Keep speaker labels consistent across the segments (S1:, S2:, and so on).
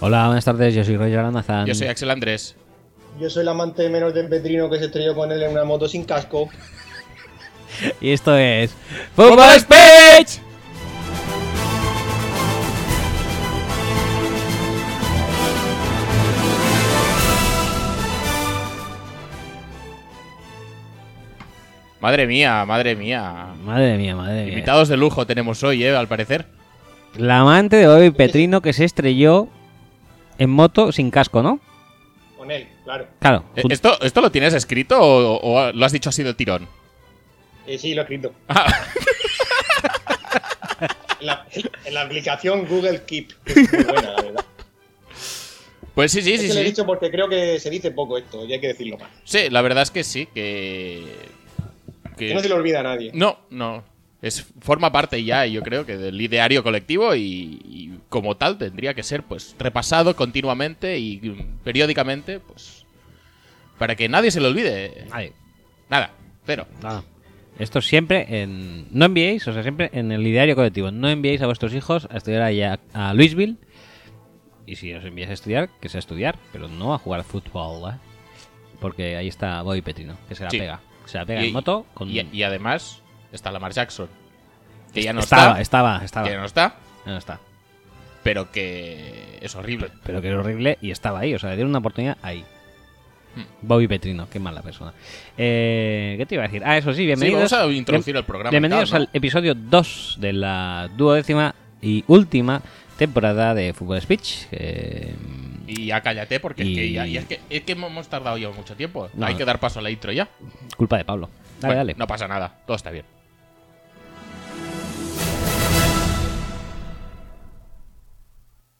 S1: Hola, buenas tardes, yo soy Roger Almazán.
S2: Yo soy Axel Andrés.
S3: Yo soy el amante menor del Petrino que se estrelló con él en una moto sin casco.
S1: Y esto es... ¡Fútbol Speech!
S2: Madre mía, madre mía.
S1: Madre mía, madre mía.
S2: Invitados de lujo tenemos hoy, ¿eh? Al parecer.
S1: La amante de Bobby Petrino que se estrelló en moto sin casco, ¿no?
S3: Con él, claro.
S1: Claro.
S2: Eh,
S1: fut-
S2: ¿Esto, ¿Esto lo tienes escrito o, o lo has dicho así de tirón?
S3: Eh, sí, lo he escrito.
S2: Ah.
S3: en, la, en la aplicación Google Keep. que es muy buena, la verdad.
S2: Pues sí, sí,
S3: Es
S2: sí.
S3: que lo he
S2: Sí.
S3: dicho porque creo que se dice poco esto y hay que decirlo más.
S2: sí, la verdad es que sí, que...
S3: Que no se lo olvida a nadie.
S2: No, no. Es, forma parte ya, yo creo, que del ideario colectivo y, y como tal tendría que ser pues repasado continuamente y mm, periódicamente, pues para que nadie se lo olvide.
S1: Ahí,
S2: Nada, cero.
S1: nada. Esto siempre en... No enviéis, o sea, siempre en el ideario colectivo. No enviéis a vuestros hijos a estudiar allá a Louisville. Y si os enviáis a estudiar, que sea a estudiar, pero no a jugar fútbol. ¿eh? Porque ahí está Bobby Petrino, que se la
S2: Sí.
S1: pega. Se la pega en moto con...
S2: y- y además está Lamar Jackson, que ya no
S1: estaba,
S2: está,
S1: estaba, estaba.
S2: que ya no está,
S1: No está.
S2: pero que es horrible.
S1: pero que era horrible y estaba ahí, o sea, le dieron una oportunidad ahí.
S2: Hmm.
S1: Bobby Petrino, qué mala persona. Eh, ¿Qué te iba a decir? Ah, eso sí, bienvenidos.
S2: vamos a introducir el programa y
S1: Bienvenidos
S2: tal, ¿no?
S1: al episodio 2 de la duodécima y última temporada de Fútbol Speech. eh,
S2: Y ya cállate porque
S1: Y-
S2: es, que ya- y es, que, es que hemos tardado ya mucho tiempo.
S1: No.
S2: Hay que dar paso a la intro ya.
S1: culpa de Pablo. Dale,
S2: Bueno,
S1: dale.
S2: No pasa nada, todo está bien.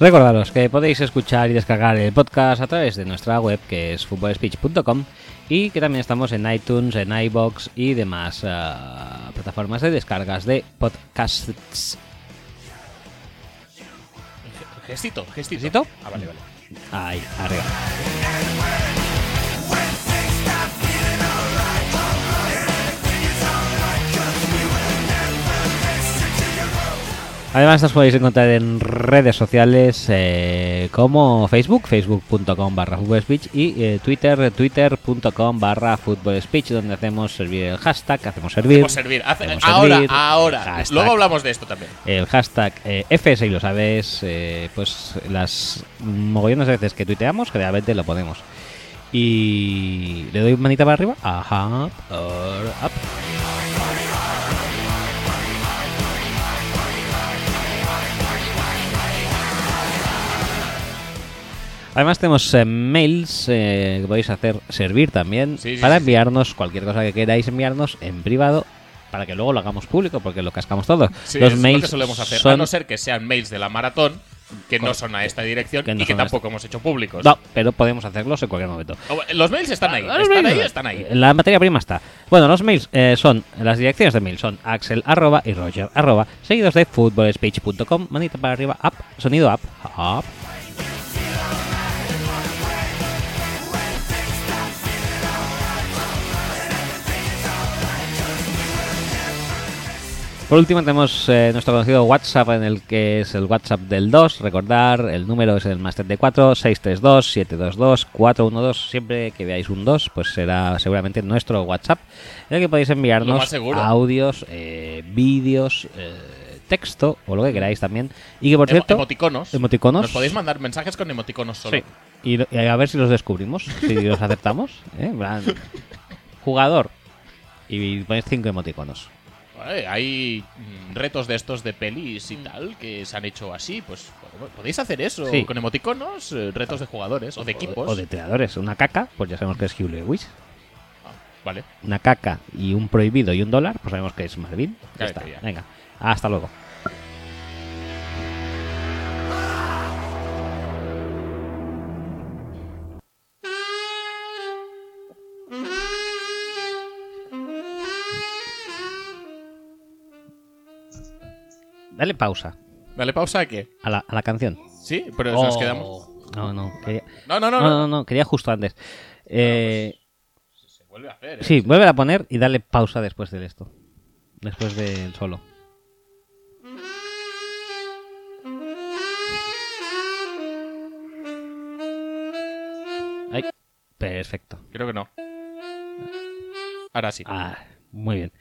S1: Recordaros que podéis escuchar y descargar el podcast a través de nuestra web que es footballspeech.com y que también estamos en iTunes, en iBox y demás ah, plataformas de descargas de podcasts.
S2: Gestito, gestito.
S1: ¿Gestito?
S2: Ah, vale, vale.
S1: Ahí, arriba. Además nos podéis encontrar en redes sociales eh, como Facebook, facebook.com barra Fútbol speech y eh, Twitter, twitter.com barra Fútbol speech donde hacemos servir el hashtag, hacemos servir,
S2: Hacemos servir. Hace-
S1: hacemos
S2: ahora,
S1: servir, Ah,
S2: ahora.
S1: hashtag
S2: Luego hablamos de esto también.
S1: el hashtag eh, FS y lo sabes, eh, pues las mogollones de veces que tuiteamos, generalmente lo ponemos. Y le doy manita para arriba. Ajá. or up. Además tenemos eh, mails eh, que podéis hacer servir también
S2: Sí, sí,
S1: para
S2: sí, sí.
S1: enviarnos cualquier cosa que queráis enviarnos en privado para que luego lo hagamos público porque lo cascamos todos.
S2: Sí,
S1: los
S2: es
S1: mails
S2: lo que solemos hacer.
S1: son-
S2: A no ser que sean mails de la maratón, que no son a esta dirección
S1: que no
S2: y que
S1: son a
S2: tampoco hemos hecho públicos.
S1: No, pero podemos hacerlos en cualquier momento.
S2: Los mails están ahí,
S1: Los
S2: están
S1: mails- Eh,
S2: ahí, están ahí.
S1: La materia prima está. Bueno, los mails eh, son, las direcciones de mail son axel arroba y roger arroba, seguidos de footballspeech.com, manita para arriba, app, sonido app, up. Por último tenemos eh, nuestro conocido WhatsApp en el que es el WhatsApp del 2. Recordar, el número es el más 34 632 722 412. Siempre que veáis un 2, pues será seguramente nuestro WhatsApp en el que podéis
S2: Lo
S1: enviarnos
S2: más seguro.
S1: audios, eh, vídeos, eh, texto o lo que queráis también. Y que por
S2: Emo-
S1: cierto,
S2: emoticonos.
S1: emoticonos.
S2: Nos podéis mandar mensajes con emoticonos solo.
S1: Sí. Y, lo- y a ver si los descubrimos, si los aceptamos. ¿eh? En plan, Jugador. Y ponéis cinco emoticonos.
S2: Vale, hay mm, retos de estos de pelis y tal que se han hecho así. Pues bueno, podéis hacer eso
S1: Sí.
S2: con emoticonos, eh, retos de jugadores o de equipos.
S1: O de entrenadores. Una caca, pues ya sabemos que es Hugh Lewis.
S2: Ah, vale.
S1: Una caca y un prohibido y un dólar, pues sabemos que es Marvin. Ya
S2: Cállate
S1: está.
S2: ya.
S1: Venga, hasta luego. Dale pausa
S2: Dale pausa a qué.
S1: a la, a la canción.
S2: Sí, pero
S1: Oh.
S2: nos quedamos.
S1: No, no, quería,
S2: No, no, no,
S1: no,
S2: no. pues-
S1: no, no, quería justo antes. Eh,
S2: Se vuelve a hacer. ¿eh?
S1: sí, vuelve a poner y dale pausa después de esto. Después del solo. Ay, perfecto.
S2: Creo que no. Ahora sí.
S1: Ah, muy bien.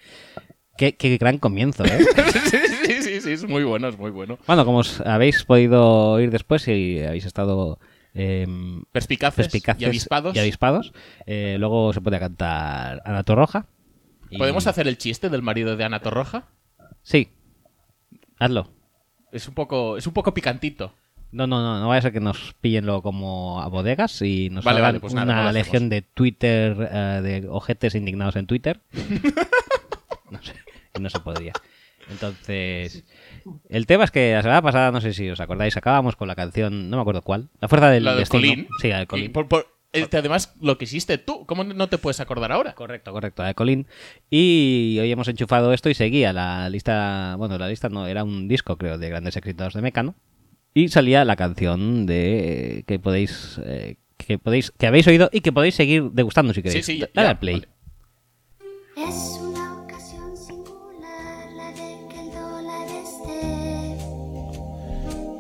S1: Qué, qué gran comienzo, ¿eh?
S2: sí, sí, sí, sí, es muy bueno, es muy bueno.
S1: bueno, como os habéis podido oír después, si habéis estado em,
S2: Perspicaces,
S1: perspicaces
S2: y avispados.
S1: y avispados, eh, luego se puede cantar Ana Torroja. y-
S2: ¿Podemos hacer el chiste del marido de Ana Torroja?
S1: Sí. Hazlo.
S2: Es un poco, es un poco picantito.
S1: No, no, no, no vaya a ser que nos pillen luego como a bodegas y nos
S2: Vale,
S1: hagan
S2: vale, pues nada, no lo
S1: una
S2: hacemos.
S1: legión de Twitter, eh, de ojetes indignados en Twitter. no sé, y no se podría. Entonces, el tema es que la semana pasada, no sé si os acordáis, acabábamos con la canción, no me acuerdo cuál, La Fuerza del
S2: la del
S1: Destino.
S2: Colín.
S1: Sí, la del
S2: Y
S1: Colín.
S2: por- por- este, además, lo que hiciste tú, ¿cómo no te puedes acordar ahora?
S1: Correcto, correcto, la de Colín. Y hoy hemos enchufado esto y seguía la lista, bueno, la lista no, era un disco creo de grandes éxitos de Mecano. Y salía la canción de que podéis, eh, que podéis, que habéis oído y que podéis seguir degustando si queréis.
S2: sí,
S1: Dale
S2: ya,
S1: al play.
S2: vale.
S4: Es una ocasión singular la de que el dólar esté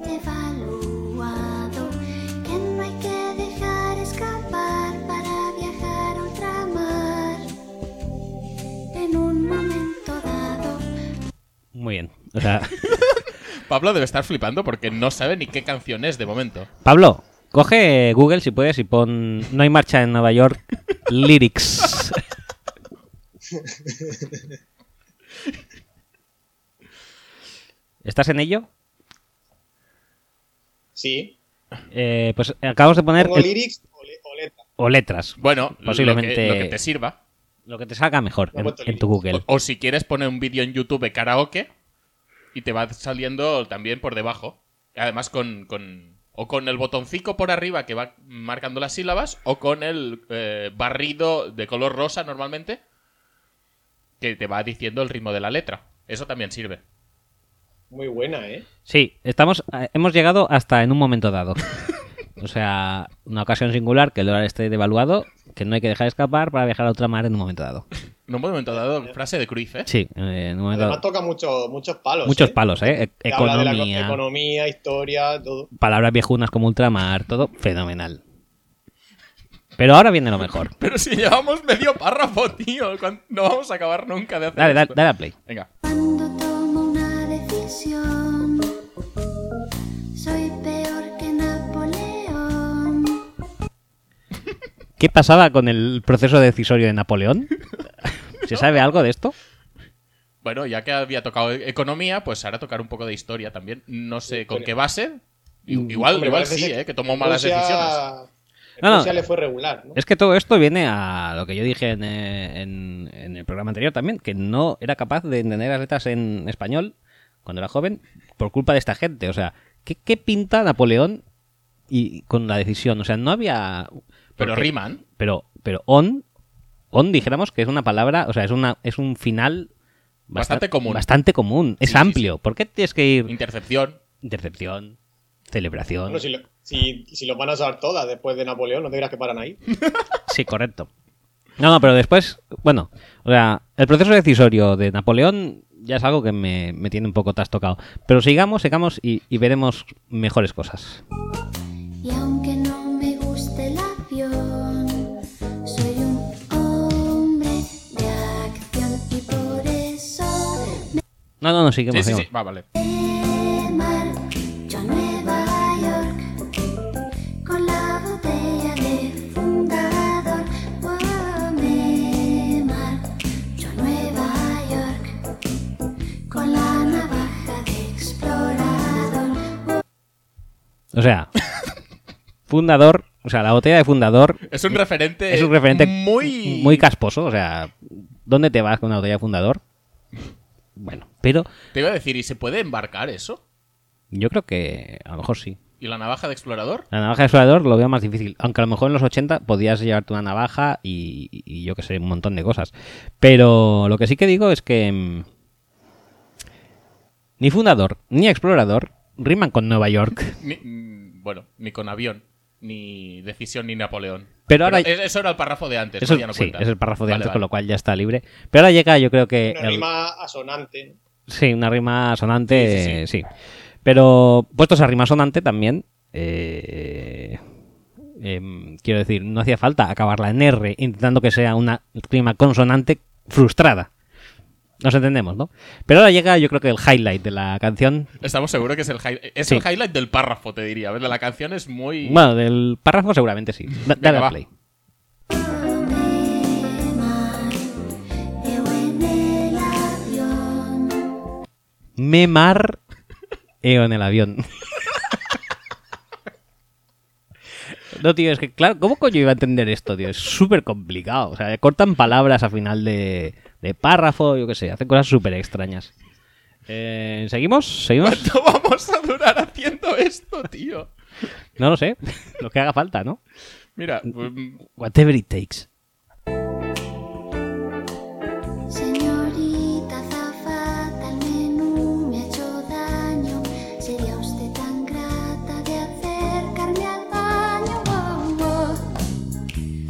S4: devaluado, que no hay que dejar escapar para viajar a ultramar. En un momento dado,
S1: Muy bien. O sea,
S2: Pablo debe estar flipando porque no sabe ni qué canción es de momento.
S1: Pablo, coge Google si puedes y pon No hay marcha en Nueva York lyrics. ¿Estás en ello?
S3: Sí.
S1: Eh, pues acabamos de poner
S3: Pongo
S2: eh.
S1: el-
S3: lyrics o, le- o letra.
S1: o letras.
S2: Bueno,
S1: Posiblemente-
S2: lo, que, lo que te sirva.
S1: Lo que te salga mejor
S3: Me he
S1: en,
S3: vuelto
S1: en tu
S3: lyrics.
S1: Google.
S2: O, o si quieres poner un vídeo en YouTube karaoke y te va saliendo también por debajo. Además con, con- o con el botoncito por arriba que va marcando las sílabas o con el eh, barrido de color rosa normalmente que te va diciendo el ritmo de la letra. Eso también sirve.
S3: Muy buena, ¿eh?
S1: Sí, estamos, eh, hemos llegado hasta en un momento dado. O sea, una ocasión singular que el dólar esté devaluado, que no hay que dejar escapar para viajar a otra mar en un momento dado.
S2: En un momento dado, frase de Cruyff, ¿eh?
S1: Sí, eh, en un momento dado.
S3: Además toca mucho- muchos palos.
S1: Muchos
S3: ¿eh?
S1: palos, ¿eh? E-
S3: Te habla de la co-
S1: Economía,
S3: economía, historia, todo.
S1: palabras viejunas como ultramar, todo fenomenal. Pero ahora viene lo mejor.
S2: Pero si llevamos medio párrafo, tío. cuan- No vamos a acabar nunca de hacer
S1: Dale, dale,
S2: esto.
S1: dale a play.
S2: Venga.
S4: cuando tomo una decisión, soy peor que Napoleón.
S1: ¿Qué pasaba con el proceso decisorio de Napoleón? ¿Se sabe algo de esto?
S2: Bueno, ya que había tocado e- economía, pues ahora tocar un poco de historia también. No sé con qué base.
S1: Mm,
S2: I- Igual,
S3: Hombre,
S2: igual
S3: parece
S2: sí,
S3: ser
S2: ¿eh? Que tomó malas
S3: Rusia-
S2: decisiones.
S1: No, no.
S3: Rusia le fue regular, ¿no?
S1: Es que todo esto viene a lo que yo dije en, eh, en- en el programa anterior también, que no era capaz de entender las letras en español cuando era joven por culpa de esta gente. O sea, ¿qué, qué pinta Napoleón y con la decisión? O sea, no había...
S2: Pero
S1: porque-
S2: riman.
S1: Pero, pero on, on dijéramos que es una palabra, o sea, es, una, es un final...
S2: Bastante
S1: bastan-
S2: común.
S1: Bastante común, es
S2: Sí, sí,
S1: amplio. ¿Por qué tienes que ir
S2: Intercepción.
S1: intercepción, celebración?
S3: Bueno, si, lo- si, si los van a usar todas después de Napoleón, no te dirás que paran ahí.
S1: Eh, Sí, correcto. No, no, pero después, bueno, o sea, el proceso decisorio de Napoleón ya es algo que me, me tiene un poco trastocado. Pero sigamos, sigamos y, y veremos mejores cosas.
S4: Y aunque no me guste el avión, soy un hombre de acción y por eso
S1: No, no, no, sigamos.
S2: Sí, sí,
S1: sigamos.
S2: sí. Va, vale.
S4: me marcho a Nueva York con la botella de fundador. Oh, me marcho a Nueva York con la navaja de explorador.
S1: O sea, fundador, o sea, la botella de fundador
S2: Es un referente.
S1: es un referente
S2: Eh, muy.
S1: muy casposo. O sea, ¿dónde te vas con una botella de fundador? Bueno, pero
S2: Te iba a decir, ¿y se puede embarcar eso?
S1: yo creo que a lo mejor sí.
S2: ¿Y la navaja de explorador?
S1: La navaja de explorador lo veo más difícil. Aunque a lo mejor en los 80 podías llevarte una navaja y, y yo que sé, un montón de cosas. Pero lo que sí que digo es que. mm, Ni fundador ni explorador riman con Nueva York.
S2: Ni- mm, bueno, ni con avión, ni decisión, ni Napoleón.
S1: Pero ahora-
S2: es- eso era el párrafo de antes.
S1: Eso,
S2: ¿no? Ya no
S1: sí,
S2: cuenta.
S1: es el párrafo de
S2: Vale,
S1: antes,
S2: vale.
S1: con lo cual ya está libre. Pero ahora llega, yo creo que.
S3: Una
S1: el-
S3: rima asonante.
S1: Sí, una rima sonante,
S2: Sí, sí,
S1: sí. Pero puestos a rima sonante también, eh, em, quiero decir, no hacía falta acabarla en R, intentando que sea una rima consonante frustrada. Nos entendemos, ¿no? Pero ahora llega, yo creo que el highlight de la canción,
S2: Estamos seguros que es el, hi- es
S1: Sí.
S2: el highlight del párrafo, te diría. ¿verdad? La canción es muy.
S1: bueno, del párrafo seguramente sí. Da-
S2: Venga,
S1: dale al
S2: va.
S1: play.
S4: Eu en el avión.
S1: Memar eo en el avión. No, tío, es que claro, ¿cómo coño iba a entender esto, tío? Es súper complicado. O sea, cortan palabras a final de, de párrafo, yo qué sé, hacen cosas súper extrañas. Eh, ¿Seguimos? ¿Seguimos?
S2: ¿Cuánto vamos a durar haciendo esto, tío?
S1: No lo sé. Lo que haga falta, ¿no?
S2: Mira, mm,
S1: Whatever it takes.
S4: Señorita Zafata, el menú me ha hecho daño. Sería usted tan grata de acercarme al baño. Oh, oh.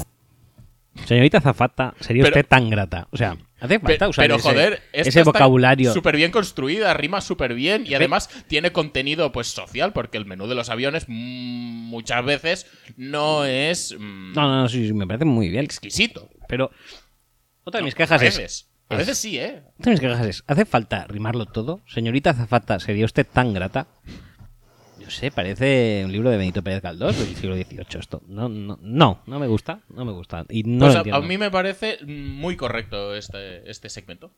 S1: Señorita Zafata, sería
S2: Pero-
S1: usted tan grata. O sea, hace
S2: pe-
S1: falta usar
S2: pero
S1: ese,
S2: joder,
S1: ese
S2: esta está
S1: vocabulario.
S2: Súper bien construida, rima súper bien y además tiene contenido pues social, porque el menú de los aviones mm, muchas veces no es mm,
S1: No, no, no, sí, sí, me parece muy bien.
S2: exquisito.
S1: Pero otra de mis
S2: A
S1: quejas es...
S2: veces, a veces sí, ¿eh?
S1: Otra de mis quejas es, ¿hace falta rimarlo todo? Señorita Zafata, ¿sería usted tan grata? Yo sé, parece un libro de Benito Pérez Galdós del siglo XVIII esto. No, no, no, no me gusta, no me gusta. Y no
S2: Pues
S1: lo
S2: a- a,
S1: entiendo.
S2: mí me parece muy correcto este, este segmento.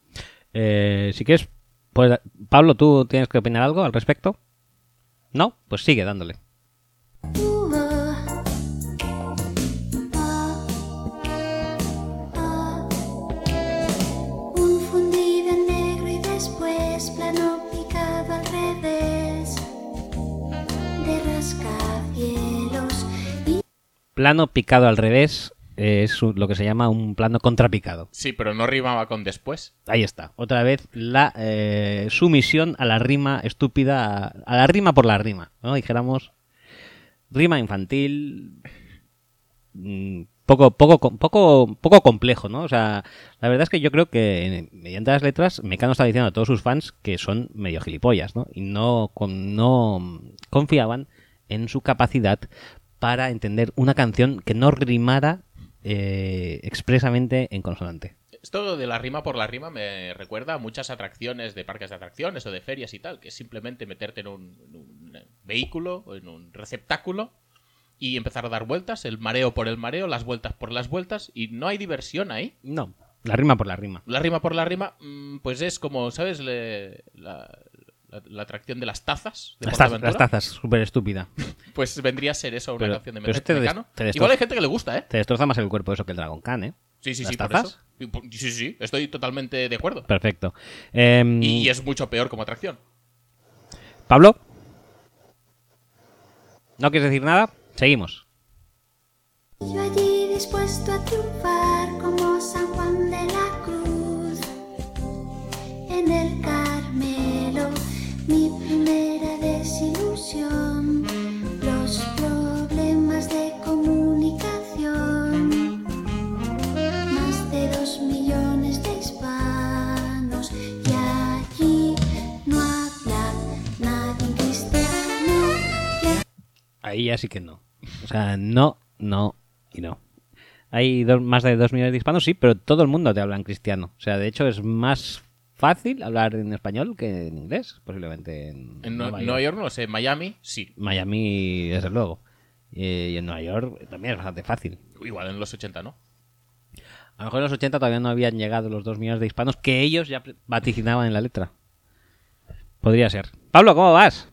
S1: Eh, si quieres, pues, Pablo, ¿tú tienes que opinar algo al respecto? ¿No? Pues sigue dándole.
S4: Un fundido en negro y después plano picado al revés de rascacielos y
S1: Plano picado al revés eh, es un- lo que se llama un plano contrapicado.
S2: Sí, pero no rimaba con después.
S1: Ahí está. Otra vez la eh, sumisión a la rima estúpida, a, a la rima por la rima, ¿no? Dijéramos rima infantil, mm, poco, poco, com- poco, poco complejo, ¿no? O sea, la verdad es que yo creo que eh, mediante las letras Mecano está diciendo a todos sus fans que son medio gilipollas, ¿no? Y no, con- no confiaban en su capacidad para entender una canción que no rimara eh, expresamente en consonante.
S2: Esto de la rima por la rima me recuerda a muchas atracciones de parques de atracciones o de ferias y tal, que es simplemente meterte en un, en un vehículo o en un receptáculo y empezar a dar vueltas, el mareo por el mareo, las vueltas por las vueltas, y no hay diversión ahí.
S1: No, la rima por la rima.
S2: La rima por la rima, mm, pues es como, ¿sabes? Le- la, la- la atracción de las tazas. De
S1: Las tazas,
S2: Portaventura.
S1: las tazas, súper estúpida.
S2: Pues vendría a ser eso, una
S1: Pero-
S2: canción de
S1: pero
S2: Mecano.
S1: este des- te destroza-
S2: Igual hay gente que le gusta, ¿eh?
S1: Te destroza más el cuerpo eso que el Dragon Khan, ¿eh?
S2: Sí, sí,
S1: ¿Las
S2: sí,
S1: tazas?
S2: por eso. Sí, sí, estoy totalmente de acuerdo.
S1: Perfecto. Em,
S2: Y es mucho peor como atracción.
S1: ¿Pablo? ¿No quieres decir nada? Seguimos.
S4: Yo allí dispuesto a triunfar como San Juan de la Cruz. En el Carmelo, mi primera desilusión, los problemas de comunicación. Más de dos millones de hispanos y allí no habla nadie cristiano.
S1: Ahí ya sí que no. O sea, no, no y no. Hay dos- más de dos millones de hispanos, sí, pero todo el mundo te habla en cristiano. O sea, de hecho es más fácil hablar en español que en inglés, posiblemente. En,
S2: En Nue-
S1: Nueva
S2: Nueva
S1: York.
S2: York, no sé, Miami, sí.
S1: Miami, desde luego. Eh, y en Nueva York también es bastante fácil.
S2: Igual en los 80, ¿no?
S1: A lo mejor en los 80 todavía no habían llegado los dos millones de hispanos que ellos ya pre- vaticinaban en la letra. Podría ser. Pablo, ¿cómo vas?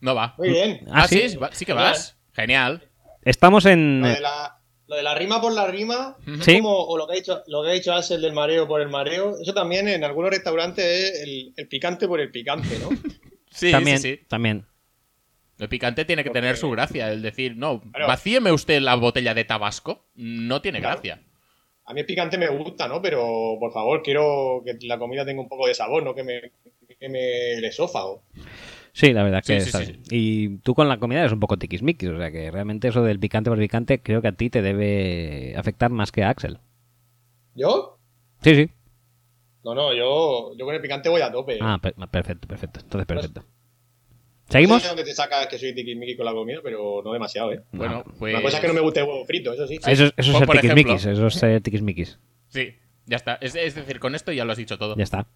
S2: No va.
S3: Muy bien.
S1: Ah,
S2: Ah, sí,
S1: sí.
S2: va- sí que vas. Genial.
S1: Estamos en...
S3: Lo de la, lo de la rima por la rima, es
S1: eh. Sí.
S3: como o lo que ha dicho, lo que ha dicho Axel del mareo por el mareo, eso también en algunos restaurantes es el, el picante por el picante, ¿no?
S2: Sí,
S1: también,
S2: sí, sí.
S1: también.
S2: El picante tiene que tener su gracia. El decir, no,
S3: Claro.
S2: vacíeme usted la botella de tabasco, no tiene
S3: Claro.
S2: gracia.
S3: A mí el picante me gusta, ¿no? Pero por favor, quiero que la comida tenga un poco de sabor, no que me queme el esófago.
S1: Sí, la verdad es
S2: Sí,
S1: que
S2: sí,
S1: está
S2: sí,
S1: bien. Y tú con la comida eres un poco tiquismiquis, o sea que realmente eso del picante por picante creo que a ti te debe afectar más que a Axel.
S3: ¿Yo?
S1: Sí, sí.
S3: No, no, yo, yo con el picante voy a tope.
S1: Ah, per- perfecto, perfecto. Entonces, perfecto.
S3: No
S1: ¿Seguimos?
S3: sé de dónde te sacas que soy tiquismiqui con la comida, pero no demasiado, ¿eh?
S2: Bueno, pues.
S3: Una cosa es que no me guste el huevo frito, eso sí.
S1: Eso, es- eso es
S2: Por-
S1: ser
S2: por ejemplo.
S1: tiquismiquis, eso es ser tiquismiquis.
S2: Sí, ya está. Es, es decir, con esto ya lo has dicho todo.
S1: Ya está.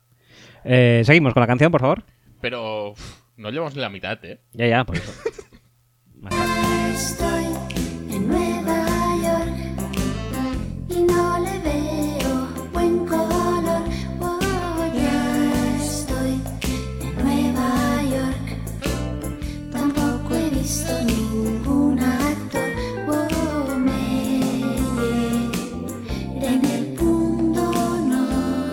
S1: Eh, seguimos con la canción, por favor.
S2: Pero uf, no llevamos ni la mitad, ¿eh?
S1: Ya, ya, por eso. Más tarde.
S4: Estoy en Nueva York y no le veo buen color. Oh, ya estoy en Nueva York. Tampoco he visto ningún actor. Oh, me iré en el punto honor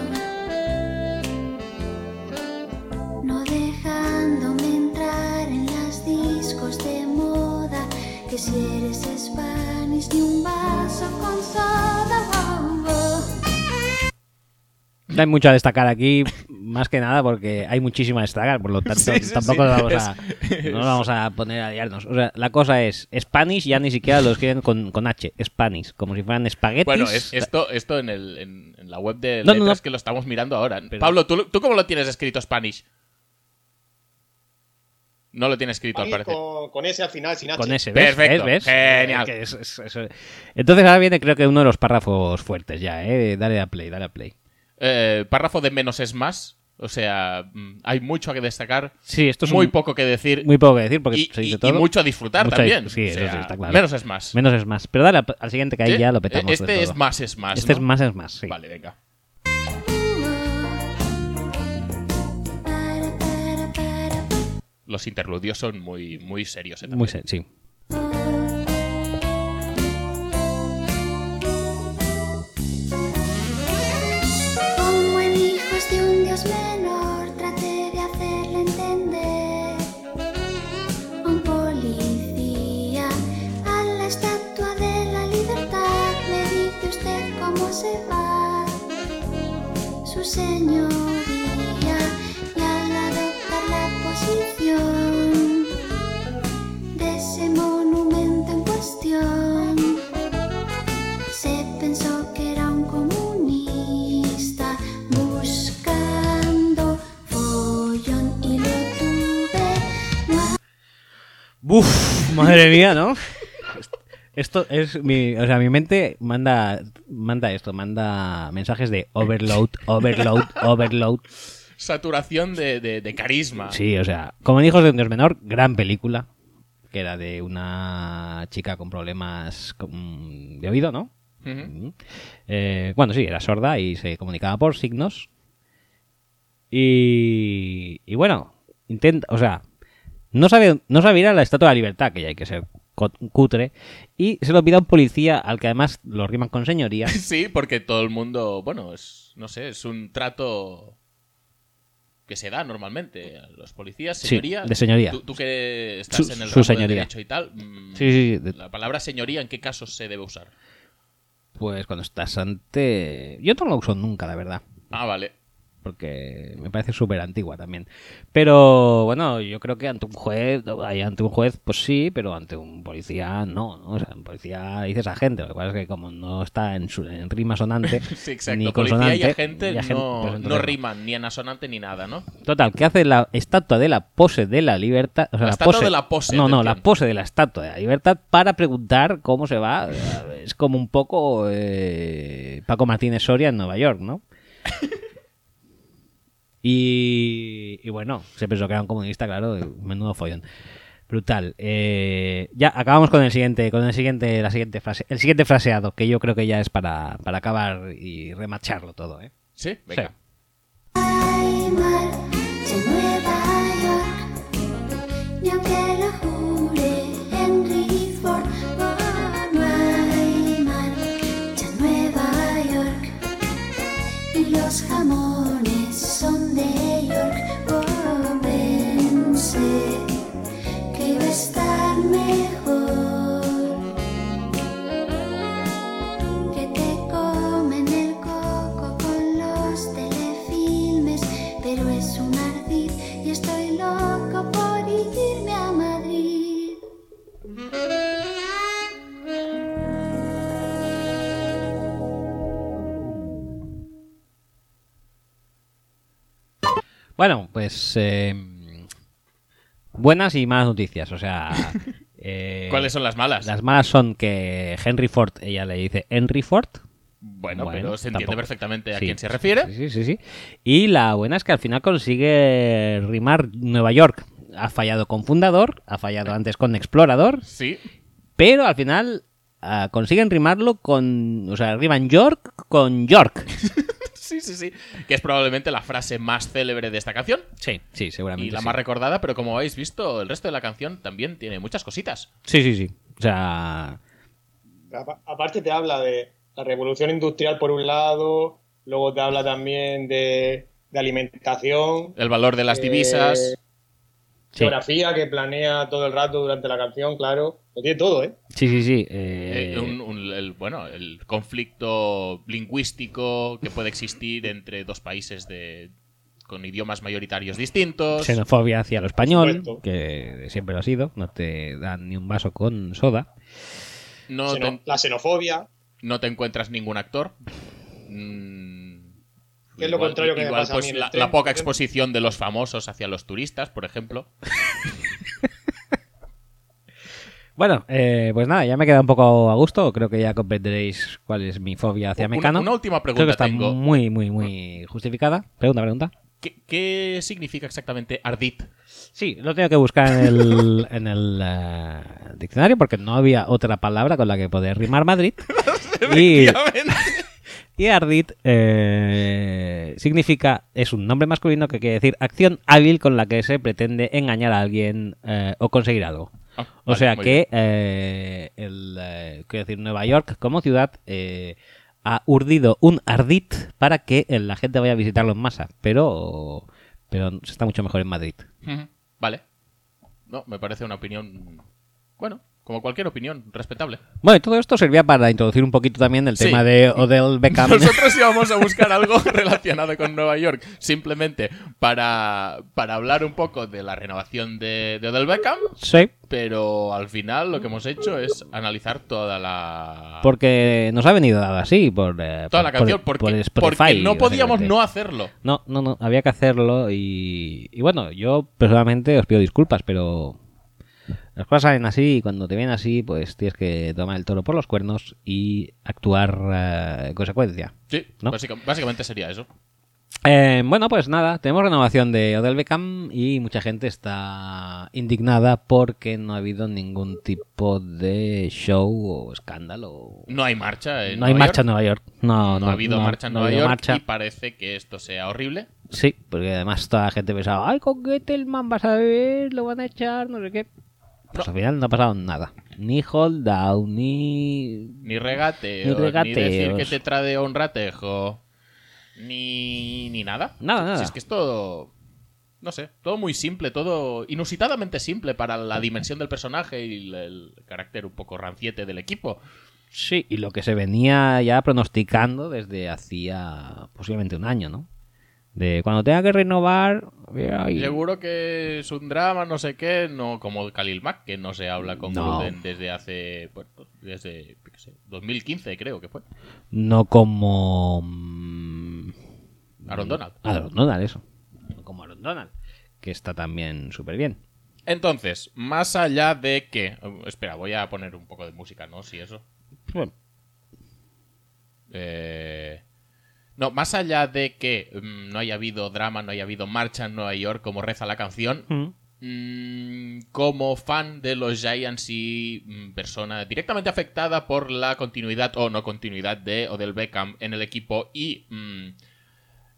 S4: no dejándome entrar en las discos de moda. Que si eres Spanish, ni un vaso con soda. oh, oh.
S1: No hay mucho a destacar aquí, más que nada porque hay muchísima a destacar, por lo tanto
S2: Sí, sí,
S1: tampoco
S2: sí.
S1: Vamos a,
S2: Es-
S1: no nos vamos a poner a liarnos. O sea, la cosa es, Spanish ya ni siquiera lo escriben con, con H, Spanish, como si fueran espaguetis.
S2: Bueno, es- esto, esto en, el, en, en la web de
S1: No, no,
S2: letras
S1: no.
S2: que lo estamos mirando ahora. Pablo, ¿tú, lo- ¿tú cómo lo tienes escrito Spanish? No lo tiene escrito, al
S3: Ahí
S2: parecer.
S3: con, con ese al final, sin H.
S1: con S, ¿ves?
S2: Perfecto,
S1: ¿Ves? ¿Ves?
S2: genial.
S1: Eh, que es- es- es- Entonces ahora viene creo que uno de los párrafos fuertes ya, ¿eh? Dale a play, dale a play.
S2: Eh, párrafo de menos es más. O sea, mm, hay mucho que destacar.
S1: Sí, esto es
S2: muy
S1: un-
S2: poco que decir.
S1: Muy poco que decir porque
S2: y,
S1: se dice
S2: y- y
S1: todo.
S2: mucho a disfrutar
S1: Mucho a
S2: también.
S1: dis- sí,
S2: O
S1: eso
S2: sea,
S1: sí, está claro.
S2: Menos es más.
S1: Menos es más. Pero dale a- al siguiente que ahí
S2: ¿Sí?
S1: ya lo petamos.
S2: Eh,
S1: del
S2: Este es
S1: todo.
S2: más es más.
S1: Este
S2: ¿no?
S1: es más, es más, sí.
S2: Vale, venga.
S4: Ah, Para, para, para,
S2: Los interludios son muy, muy serios. eh,
S1: Muy
S2: también.
S1: sen- sí.
S4: Como en hijos de un dios menor, traté de hacerle entender a un policía a la estatua de la libertad. Me dice usted cómo se va su señoría y al adoptar la posición de ese monumento en cuestión. Se pensó que era un comunista buscando follón y lo tuve. No
S1: Buf, madre mía, ¿no? Esto es mi, o sea, mi mente manda manda esto, manda mensajes de overload, overload, overload.
S2: Saturación de, de- de carisma.
S1: Sí, o sea, como en hijos de un dios menor, gran película que era de una chica con problemas con- de oído, ¿no?
S2: Ujú.
S1: Mm. Eh, bueno, sí, era sorda y se comunicaba por signos. Y, y bueno, intenta, o sea, no sabe, no sabe ir a la Estatua de la Libertad, que ya hay que ser co- cutre, y se lo pide a un policía al que además lo riman con señoría.
S2: Sí, porque todo el mundo, bueno, es, no sé, es un trato que se da normalmente a los policías,
S1: Sí,
S2: señoría.
S1: de señoría.
S2: Tú, tú que estás
S1: Su-
S2: en el
S1: su
S2: ramo
S1: señoría.
S2: de derecho y tal. mm,
S1: Sí, sí, sí, de-
S2: La palabra señoría, ¿en qué casos se debe usar?
S1: Pues cuando estás ante... Yo no lo uso nunca, la verdad.
S2: Ah, vale.
S1: porque me parece súper antigua también. Pero bueno, yo creo que ante un juez, ay, ante un juez, pues sí, pero ante un policía no, ¿no? O sea, un policía dices agente, lo que pasa es que como no está en, su- en rima sonante,
S2: Sí, exacto.
S1: ni
S2: Policía
S1: consonante,
S2: y agente,
S1: y agente,
S2: no,
S1: pues
S2: no
S1: entonces
S2: riman ni anasonante ni nada, ¿no?
S1: Total, que hace la estatua de la pose de la libertad. O sea,
S2: La
S1: la
S2: estatua
S1: pose-
S2: de la pose,
S1: No, no,
S2: atención.
S1: la pose de la estatua de la libertad para preguntar cómo se va. Es como un poco eh, Paco Martínez Soria en Nueva York, ¿no? Y, y bueno, se pensó que era un comunista, claro, menudo follón. Brutal. Eh, ya acabamos con el siguiente, con el siguiente, la siguiente frase, el siguiente fraseado, que yo creo que ya es para, para acabar y remacharlo todo, ¿eh?
S2: Sí, venga.
S1: Sí.
S4: hay mar en Nueva York, ni aunque lo jure Henry Ford. Oh, no hay mar en Nueva York, y los jamones son de York. Oh, pensé que iba a estar mejor que te comes
S1: Bueno, pues. eh, buenas y malas noticias. O sea. eh,
S2: ¿Cuáles son las malas?
S1: Las malas son que Henry Ford, ella le dice Henry Ford.
S2: Bueno, pero se entiende
S1: tampoco.
S2: perfectamente a
S1: Sí,
S2: quién se
S1: sí,
S2: refiere.
S1: Sí, sí, sí, sí. Y la buena es que al final consigue rimar Nueva York. Ha fallado con Fundador, ha fallado antes con Explorador,
S2: Sí.
S1: pero al final ah, consiguen rimarlo con. O sea, riman York con York.
S2: Sí, sí, sí. Que es probablemente la frase más célebre de esta canción
S1: Sí, sí, seguramente.
S2: y la
S1: sí.
S2: más recordada, pero como habéis visto, el resto de la canción también tiene muchas cositas.
S1: Sí, sí, sí. O sea.
S3: Apa- Aparte te habla de la revolución industrial por un lado, luego te habla también de, de alimentación,
S2: El valor de las divisas.
S3: Eh,
S1: Sí,
S3: geografía que planea todo el rato durante la canción, claro. Lo tiene todo, ¿eh?
S1: sí, sí. sí, eh,
S2: eh, un- un- el, bueno, el conflicto lingüístico que puede existir entre dos países de, con idiomas mayoritarios distintos.
S1: Xenofobia hacia lo español,
S3: supuesto.
S1: que siempre lo ha sido. No te dan ni un vaso con soda.
S2: No,
S3: Xeno-
S2: te,
S3: La xenofobia,
S2: no te encuentras ningún actor. Mm, pues,
S3: Que es lo contrario que me pasa a mí en el
S2: la,
S3: tren,
S2: la poca
S3: por ejemplo.
S2: exposición de los famosos hacia los turistas, por ejemplo.
S1: Bueno, eh, pues nada, ya me he quedado un poco a gusto. Creo que ya comprenderéis cuál es mi fobia hacia
S2: Una-
S1: Mecano.
S2: una última pregunta
S1: Creo que está
S2: tengo.
S1: muy, muy, muy justificada. Pregunta, pregunta.
S2: ¿Qué, qué significa exactamente Ardit?
S1: Sí, lo tengo que buscar en el, en el eh, diccionario porque no había otra palabra con la que poder rimar Madrid. y, y Ardit eh, significa, es un nombre masculino que quiere decir acción hábil con la que se pretende engañar a alguien eh, o conseguir algo.
S2: Ah,
S1: O
S2: vale,
S1: sea
S2: muy
S1: que, eh, el, eh, quiero decir, Nueva York como ciudad eh, ha urdido un ardit para que eh, la gente vaya a visitarlo en masa, pero, pero se está mucho mejor en Madrid.
S2: Ujú, Vale. No, me parece una opinión. Bueno, como cualquier opinión, respetable.
S1: Bueno, y todo esto servía para introducir un poquito también el
S2: Sí.
S1: tema de Odell Beckham.
S2: Nosotros íbamos a buscar algo relacionado con Nueva York, simplemente para, para hablar un poco de la renovación de, de Odell Beckham,
S1: Sí,
S2: pero al final lo que hemos hecho es analizar toda la.
S1: Ah. porque nos ha venido dado así por eh, por-
S2: toda la canción,
S1: por-
S2: porque,
S1: por
S2: porque
S1: Spotify,
S2: no podíamos
S1: básicamente.
S2: no hacerlo.
S1: No, no, no, había que hacerlo y, y bueno, yo personalmente os pido disculpas, pero las cosas salen así y cuando te vienen así, pues tienes que tomar el toro por los cuernos y actuar eh, en consecuencia.
S2: Sí,
S1: ¿No?
S2: básica- básicamente sería eso.
S1: Eh, bueno, pues nada, tenemos renovación de Odell Beckham y mucha gente está indignada porque no ha habido ningún tipo de show o escándalo.
S2: No hay marcha. En
S1: No hay
S2: Nueva
S1: marcha en
S2: York.
S1: Nueva York. No,
S2: No, ha habido
S1: no-
S2: marcha en
S1: no ha
S2: Nueva
S1: habido
S2: York
S1: marcha.
S2: y parece que esto sea horrible.
S1: Sí, porque además toda la gente pensaba, ay, con Gettelman vas a ver, lo van a echar, no sé qué. Pues al final no ha pasado nada. Ni hold down, ni...
S2: Ni regateos,
S1: Ni
S2: ni,
S1: regateos.
S2: decir que te trae un ratejo, ni, ni nada.
S1: Nada, nada.
S2: Si es que es todo, no sé, todo muy simple, todo inusitadamente simple para la dimensión del personaje y el, el carácter un poco ranciete del equipo.
S1: Sí, y lo que se venía ya pronosticando desde hacía posiblemente un año, ¿no? De cuando tenga que renovar... eh, ay,
S2: Seguro que es un drama, no sé qué, no como Khalil Mack, que no se habla con
S1: No.
S2: Gruden desde hace, bueno, desde, yo qué sé, 2015 creo que fue.
S1: No como... mm,
S2: Aaron Donald.
S1: Aaron Donald, eso. No como Aaron Donald, que está también súper bien.
S2: Entonces, más allá de que... eh, Espera, voy a poner un poco de música, ¿no? Si eso.
S1: Bueno,
S2: Eh, No, más allá de que mm, no haya habido drama, no haya habido marcha en Nueva York, como reza la canción,
S1: mm,
S2: mm, como fan de los Giants y mm, persona directamente afectada por la continuidad o no continuidad de Odell Beckham en el equipo y mm,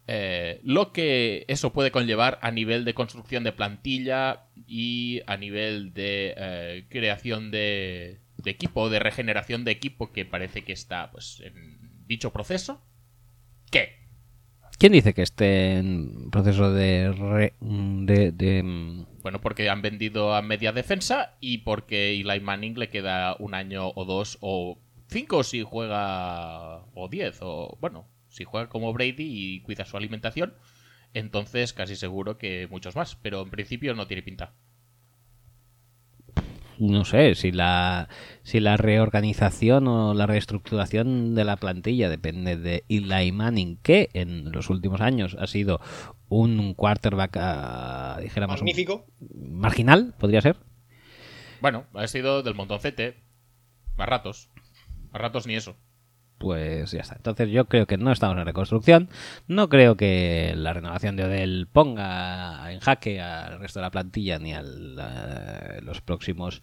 S2: eh, lo que eso puede conllevar a nivel de construcción de plantilla y a nivel de eh, creación de, de equipo, de regeneración de equipo que parece que está pues, en dicho proceso. ¿Qué?
S1: ¿Quién dice que esté en proceso de... re- de, de, mm,
S2: Bueno, porque han vendido a media defensa y porque Eli Manning le queda un año o dos o cinco si juega o diez o bueno, si juega como Brady y cuida su alimentación, entonces casi seguro que muchos más, pero en principio no tiene pinta.
S1: no sé, si la, si la reorganización o la reestructuración de la plantilla depende de Eli Manning, que en los últimos años ha sido un quarterback, ah, dijéramos, un-
S3: Magnífico.
S1: marginal, podría ser.
S2: Bueno, ha sido del montoncete. A ratos. A ratos ni eso.
S1: Pues ya está. Entonces yo creo que no estamos en reconstrucción. No creo que la renovación de Odell ponga en jaque al resto de la plantilla ni al eh, los próximos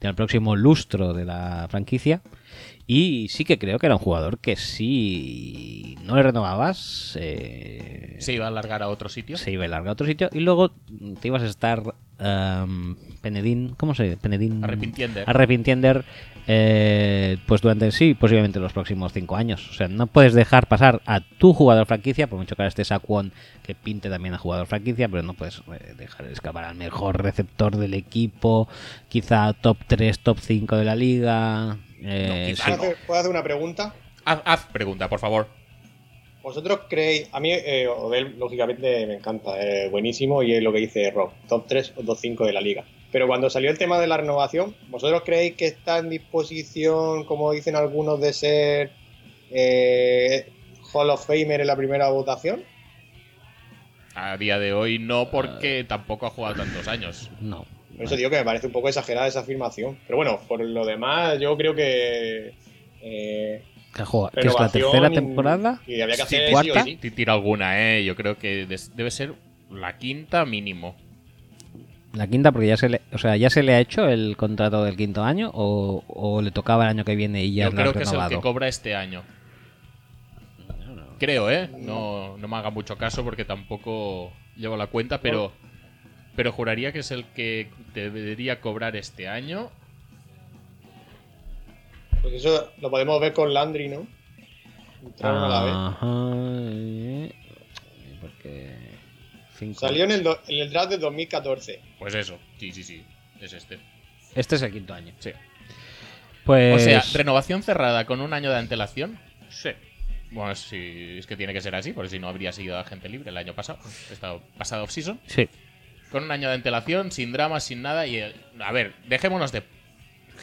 S1: ni al próximo lustro de la franquicia. Y sí que creo que era un jugador que si no le renovabas eh,
S2: Se iba a alargar a otro sitio.
S1: se iba a largar a otro sitio y luego te ibas a estar em, penedín, ¿cómo se dice? Penedín
S2: Arrepintiender.
S1: arrepintiender, eh, pues durante sí, posiblemente los próximos cinco años. O sea, no puedes dejar pasar a tu jugador franquicia, por mucho que ahora esté Saquon que pinte también a jugador franquicia, pero no puedes eh, dejar escapar al mejor receptor del equipo, quizá top 3, top 5 de la liga. eh,
S2: quizá
S1: sí.
S3: ¿Puedo hacer- ¿Puedo hacer una pregunta?
S2: Haz, haz pregunta, por favor.
S3: ¿Vosotros creéis? A mí, eh, Odell, lógicamente, me encanta, es buenísimo y es lo que dice Rob, top 3 o top 5 de la liga. Pero cuando salió el tema de la renovación, ¿vosotros creéis que está en disposición, como dicen algunos, de ser eh, Hall of Famer en la primera votación?
S2: A día de hoy no, porque tampoco ha jugado tantos años.
S1: No.
S3: Por eso digo que me parece un poco exagerada esa afirmación. Pero bueno, por lo demás, yo creo que. eh,
S1: Que juega- que es la
S3: renovación
S1: tercera
S3: y-
S1: temporada.
S3: Y, había que
S2: Sí,
S3: hacer sí o
S1: cuarta.
S3: sí.
S2: Ti- Tira alguna, ¿eh? Yo creo que des- debe ser la quinta mínimo.
S1: La quinta, porque ya se le, o sea, ya se le ha hecho el contrato del quinto año o, o le tocaba el año que viene y ya
S2: Yo
S1: lo
S2: creo
S1: has
S2: que es el que
S1: renovado.
S2: cobra este año. Creo, ¿eh? No, no me haga mucho caso porque tampoco llevo la cuenta, pero, pero juraría que es el que debería cobrar este año.
S3: Pues eso lo podemos ver con Landry, ¿no? Entraron a
S1: Ah.
S3: la vez.
S1: Ajá, eh, porque cinco-
S3: Salió en el, do- en el draft de 2014.
S2: Pues eso, sí, sí, sí. Es este.
S1: Este es el quinto año.
S2: Sí.
S1: Pues
S2: O sea, renovación cerrada con un año de antelación. Sí. Bueno, sí, es que tiene que ser así, porque si no habría sido agente libre el año pasado, esta pasado off-season.
S1: sí.
S2: Con un año de antelación, sin dramas, sin nada. Y eh, a ver, dejémonos de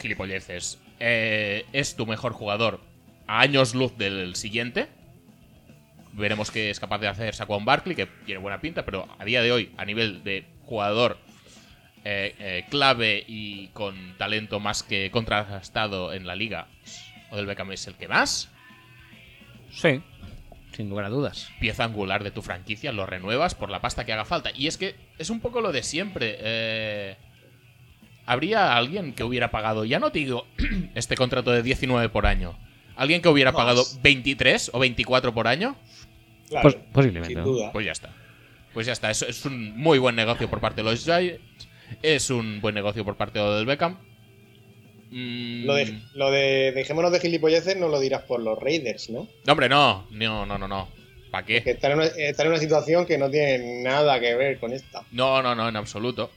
S2: gilipolleces. Eh, es tu mejor jugador a años luz del siguiente. Veremos qué es capaz de hacer Saquon Barkley, que tiene buena pinta, pero a día de hoy, a nivel de jugador eh, eh, clave y con talento más que contrastado en la liga, Odell Beckham es el que más.
S1: Sí. Sin lugar a dudas.
S2: pieza angular de tu franquicia, lo renuevas por la pasta que haga falta. Y es que es un poco lo de siempre. eh, Habría alguien que hubiera pagado, ya no te digo este contrato de 19 por año, alguien que hubiera
S3: Más.
S2: pagado 23 o 24 por año,
S3: Claro,
S1: Pos- posiblemente,
S3: Sin
S1: ¿no?
S3: duda.
S2: pues ya está. Pues ya está, es, es un muy buen negocio por parte de los Giants, es un buen negocio por parte del Beckham. Mm,
S3: Lo de, lo de dejémonos de gilipolleces no lo dirás por los Raiders, ¿no?
S2: No, hombre, no, no, no, no, no. ¿Para qué?
S3: Que están en, una, están en una situación que no tiene nada que ver con esta.
S2: No, no, no, en absoluto.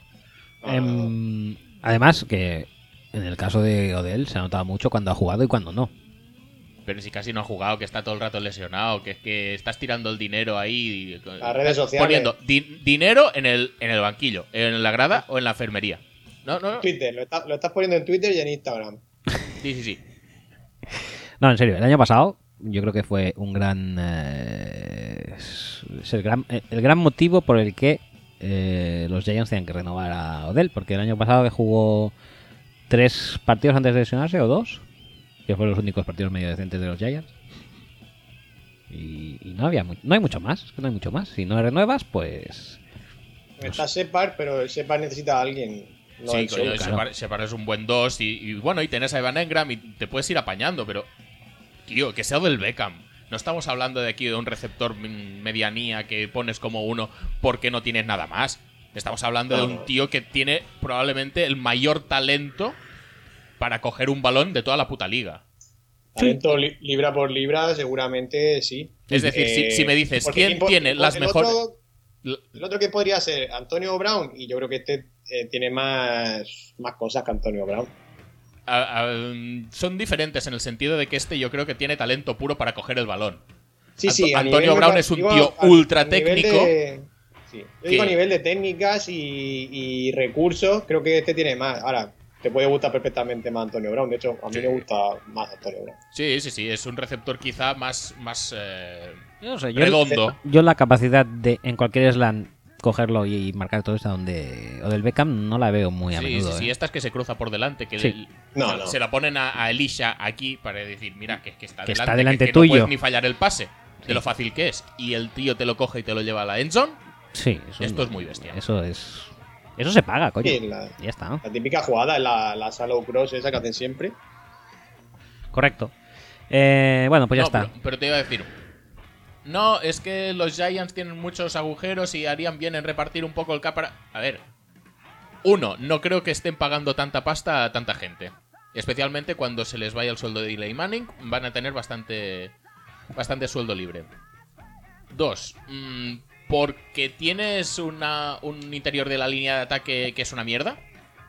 S1: Em, además, que en el caso de Odell se ha notado mucho cuando ha jugado y cuando no.
S2: Pero si casi no ha jugado, que está todo el rato lesionado, que es que estás tirando el dinero ahí.
S3: Las redes sociales.
S2: Poniendo di- dinero en el, en el banquillo, en la grada o en la enfermería. No, no, no. Sí,
S3: Twitter, lo, está- lo estás poniendo en Twitter y en Instagram.
S2: sí, sí.
S1: No, en serio, el año pasado yo creo que fue un gran. eh, es el, gran eh, el gran motivo por el que eh, los Giants tenían que renovar a Odell, porque el año pasado que jugó tres partidos antes de lesionarse, o dos, que fueron los únicos partidos medio decentes de los Giants. Y, y no había mu- no hay mucho más, es que no hay mucho más. Si no renuevas, pues.
S3: Está Separ, pero el Separ necesita a alguien. No
S2: Pues- sí,
S3: el
S2: coño,
S3: Separ.
S1: claro.
S2: Separ- Separ es un buen 2 y, y bueno, y tenés a Evan Engram y te puedes ir apañando, pero. Tío, que sea del Beckham. No estamos hablando de aquí de un receptor mm, medianía que pones como uno porque no tienes nada más. Estamos hablando de un tío que tiene probablemente el mayor talento para coger un balón de toda la puta liga.
S3: Talento li- libra por libra, seguramente sí.
S2: Es decir, si- si me dices,
S3: porque
S2: ¿quién
S3: impo-
S2: tiene
S3: impo-
S2: las
S3: el
S2: mejores-
S3: otro-
S2: L-
S3: el otro que podría ser Antonio Brown, y yo creo que este eh, tiene más, más cosas que Antonio Brown.
S2: a- a- mm, son diferentes en el sentido de que este yo creo que tiene talento puro para coger el balón.
S3: Sí, sí,
S2: Anto-
S3: a
S2: Antonio
S3: nivel de-
S2: Brown es un
S3: digo,
S2: tío
S3: a-
S2: ultra
S3: a nivel
S2: técnico.
S3: de- sí, yo
S2: que-
S3: digo a nivel de técnicas y, y recursos, creo que este tiene más. Ahora, te puede gustar perfectamente más Antonio Brown. De hecho, a mí
S2: Sí.
S3: me gusta más Antonio Brown.
S2: Sí, sí, sí, es un receptor quizá más, más eh,
S1: Yo no sé, yo,
S2: redondo.
S1: yo la capacidad de en cualquier slam cogerlo y, y marcar todo esto donde o del Beckham no la veo muy a
S2: Sí,
S1: menudo.
S2: sí, sí,
S1: ¿eh?
S2: estas que se cruza por delante, que
S1: Sí.
S2: le-
S3: No,
S2: se-
S3: no.
S2: se la ponen a, a Elisha aquí para decir, mira, que, que está
S1: Que
S2: delante,
S1: está delante
S2: que- que no
S1: tuyo.
S2: puedes ni fallar el pase,
S1: Sí.
S2: de lo fácil que es. Y el tío te lo coge y te lo lleva a la endzone.
S1: Sí, eso
S2: Esto
S1: no-
S2: es muy bestia.
S1: Eso es eso se paga, coño.
S3: Sí, la-
S1: Ya está, ¿no?
S3: La típica jugada es la, la shallow cross esa que hacen siempre.
S1: Correcto. Eh, bueno, pues ya
S2: No,
S1: está.
S2: Pero, pero te iba a decir, no, es que los Giants tienen muchos agujeros y harían bien en repartir un poco el cap para... A ver, uno, no creo que estén pagando tanta pasta a tanta gente. Especialmente cuando se les vaya el sueldo de Delay Manning, van a tener bastante, bastante sueldo libre. Dos, mm, porque tienes una, un interior de la línea de ataque que es una mierda.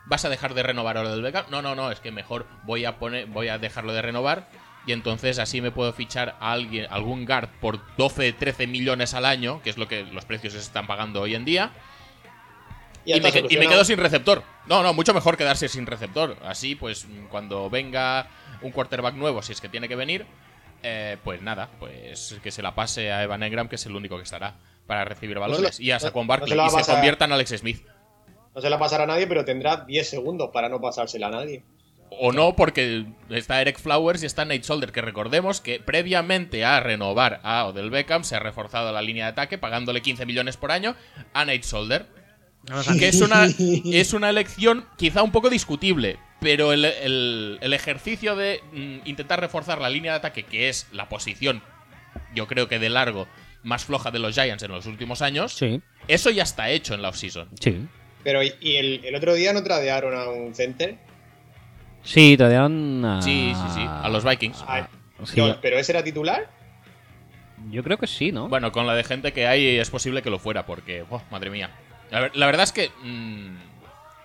S2: ¿Vas a dejar de renovar ahora del Beckham? No, no, no, es que mejor voy a poner, voy a dejarlo de renovar. Y entonces así me puedo fichar a alguien, algún guard por 12, 13 millones al año, que es lo que los precios se están pagando hoy en día. Y,
S3: hasta
S2: me, que- y me
S3: soluciona-
S2: quedo sin receptor. No, no, mucho mejor quedarse sin receptor. Así, pues, mm, cuando venga un quarterback nuevo, si es que tiene que venir, eh, pues nada, pues que se la pase a Evan Engram, que es el único que estará para recibir balones.
S3: se la-
S2: y a Saquon
S3: no- no
S2: Barkley.
S3: se la
S2: y
S3: va a
S2: se
S3: pasar.
S2: convierta en Alex Smith.
S3: No se la pasará a nadie, pero tendrá 10 segundos para no pasársela a nadie.
S2: O no, porque está Eric Flowers y está Nate Solder, que recordemos que previamente a renovar a Odell Beckham se ha reforzado la línea de ataque pagándole 15 millones por año a Nate Solder. Que es una, es una elección quizá un poco discutible, pero el, el- el ejercicio de mm, intentar reforzar la línea de ataque, que es la posición, yo creo que de largo, más floja de los Giants en los últimos años,
S1: Sí,
S2: eso ya está hecho en la offseason.
S1: sí.
S3: Pero, ¿y, y el, el otro día no tradearon a un center?
S1: Sí, tradearon a...
S2: Sí, sí, sí, a los Vikings.
S3: A-
S1: sí.
S3: No, ¿Pero ese era titular?
S1: Yo creo que sí, ¿no?
S2: Bueno, con la de gente que hay es posible que lo fuera, porque, buah, madre mía. La, ver- la verdad es que, mm,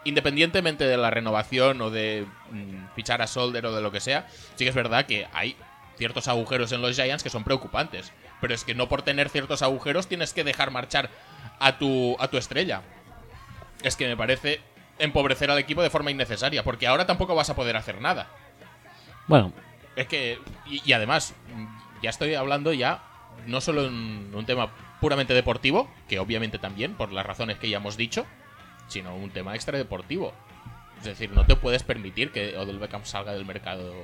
S2: independientemente de la renovación o de mm, fichar a Solder o de lo que sea, sí que es verdad que hay ciertos agujeros en los Giants que son preocupantes. Pero es que no por tener ciertos agujeros tienes que dejar marchar a tu, a tu estrella. Es que me parece empobrecer al equipo de forma innecesaria, porque ahora tampoco vas a poder hacer nada.
S1: Bueno,
S2: Es que, y, y además, mm, ya estoy hablando ya, no solo en un tema puramente deportivo, que obviamente también, por las razones que ya hemos dicho, sino un tema extra deportivo. Es decir, no te puedes permitir que Odell Beckham salga del mercado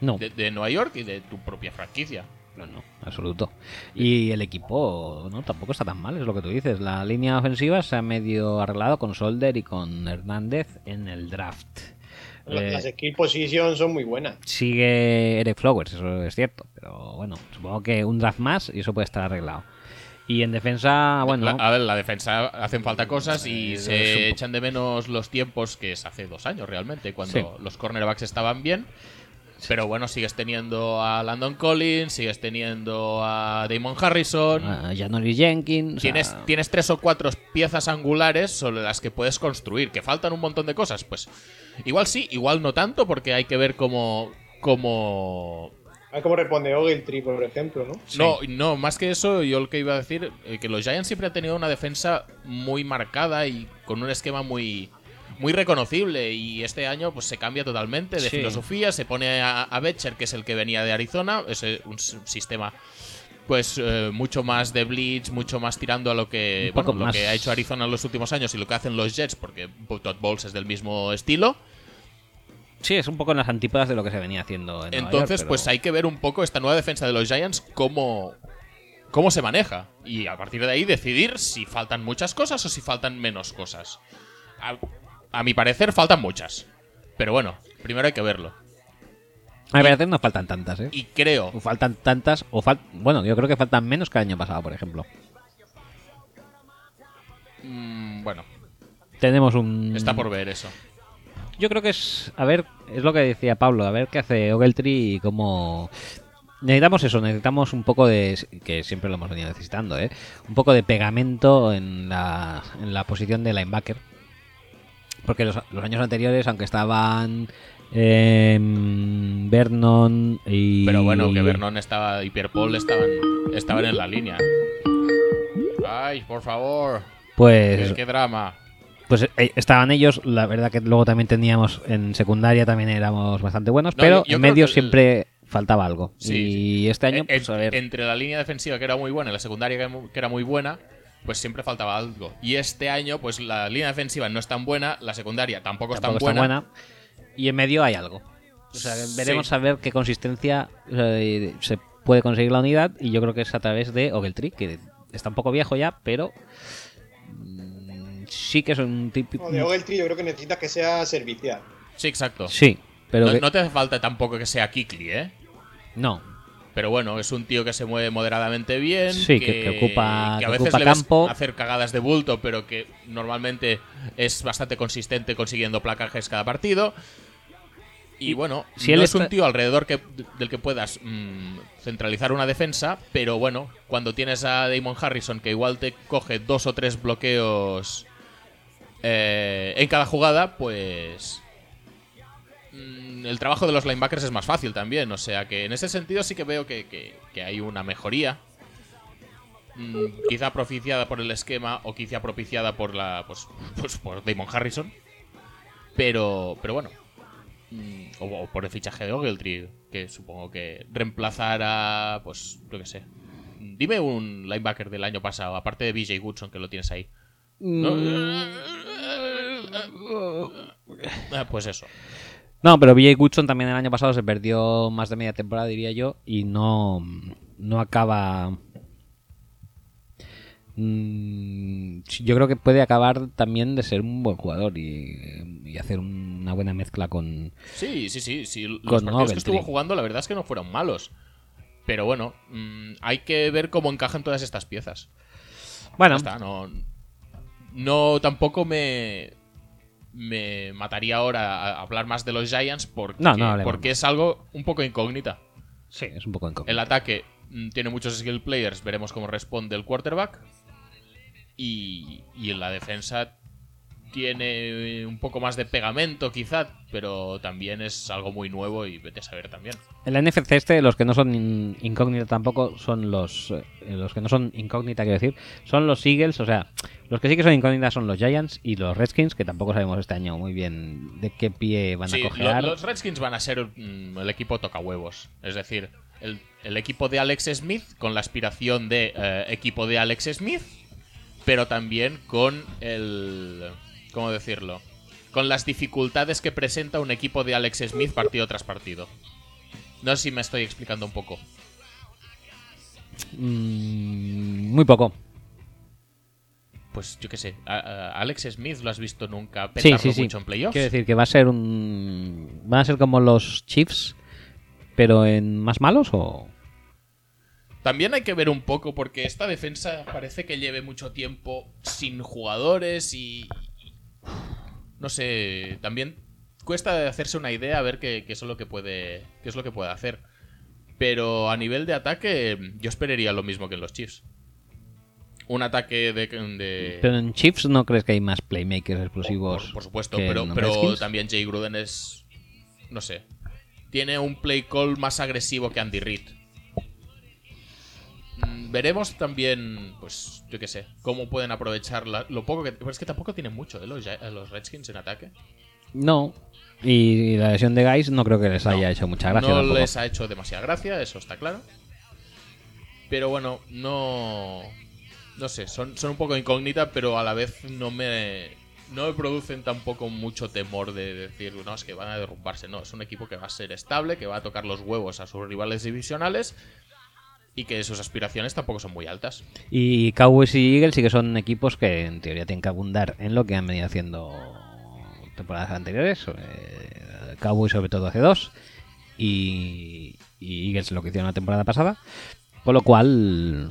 S1: no.
S2: de, de Nueva York y de tu propia franquicia.
S1: No, no, absoluto. Y el equipo no tampoco está tan mal, es lo que tú dices. La línea ofensiva se ha medio arreglado con Solder y con Hernández en el draft.
S3: La-
S1: Eh,
S3: Las skill positions son muy buenas.
S1: sigue Eric Flowers, eso es cierto. Pero bueno, supongo que un draft más y eso puede estar arreglado. Y en defensa, Ah, bueno,
S2: La- a ver, la defensa hacen falta cosas y
S1: Eh, es un
S2: se
S1: po-
S2: echan de menos los tiempos que es hace dos años realmente, cuando
S1: Sí.
S2: los cornerbacks estaban bien. Pero bueno, sigues teniendo a Landon Collins, sigues teniendo a Damon Harrison.
S1: ah, Janoris Jenkins.
S2: Tienes,
S1: ah,
S2: tienes tres o cuatro piezas angulares sobre las que puedes construir. ¿Que faltan un montón de cosas? Pues igual sí, igual no tanto, porque hay que ver cómo. cómo
S3: A ver cómo responde Ogletree, por ejemplo, ¿no?
S2: no, no, más que eso, yo lo que iba a decir, eh, que los Giants siempre han tenido una defensa muy marcada y con un esquema muy, muy reconocible. Y este año pues se cambia totalmente de
S1: Sí.
S2: filosofía, se pone a, a Betcher, que es el que venía de Arizona, es eh, un s- sistema pues eh, mucho más de blitz, mucho más tirando a lo que,
S1: Un poco
S2: bueno, lo
S1: más.
S2: que ha hecho Arizona en los últimos años y lo que hacen los Jets, porque Todd Bowles es del mismo estilo.
S1: Sí, es un poco en las antípodas de lo que se venía haciendo en Nueva
S2: Entonces,
S1: York,
S2: pues
S1: pero-
S2: hay que ver un poco esta nueva defensa de los Giants, cómo, cómo se maneja. Y a partir de ahí decidir si faltan muchas cosas o si faltan menos cosas. A, a mi parecer, faltan muchas. Pero bueno, primero hay que verlo.
S1: A mi parecer no faltan tantas, ¿eh?
S2: Y creo.
S1: O faltan tantas, o fal... bueno, yo creo que faltan menos que el año pasado, por ejemplo.
S2: mm, bueno,
S1: Tenemos un.
S2: está por ver eso.
S1: Yo creo que es, a ver, es lo que decía Pablo, a ver qué hace Ogletree y cómo... Necesitamos eso, necesitamos un poco de, que siempre lo hemos venido necesitando, ¿eh? un poco de pegamento en la, en la posición de linebacker. Porque los, los años anteriores, aunque estaban em, Vernon y...
S2: Pero bueno, que Vernon estaba y Pierre Paul estaban, estaban en la línea. Ay, por favor.
S1: Pues
S2: Qué, qué drama.
S1: Pues eh, estaban ellos, la verdad que luego también teníamos en secundaria, también éramos bastante buenos,
S2: No,
S1: pero
S2: yo- yo
S1: en
S2: creo
S1: medio
S2: que el-
S1: siempre faltaba algo.
S2: Sí,
S1: y
S2: sí.
S1: este año,
S2: Eh,
S1: pues
S2: en-
S1: a ver.
S2: Entre la línea defensiva que era muy buena y la secundaria que mu- que era muy buena, pues siempre faltaba algo. Y este año, pues la línea defensiva no es tan buena, la secundaria tampoco,
S1: tampoco
S2: es Pues tan buena.
S1: Y en medio hay algo. O sea, que
S2: Sí.
S1: veremos a ver qué consistencia eh, se puede conseguir la unidad. Y yo creo que es a través de Ogletree, que está un poco viejo ya, pero mm, sí que es un típico.
S3: No, de Ogletree yo creo que necesitas que sea servicial.
S2: Sí, exacto.
S1: Sí, pero
S2: no,
S1: que- no,
S2: no te hace falta tampoco que sea Kikli, ¿eh? Pero bueno, es un tío que se mueve moderadamente bien.
S1: Sí, que- que ocupa-
S2: que a
S1: que
S2: veces
S1: ocupa
S2: le ves
S1: campo.
S2: hacer cagadas de bulto, pero que normalmente es bastante consistente consiguiendo placajes cada partido. Y bueno,
S1: si
S2: no
S1: él
S2: es
S1: está-
S2: un tío alrededor que, del que puedas mm, centralizar una defensa, pero bueno, cuando tienes a Damon Harrison que igual te coge dos o tres bloqueos eh, en cada jugada, pues mm, el trabajo de los linebackers es más fácil también. O sea que en ese sentido sí que veo que, que- que hay una mejoría. Mm, quizá propiciada por el esquema o quizá propiciada por la. Pues, pues por Damon Harrison. Pero. Pero bueno. Mm, O, o por el fichaje de Ogletree, que supongo que reemplazará. Pues yo que sé. Dime un linebacker del año pasado, aparte de BJ Goodson que lo tienes ahí. ¿no? Ah, Pues eso.
S1: No, pero BJ Goodson también el año pasado se perdió más de media temporada, diría yo, y no, no acaba. Mm, sí, Yo creo que puede acabar también de ser un buen jugador y, y hacer una buena mezcla con.
S2: Sí, sí, sí. sí. Los
S1: Con
S2: partidos que
S1: Ogletree.
S2: estuvo jugando, la verdad es que no fueron malos. Pero bueno, mm, hay que ver cómo encajan todas estas piezas.
S1: Bueno,
S2: Ya está, no. No, tampoco me. Me mataría ahora a hablar más de los Giants porque,
S1: No, no hablemos
S2: porque es algo un poco incógnita.
S1: sí, es un poco incómodo.
S2: El ataque mm, tiene muchos skill players, veremos cómo responde el quarterback. Y, y en la defensa tiene eh, un poco más de pegamento, quizá, pero también es algo muy nuevo y vete a saber también.
S1: En la NFC este, los que no son in- incógnita tampoco son los. eh, los que no son incógnita, quiero decir, son los Eagles, o sea, los que sí que son incógnita son los Giants y los Redskins, que tampoco sabemos este año muy bien de qué pie van
S2: Sí,
S1: a
S2: lo-
S1: cojear.
S2: los Redskins van a ser mm, el equipo tocahuevos. Es decir, el, el equipo de Alex Smith con la aspiración de eh, equipo de Alex Smith, pero también con el. ¿Cómo decirlo? Con las dificultades que presenta un equipo de Alex Smith partido tras partido. No sé si me estoy explicando un poco.
S1: Mm, muy poco.
S2: Pues yo qué sé, a- a- Alex Smith lo has visto nunca
S1: Sí,
S2: petarlo
S1: sí, sí.
S2: mucho en playoffs.
S1: Quiero decir que va a ser un. Van a ser como los Chiefs, pero en más malos o.
S2: También hay que ver un poco porque esta defensa parece que lleve mucho tiempo sin jugadores y... y- No sé, también cuesta hacerse una idea a ver qué, qué es lo que puede, qué es lo que puede hacer. Pero a nivel de ataque, yo esperaría lo mismo que en los Chiefs. Un ataque de... de-
S1: Pero en Chiefs no crees que hay más playmakers
S2: por,
S1: explosivos.
S2: Eh. por supuesto,
S1: que
S2: pero,
S1: en
S2: pero
S1: Redskins?
S2: también Jay Gruden es... No sé. Tiene un play call más agresivo que Andy Reid. Mm, Veremos también, pues, yo qué sé, cómo pueden aprovechar la- lo poco que... Pero es que tampoco tienen mucho, ¿eh? Los, Ya- los Redskins en ataque.
S1: No. Y la lesión de Guys no creo que les haya hecho mucha gracia.
S2: no
S1: tampoco.
S2: les ha hecho demasiada gracia, eso está claro. Pero bueno, no... No sé, son, son un poco incógnitas, pero a la vez no me... No me producen tampoco mucho temor de decir, no, es que van a derrumbarse. No, es un equipo que va a ser estable, que va a tocar los huevos a sus rivales divisionales y que sus aspiraciones tampoco son muy altas.
S1: Y Cowboys y Eagles sí que son equipos que en teoría tienen que abundar en lo que han venido haciendo temporadas anteriores. eh, Cowboys sobre todo hace dos y, y Eagles lo que hicieron la temporada pasada. Con lo cual,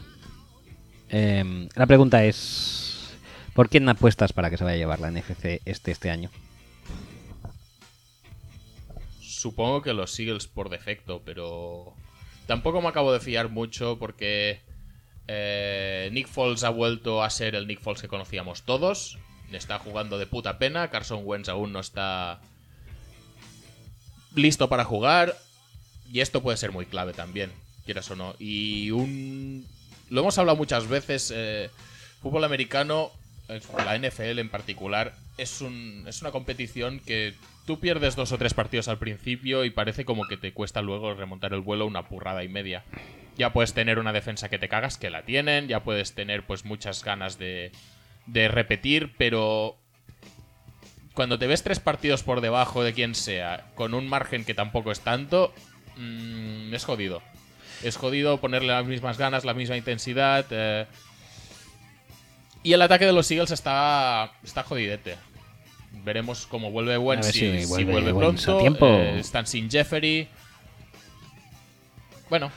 S1: em, la pregunta es, ¿por quién apuestas para que se vaya a llevar la NFC este este año?
S2: Supongo que los Eagles por defecto, pero tampoco me acabo de fiar mucho porque eh, Nick Foles ha vuelto a ser el Nick Foles que conocíamos todos. Está jugando de puta pena. Carson Wentz aún no está listo para jugar. Y esto puede ser muy clave también, quieras o no. Y un. Lo hemos hablado muchas veces. eh, fútbol americano, eh, la NFL en particular, es, un, es una competición que tú pierdes dos o tres partidos al principio y parece como que te cuesta luego remontar el vuelo una purrada y media. Ya puedes tener una defensa que te cagas, que la tienen, ya puedes tener pues muchas ganas de, de repetir, pero cuando te ves tres partidos por debajo de quien sea, con un margen que tampoco es tanto, mm, es jodido. Es jodido ponerle las mismas ganas, la misma intensidad. eh. Y el ataque de los Eagles está, está jodidete. Veremos cómo vuelve Wentz,
S1: A ver
S2: si,
S1: si
S2: si
S1: vuelve
S2: vuelve,
S1: Wentz a
S2: pronto.
S1: tiempo.
S2: eh, están sin Jeffery. Bueno,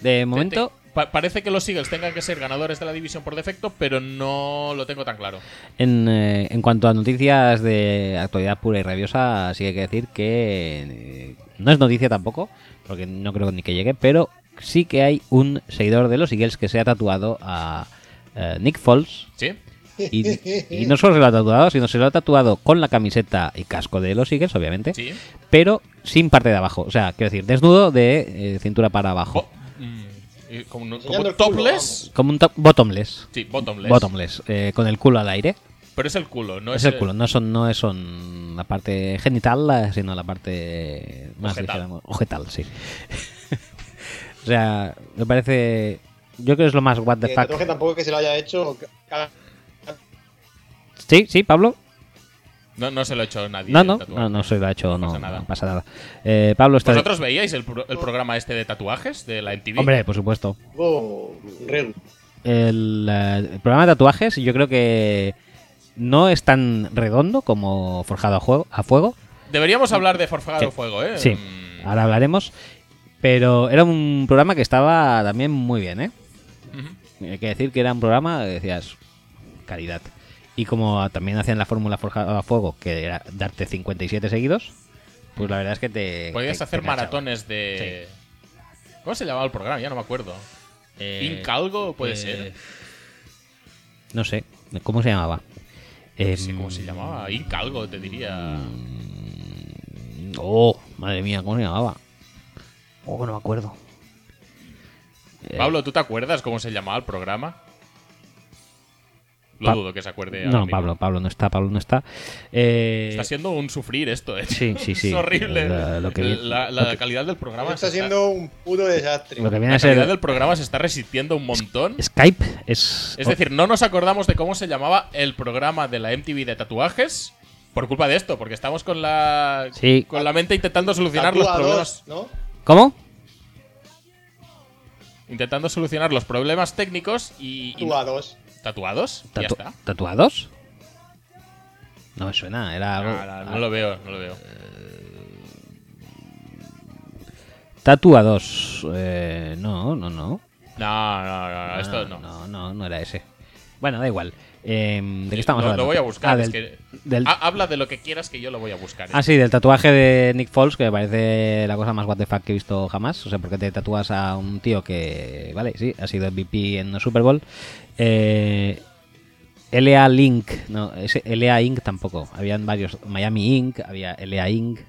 S1: De
S2: te-
S1: momento,
S2: te- pa- parece que los Eagles tengan que ser ganadores de la división por defecto, pero no lo tengo tan claro.
S1: en, eh, en cuanto a noticias de actualidad pura y rabiosa, sí que hay que decir que eh, no es noticia tampoco, porque no creo ni que llegue, pero sí que hay un seguidor de los Eagles que se ha tatuado a eh, Nick Foles.
S2: ¿Sí?
S1: Y, y no solo se lo ha tatuado, sino se lo ha tatuado con la camiseta y casco de los Eagles, obviamente,
S2: Sí.
S1: pero sin parte de abajo. O sea, quiero decir, desnudo de eh, cintura para abajo.
S2: Bo- mm, y como,
S3: Enseñando
S2: como
S3: el culo,
S2: topless.
S1: Como un top- bottomless.
S2: sí, bottomless.
S1: Bottomless, eh, con el culo al aire.
S2: Pero es el culo, no
S1: es
S2: es,
S1: el culo, no, son, no es son la parte genital, eh, sino la parte más
S2: Ojetal.
S1: dijéramos, ojetal, sí. o sea, me parece. Yo creo que es lo más what the
S3: Que
S1: fuck.
S3: tatuaje tampoco es que se lo haya hecho. ca-
S1: Sí, sí, Pablo.
S2: No, no se lo ha hecho nadie.
S1: No,
S2: el
S1: no,
S2: tatuaje.
S1: no, no se lo ha hecho, no,
S2: pasa
S1: no
S2: nada.
S1: pasa nada. Eh, Pablo está.
S2: ¿Vosotros veíais el, pro- el programa este de tatuajes de la MTV?
S1: Hombre, por supuesto.
S3: Oh, Regu.
S1: El, eh, el programa de tatuajes yo creo que no es tan redondo como Forjado a, juego, a Fuego.
S2: Deberíamos hablar de Forfagado
S1: Sí.
S2: Fuego, ¿eh?
S1: Sí, Ah,
S2: Mm,
S1: ahora hablaremos. Pero era un programa que estaba también muy bien, ¿eh?
S2: ujú.
S1: Hay que decir que era un programa, decías, calidad. Y como también hacían la fórmula Forjado a Fuego, que era darte 57 seguidos, pues la verdad es que te...
S2: Podías
S1: te-
S2: hacer
S1: te enganchaba.
S2: maratones de... ¿Cómo se llamaba el programa? Ya no me acuerdo.
S1: Eh,
S2: ¿Inca algo? Puede
S1: eh,
S2: ser.
S1: No sé, ¿cómo se llamaba? eh, Em,
S2: No sé cómo se llamaba. Inca algo, te diría.
S1: Mm, Oh, madre mía, ¿cómo se llamaba? Oh, no me acuerdo. Eh,
S2: Pablo, ¿tú te acuerdas cómo se llamaba el programa? Lo
S1: Pa-
S2: dudo que se acuerde. Eh, ahora
S1: No,
S2: mismo.
S1: Pablo, Pablo no está, Pablo no está. Eh,
S2: Está siendo un sufrir esto, ¿eh?
S1: Sí, sí, sí.
S2: es horrible.
S1: Lo- lo que-
S2: la la calidad del programa
S3: Está
S2: se
S3: siendo un puto desastre.
S1: Lo que viene
S2: La
S1: a ser
S2: calidad del programa se está resintiendo un montón.
S1: Skype es.
S2: Es decir, no nos acordamos de cómo se llamaba el programa de la MTV de tatuajes por culpa de esto, porque estamos con la
S1: Sí.
S2: con la mente intentando solucionar los
S3: Tatúa
S2: problemas,
S3: dos, ¿no?
S1: ¿Cómo?
S2: intentando solucionar los problemas técnicos y, y-
S3: Tatúa dos.
S2: tatuados. ya
S1: Tatu-
S2: está.
S1: ¿Tatuados? No me suena, era algo.
S2: Ah, no, no lo veo, no lo veo.
S1: Tatuados. Eh, no, no, no. Ah,
S2: No, no, no, no, esto no.
S1: No, no, no era ese. Bueno, da igual. Eh, ¿De qué estamos
S2: lo,
S1: hablando?
S2: lo voy a buscar.
S1: Ah,
S2: es
S1: del-
S2: que-
S1: del-
S2: Ha- habla de lo que quieras que yo lo voy a buscar. ¿eh?
S1: Ah, sí, del tatuaje de Nick Foles, que me parece la cosa más what the fuck que he visto jamás. O sea, porque te tatúas a un tío que, vale, sí, ha sido MVP en el Super Bowl. Eh, LA Link, no, ese LA Inc. tampoco. Habían varios, Miami Inc., había LA Inc.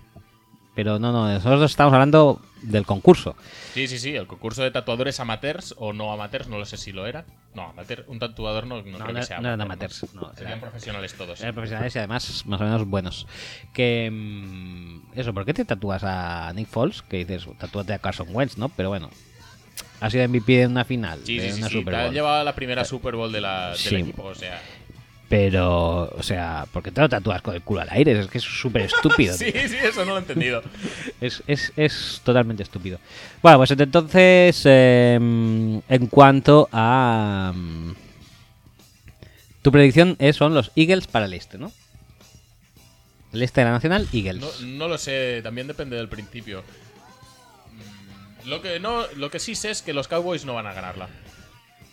S1: Pero no, no, nosotros estamos hablando del concurso.
S2: Sí, sí, sí, el concurso de tatuadores amateurs o no amateurs, no lo sé si lo era. No, amateur, un tatuador no, no,
S1: No,
S2: creo
S1: no-
S2: que sea
S1: no eran
S2: amateur,
S1: amateurs, no,
S2: Serían
S1: eran-
S2: profesionales todos.
S1: Eran profesionales y además más o menos buenos. Que. mm, Eso, ¿por qué te tatúas a Nick Foles? Que dices, tatúate a Carson Wentz, ¿no? Pero bueno, ha sido MVP en una final,
S2: Sí,
S1: de
S2: sí, sí,
S1: una
S2: sí,
S1: Super
S2: te ha
S1: Bowl.
S2: llevado la primera Super Bowl de la, del
S1: Sí.
S2: equipo, o sea.
S1: Pero, o sea, ¿por qué te lo tatúas con el culo al aire? Es que es súper estúpido.
S2: Sí, sí, eso no lo he entendido.
S1: Es, es, es totalmente estúpido. Bueno, pues entonces, eh, en cuanto a... mm, Tu predicción es, son los Eagles para el este, ¿no? El este de la Nacional, Eagles.
S2: No, no lo sé, también depende del principio. Mm, Lo que, no, lo que sí sé es que los Cowboys no van a ganarla.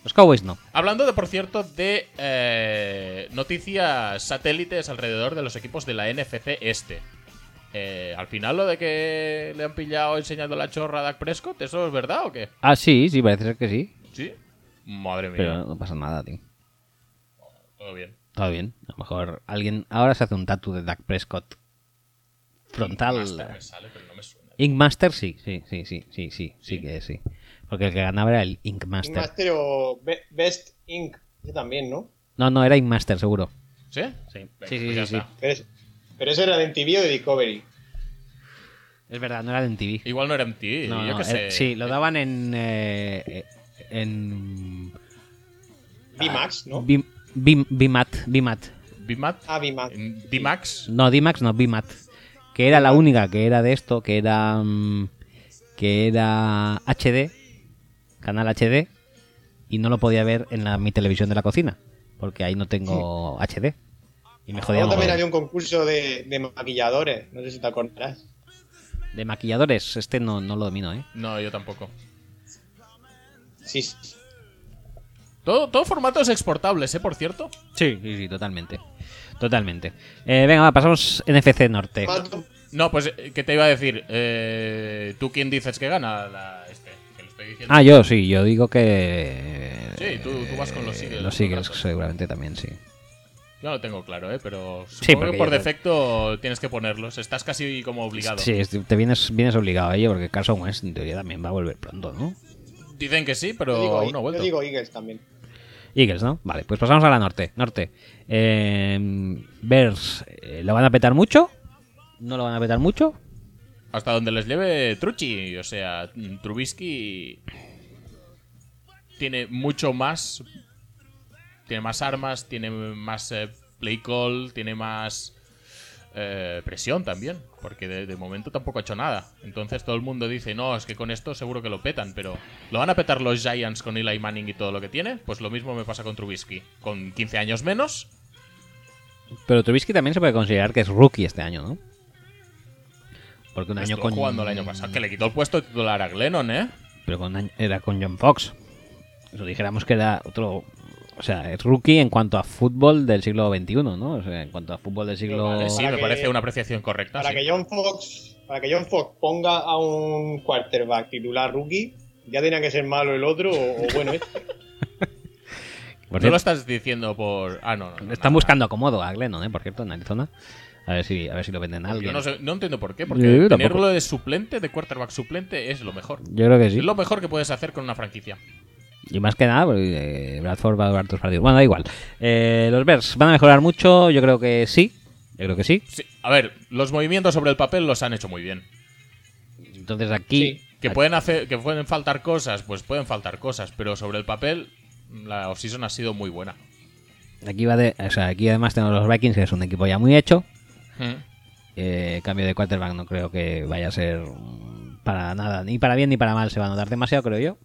S1: Los Cowboys no.
S2: Hablando, de, por cierto, de eh, noticias satélites alrededor de los equipos de la NFC este. Eh, al final lo de que le han pillado enseñando la chorra a Dak Prescott, ¿eso es verdad o qué?
S1: Ah, sí, sí, parece ser que sí.
S2: Sí. Madre mía.
S1: Pero no pasa nada, tío.
S2: Todo bien.
S1: Todo bien. A lo mejor alguien ahora se hace un tatu de Dak Prescott. Frontal.
S2: Hasta me sale, pero no me suena.
S1: Ink Master, sí, sí, sí, sí, sí, sí, sí
S2: ¿Sí?
S1: que sí. Porque el que ganaba era el Ink
S3: Ink
S1: Master.
S3: Master o Be- Best Inc. Ese también, ¿no?
S1: No, no, era Ink Master, seguro.
S2: ¿Sí?
S1: Sí,
S2: Venga,
S1: sí,
S2: pues
S1: sí,
S2: ya
S1: sí,
S2: está.
S3: Pero, es- pero eso era de MTV o de Discovery.
S2: Ah,
S1: Es verdad, no era de MTV.
S2: Igual no era MTV,
S1: No,
S2: yo
S1: no,
S2: qué sé.
S1: eh, sí, lo daban en. eh, eh, en.
S3: D-Max, ¿no?
S1: Bim- Bim- Bimat, Bimat.
S2: ¿Bimat?
S3: Ah, D-Max.
S2: en ¿D-Max?
S1: No, Dimax no, Bimat. Que era la única que era de esto, que era. mm, que era HD, canal HD, y no lo podía ver en la, mi televisión de la cocina, porque ahí no tengo HD. Y me jodía
S3: Luego también
S1: mogollón.
S3: había un concurso de, de maquilladores, no sé si te acordarás.
S1: De maquilladores, este no, no lo domino, ¿eh?
S2: No, yo tampoco.
S3: Sí, sí.
S2: Todo, todo formatos exportables, ¿eh? Por cierto.
S1: Sí, sí, sí, totalmente. Totalmente. Eh, venga, va, pasamos NFC
S2: Eh,
S1: Norte.
S3: Formato-
S2: No, pues, eh, ¿qué te iba a decir? Eh, ¿Tú quién dices que gana la, este? Que lo estoy diciendo.
S1: Ah, yo sí, yo digo que. eh,
S2: Sí, tú- tú vas con los Eagles,
S1: Los
S2: todo el
S1: Eagles,
S2: rato.
S1: seguramente también, sí.
S2: Yo lo tengo claro, ¿eh? Pero supongo
S1: porque
S2: que por
S1: yo-
S2: defecto tienes que ponerlos. Estás casi como obligado.
S1: Sí, es- te vienes, vienes obligado a ello porque Carson Wentz en teoría también va a volver pronto, ¿no?
S2: Dicen que sí,
S3: yo
S2: pero
S3: digo,
S2: aún no ha
S3: yo
S2: vuelto.
S3: digo Eagles también.
S1: Eagles, ¿no? Vale, pues pasamos a la norte. Norte. Eh, Bears, eh, ¿lo van a petar mucho? ¿No lo van a petar mucho?
S2: Hasta donde les lleve Trucci. O sea, mm, Trubisky tiene mucho más. Tiene más armas, tiene más eh, play call, tiene más eh, presión también. Porque de, de momento tampoco ha hecho nada. Entonces todo el mundo dice, no, es que con esto seguro que lo petan. Pero ¿lo van a petar los Giants con Eli Manning y todo lo que tiene? Pues lo mismo me pasa con Trubisky. Con 15 años menos.
S1: Pero Trubisky también se puede considerar que es rookie este año, ¿no? Porque un año
S2: estuvo
S1: con.
S2: jugando el año pasado. Que le quitó el puesto titular a Glennon, ¿eh?
S1: Pero con año- era con John Fox. Eso dijéramos que era otro. O sea, es rookie en cuanto a fútbol del siglo XXI, ¿no? O sea, en cuanto a fútbol del siglo.
S2: Vale, sí,
S3: Para
S2: me
S3: que-
S2: parece una apreciación correcta.
S3: Para
S2: Ah, sí.
S3: que John Fox, para que John Fox ponga a un quarterback titular rookie, ya tenía que ser malo el otro o, o bueno este.
S1: Por
S2: No
S1: cierto,
S2: lo estás diciendo por. Ah, no, no. no,
S1: están
S2: nada.
S1: buscando acomodo a Glennon, ¿eh? Por cierto, en Arizona. A ver si, a ver si lo venden a
S2: Yo
S1: alguien.
S2: no, sé- no entiendo por qué, porque
S1: Yo tampoco.
S2: tenerlo de suplente, de quarterback suplente, es lo mejor.
S1: Yo creo que sí.
S2: Es lo mejor que puedes hacer con una franquicia.
S1: Y más que nada, porque, eh, Bradford va a durar dos partidos. Bueno, da igual. Eh, los Bears van a mejorar mucho, yo creo que sí. Yo creo que sí.
S2: Sí, a ver, los movimientos sobre el papel los han hecho muy bien.
S1: Entonces aquí.
S2: Que pueden hacer, que pueden faltar cosas, pues pueden faltar cosas, pero sobre el papel, la offseason ha sido muy buena.
S1: Aquí va de. O sea, aquí además tenemos los Vikings, que es un equipo ya muy hecho.
S2: Mm.
S1: Eh, cambio de quarterback no creo que vaya a ser mm, para nada, ni para bien ni para mal se va a notar demasiado, creo yo.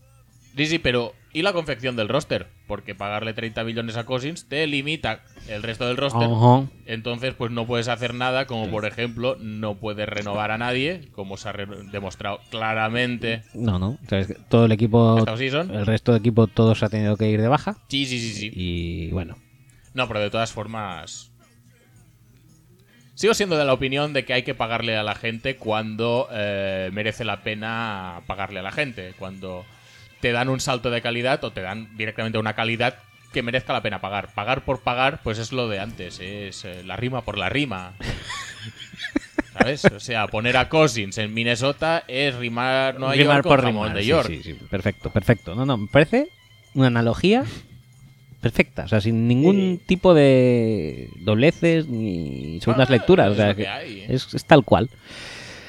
S2: Sí, sí, pero ¿y la confección del roster? Porque pagarle 30 millones a Cousins te limita el resto del roster.
S1: Ojo.
S2: Entonces, pues no puedes hacer nada, como por ejemplo, no puedes renovar a nadie, como se ha re- demostrado claramente
S1: No, no. O sea, es que todo el equipo,
S2: esta season.
S1: el resto del equipo, todos ha tenido que ir de baja.
S2: Sí, sí, sí, sí.
S1: Eh, Y bueno,
S2: No, pero de todas formas. Sigo siendo de la opinión de que hay que pagarle a la gente cuando eh, merece la pena pagarle a la gente. Cuando te dan un salto de calidad o te dan directamente una calidad que merezca la pena pagar. Pagar por pagar, pues es lo de antes. Es eh, la rima por la rima. ¿Sabes? O sea, poner a Cousins en Minnesota es rimar no
S1: rimar
S2: York con
S1: por
S2: jamón
S1: rimar.
S2: de
S1: sí,
S2: York.
S1: Ah, sí, sí. Perfecto, perfecto. No, no, me parece una analogía perfecta. O sea, sin ningún
S3: Sí.
S1: tipo de dobleces ni segundas
S2: Ah,
S1: lecturas. O
S2: es
S1: sea,
S2: lo que
S1: que
S2: hay, ¿eh?
S1: es, es tal cual.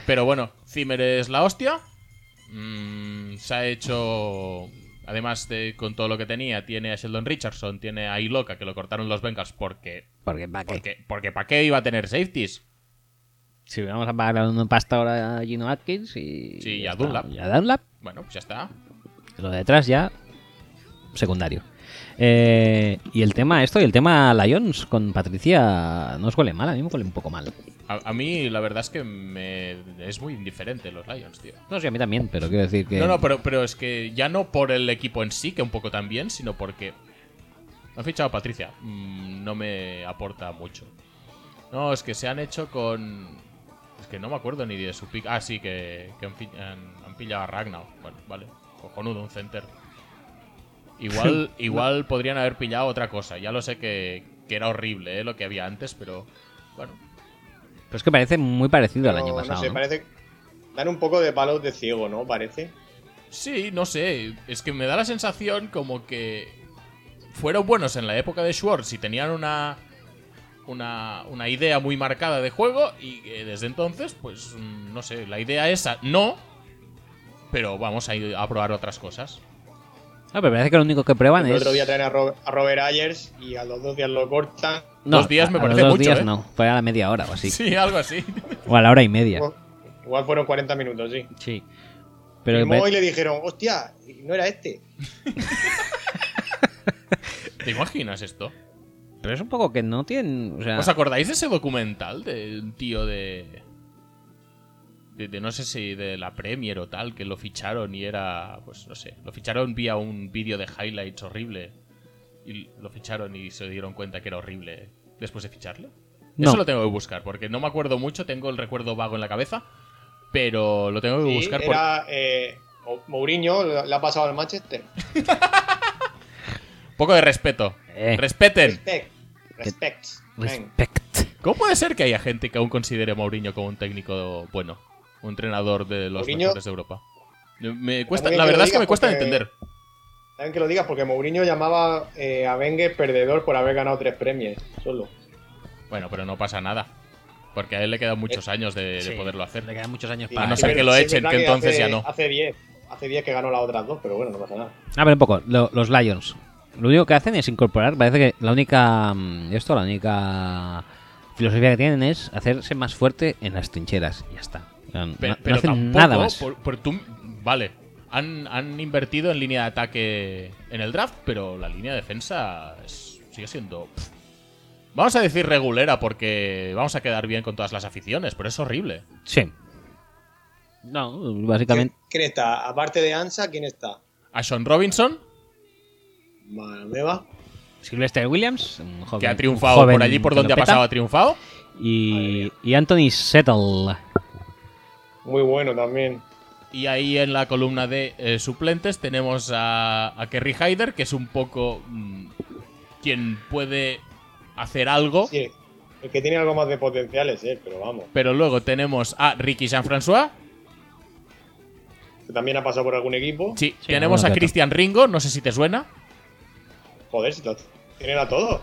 S2: Pero bueno, Zimmer es la hostia. Mm, se ha hecho. Además de con todo lo que tenía, tiene a Sheldon Richardson, tiene a Iloca, que lo cortaron los Bengals porque.
S1: Porque, ¿para qué?
S2: Porque, porque ¿para qué iba a tener safeties?
S1: Si vamos a pagar una pasta ahora a Gino Atkins y.
S2: Sí, y
S1: ya
S2: a
S1: está.
S2: Dunlap.
S1: Y a Dunlap.
S2: Bueno, pues ya está.
S1: Lo de detrás ya. Secundario. Eh, y el tema esto, y el tema Lions con Patricia no os huele mal, a mí me huele un poco mal.
S2: A, a mí la verdad es que me es muy indiferente los Lions, tío.
S1: No sé, a mí también, pero quiero decir que...
S2: No, no, pero, pero es que ya no por el equipo en sí, que un poco también, sino porque han fichado a Patricia. Mm, no me aporta mucho. No, es que se han hecho con... Es que no me acuerdo ni de su pick. Ah, sí, que, que han, fi- han- han pillado a Ragnar. Bueno, vale. Cojonudo, un center. Igual, igual podrían haber pillado otra cosa. Ya lo sé que, que era horrible ¿eh? lo que había antes, pero... Bueno,
S1: Pero es que parece muy parecido al
S3: Pero,
S1: año
S3: no
S1: pasado.
S3: sé,
S1: ¿no?
S3: parece dan un poco de palos de ciego, ¿no? Parece.
S2: Sí, no sé. Es que me da la sensación como que fueron buenos en la época de Schwartz y tenían una una, una idea muy marcada de juego y que desde entonces, pues mm, no sé, la idea esa no, pero vamos a ir a probar otras cosas.
S1: Ah, pero parece que lo único que prueban
S3: El
S1: es.
S3: otro día traen a, Ro- a Robert Ayers y a los dos días lo cortan.
S2: Dos días me
S1: a- a los
S2: parece
S1: dos
S2: mucho,
S1: días
S2: ¿eh?
S1: no, fue a la media hora o así.
S2: Sí, algo así.
S1: O a la hora y media.
S3: Igual- Igual fueron 40 minutos, sí.
S1: Sí. Pero
S3: Firmó
S1: ve-
S3: y le dijeron, hostia, no era este.
S2: ¿Te imaginas esto?
S1: Pero es un poco que no tienen. O sea,
S2: ¿Os acordáis de ese documental de un tío de, de. de no sé si de la Premier o tal, que lo ficharon y era. Pues no sé, lo ficharon vía un vídeo de highlights horrible. Y lo ficharon y se dieron cuenta que era horrible después de ficharlo.
S1: No.
S2: Eso lo tengo que buscar, porque no me acuerdo mucho, tengo el recuerdo vago en la cabeza. Pero lo tengo que
S3: Sí,
S2: buscar por-
S3: era eh, Mou- Mourinho, la la ha pasado al Manchester.
S2: Poco de respeto.
S1: Eh.
S2: Respeten.
S3: Respect. Respect. man.
S1: respect.
S2: ¿Cómo puede ser que haya gente que aún considere a Mourinho como un técnico bueno? Un entrenador de los
S3: Mourinho-
S2: mejores de Europa. Me cuesta,
S3: bien
S2: la
S3: que lo
S2: verdad es que
S3: digas
S2: me cuesta
S3: porque-
S2: entender.
S3: Saben que lo digas porque Mourinho llamaba eh, a Wenger perdedor por haber ganado tres premios solo.
S2: Bueno, pero no pasa nada. Porque a él le quedan
S3: Eh,
S2: muchos años de, de poderlo hacer.
S1: Le quedan muchos años
S3: Sí,
S1: para.
S2: A
S3: sí,
S2: no ser
S3: pero
S2: que lo
S3: sí es
S2: echen,
S3: verdad
S2: que entonces
S3: hace-
S2: ya no.
S3: Hace 10. Hace 10 que ganó las otras dos, pero bueno, no pasa nada.
S1: A ver, Ah, un poco. lo- los Lions. Lo único que hacen es incorporar. Parece que la única. mm, Esto, la única filosofía que tienen es hacerse más fuerte en las trincheras. Y ya está. No- no,
S2: Pero,
S1: no
S2: pero
S1: hacen
S2: tampoco
S1: nada más.
S2: Por, por tu- vale, han, han invertido en línea de ataque en el draft, pero la línea de defensa es- sigue siendo... pff. Vamos a decir regulera porque vamos a quedar bien con todas las aficiones, pero es horrible.
S1: Sí. No, básicamente.
S3: ¿Quién está? Aparte de Ansa, ¿quién está?
S2: A Sean Robinson,
S3: Manueva.
S1: Sylvester Williams, un joven-
S2: que ha
S1: un
S2: triunfado
S1: joven
S2: por allí por
S1: que
S2: donde
S1: lo
S2: ha
S1: peta,
S2: pasado, ha triunfado.
S1: Y, y Anthony Settle.
S3: Muy bueno también.
S2: Y ahí en la columna de eh, suplentes tenemos a, a Kerry Hyder, que es un poco mm, quien puede hacer algo.
S3: Sí, el que tiene algo más de potenciales, eh, pero vamos.
S2: Pero luego tenemos a Ricky Jean-François.
S3: Que también ha pasado por algún equipo.
S2: Sí,
S1: Sí,
S2: tenemos
S1: bueno,
S2: a
S1: claro.
S2: Christian Ringo, no sé si te suena.
S3: Joder, si lo tienen a todos.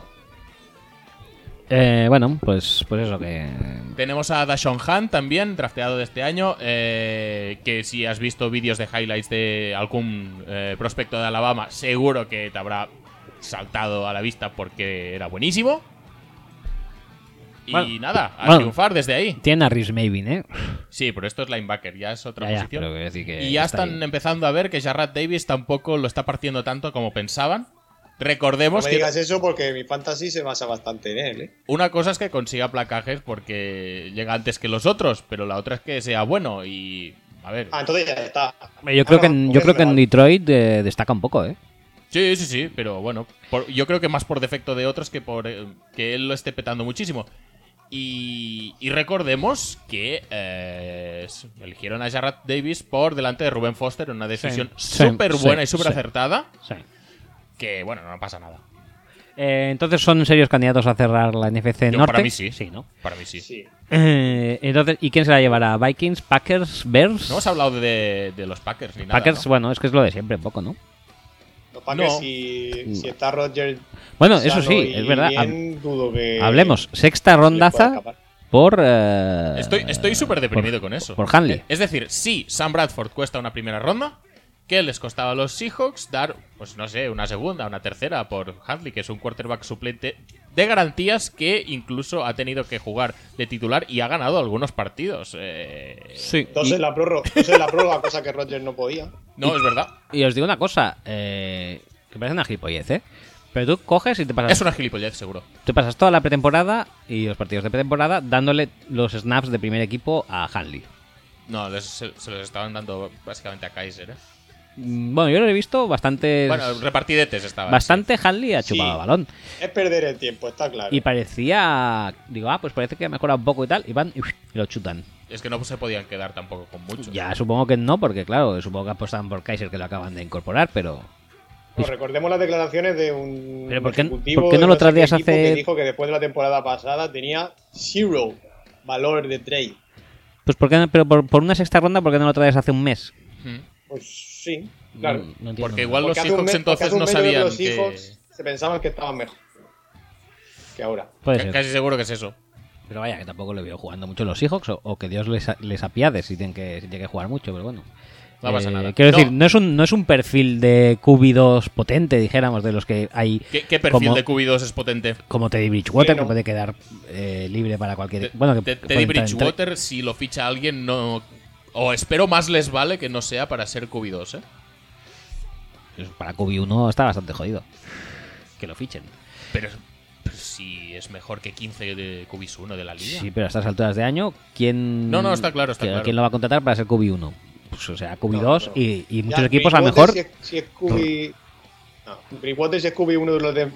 S1: Eh, bueno, pues, pues eso que.
S2: Tenemos a Dashon Han también, drafteado de este año. eh, que si has visto vídeos de highlights de algún eh, prospecto de Alabama, seguro que te habrá saltado a la vista porque era buenísimo. Y
S1: Bueno,
S2: nada, a
S1: bueno.
S2: triunfar desde ahí.
S1: Tiene a Rhys Mavin, ¿eh?
S2: Sí, pero esto es linebacker, ya es otra
S1: Ya, ya,
S2: posición.
S1: pero quiero decir que
S2: y ya
S1: está
S2: están
S1: ahí.
S2: empezando a ver que Jarrad Davis tampoco lo está partiendo tanto como pensaban.
S3: No
S2: Recordemos
S3: me
S2: que
S3: digas eso porque mi fantasy se basa bastante en él, eh.
S2: Una cosa es que consiga placajes porque llega antes que los otros, pero la otra es que sea bueno y. A ver.
S3: Ah, entonces ya está.
S1: Eh,
S3: Ah,
S1: Yo creo que en, yo creo que en Detroit eh, destaca un poco, ¿eh?
S2: Sí, sí, sí, pero bueno. por- yo creo que más por defecto de otros que por eh, que él lo esté petando muchísimo. Y, y recordemos que eh, s- eligieron a Jarrett Davis por delante de Rubén Foster en una decisión
S1: sí,
S2: súper buena y
S1: sí,
S2: súper acertada.
S1: Sí.
S2: Que bueno, no pasa nada.
S1: Eh, entonces son serios candidatos a cerrar la NFC
S2: Yo,
S1: Norte.
S2: para mí sí.
S1: Sí, ¿no?
S2: Para mí sí.
S3: Sí.
S1: Eh, entonces, ¿y quién se la llevará? ¿Vikings, Packers, Bears?
S2: No hemos hablado de, de los Packers ni nada.
S1: Packers,
S2: ¿no?
S1: bueno, es que es lo de siempre, un poco, ¿no?
S3: Los Packers,
S2: No.
S3: si, si está Roger.
S1: Bueno, eso
S3: sano
S1: sí,
S3: y
S1: es verdad.
S3: bien, dudo que
S1: Hablemos, sexta
S3: se Eh, le pueda
S1: rondaza
S3: escapar.
S1: por... eh,
S2: Estoy estoy súper deprimido
S1: por-
S2: con eso.
S1: Por Hanley.
S2: Es decir, si Sam Bradford cuesta una primera ronda, ¿qué les costaba a los Seahawks dar, pues no sé, una segunda, una tercera por Hadley, que es un quarterback suplente de garantías que incluso ha tenido que jugar de titular y ha ganado algunos partidos? Eh,
S1: Sí.
S3: Entonces la prórroga, entonces la prórroga, cosa que Roger no podía.
S2: No, es verdad.
S1: Y os digo una cosa, eh, que parece una gilipollez, ¿eh? Pero tú coges y te pasas,
S2: Es una gilipollez, seguro.
S1: te pasas toda la pretemporada y los partidos de pretemporada dándole los snaps de primer equipo a Hanley.
S2: No, les- se, se los estaban dando básicamente a Kaiser. ¿eh?
S1: Mm, Bueno, yo lo he visto bastante...
S2: Bueno, repartidetes estaban.
S1: bastante Hanley ha
S3: Sí.
S1: chupado balón.
S3: Es perder el tiempo, está claro.
S1: Y parecía... Digo, ah, pues parece que ha mejorado un poco y tal. Y van y, y lo chutan.
S2: Es que no se podían quedar tampoco con mucho.
S1: Ya, supongo que no, porque claro, supongo que apostaban por Kaiser que lo acaban de incorporar, pero...
S3: Pues recordemos las declaraciones de un
S1: Pero ¿por qué-
S3: ejecutivo
S1: por qué no
S3: de
S1: lo
S3: sé
S1: traías
S3: qué equipo
S1: hace-
S3: que dijo que después de la temporada pasada tenía zero valor de trade.
S1: Pues ¿por qué no- pero por, por una sexta ronda, ¿por qué no lo traes hace un mes?
S2: Mm.
S3: Pues sí, claro.
S1: No- no entiendo
S2: Porque
S1: nada.
S2: igual los
S3: hace un
S2: Seahawks
S3: mes- porque
S2: entonces
S3: hace un
S2: no
S3: mes yo creo que
S2: sabían
S3: los
S2: que.
S3: Seahawks se pensaban que estaban mejor. Que que ahora.
S1: Puede
S2: Ca-
S1: ser.
S2: Casi seguro que es eso.
S1: Pero vaya, que tampoco le veo jugando mucho en los Seahawks o, o que Dios les, les apiade si tienen que, si tienen que jugar mucho, pero bueno.
S2: No pasa nada.
S1: Eh, Quiero
S2: No.
S1: decir, no es, un, no es un perfil de QB2 potente, dijéramos, de los que hay.
S2: ¿Qué, qué perfil
S1: como,
S2: de QB2 es potente?
S1: Como Teddy Bridgewater,
S3: Sí, no.
S1: que puede quedar eh, libre para cualquier. bueno, que
S2: Te-
S1: puede
S2: Teddy
S1: entrar en tre-
S2: Bridgewater, si lo ficha alguien, no. O espero más les vale que no sea para ser QB2, ¿eh?
S1: Pues Para QB1 está bastante jodido. Que lo fichen.
S2: Pero, pero si es mejor que 15 de QB1 de la liga.
S1: Sí, pero a estas alturas de año, ¿quién.
S2: No, no, está claro, está
S1: que-
S2: claro.
S1: ¿Quién lo va a contratar para ser QB1? Pues, o sea, QB2
S3: No, no.
S1: Y, y muchos
S3: Ya,
S1: equipos a lo
S3: Bridgewater
S1: mejor.
S3: Si es, si es QB. No, Bridgewater si es QB1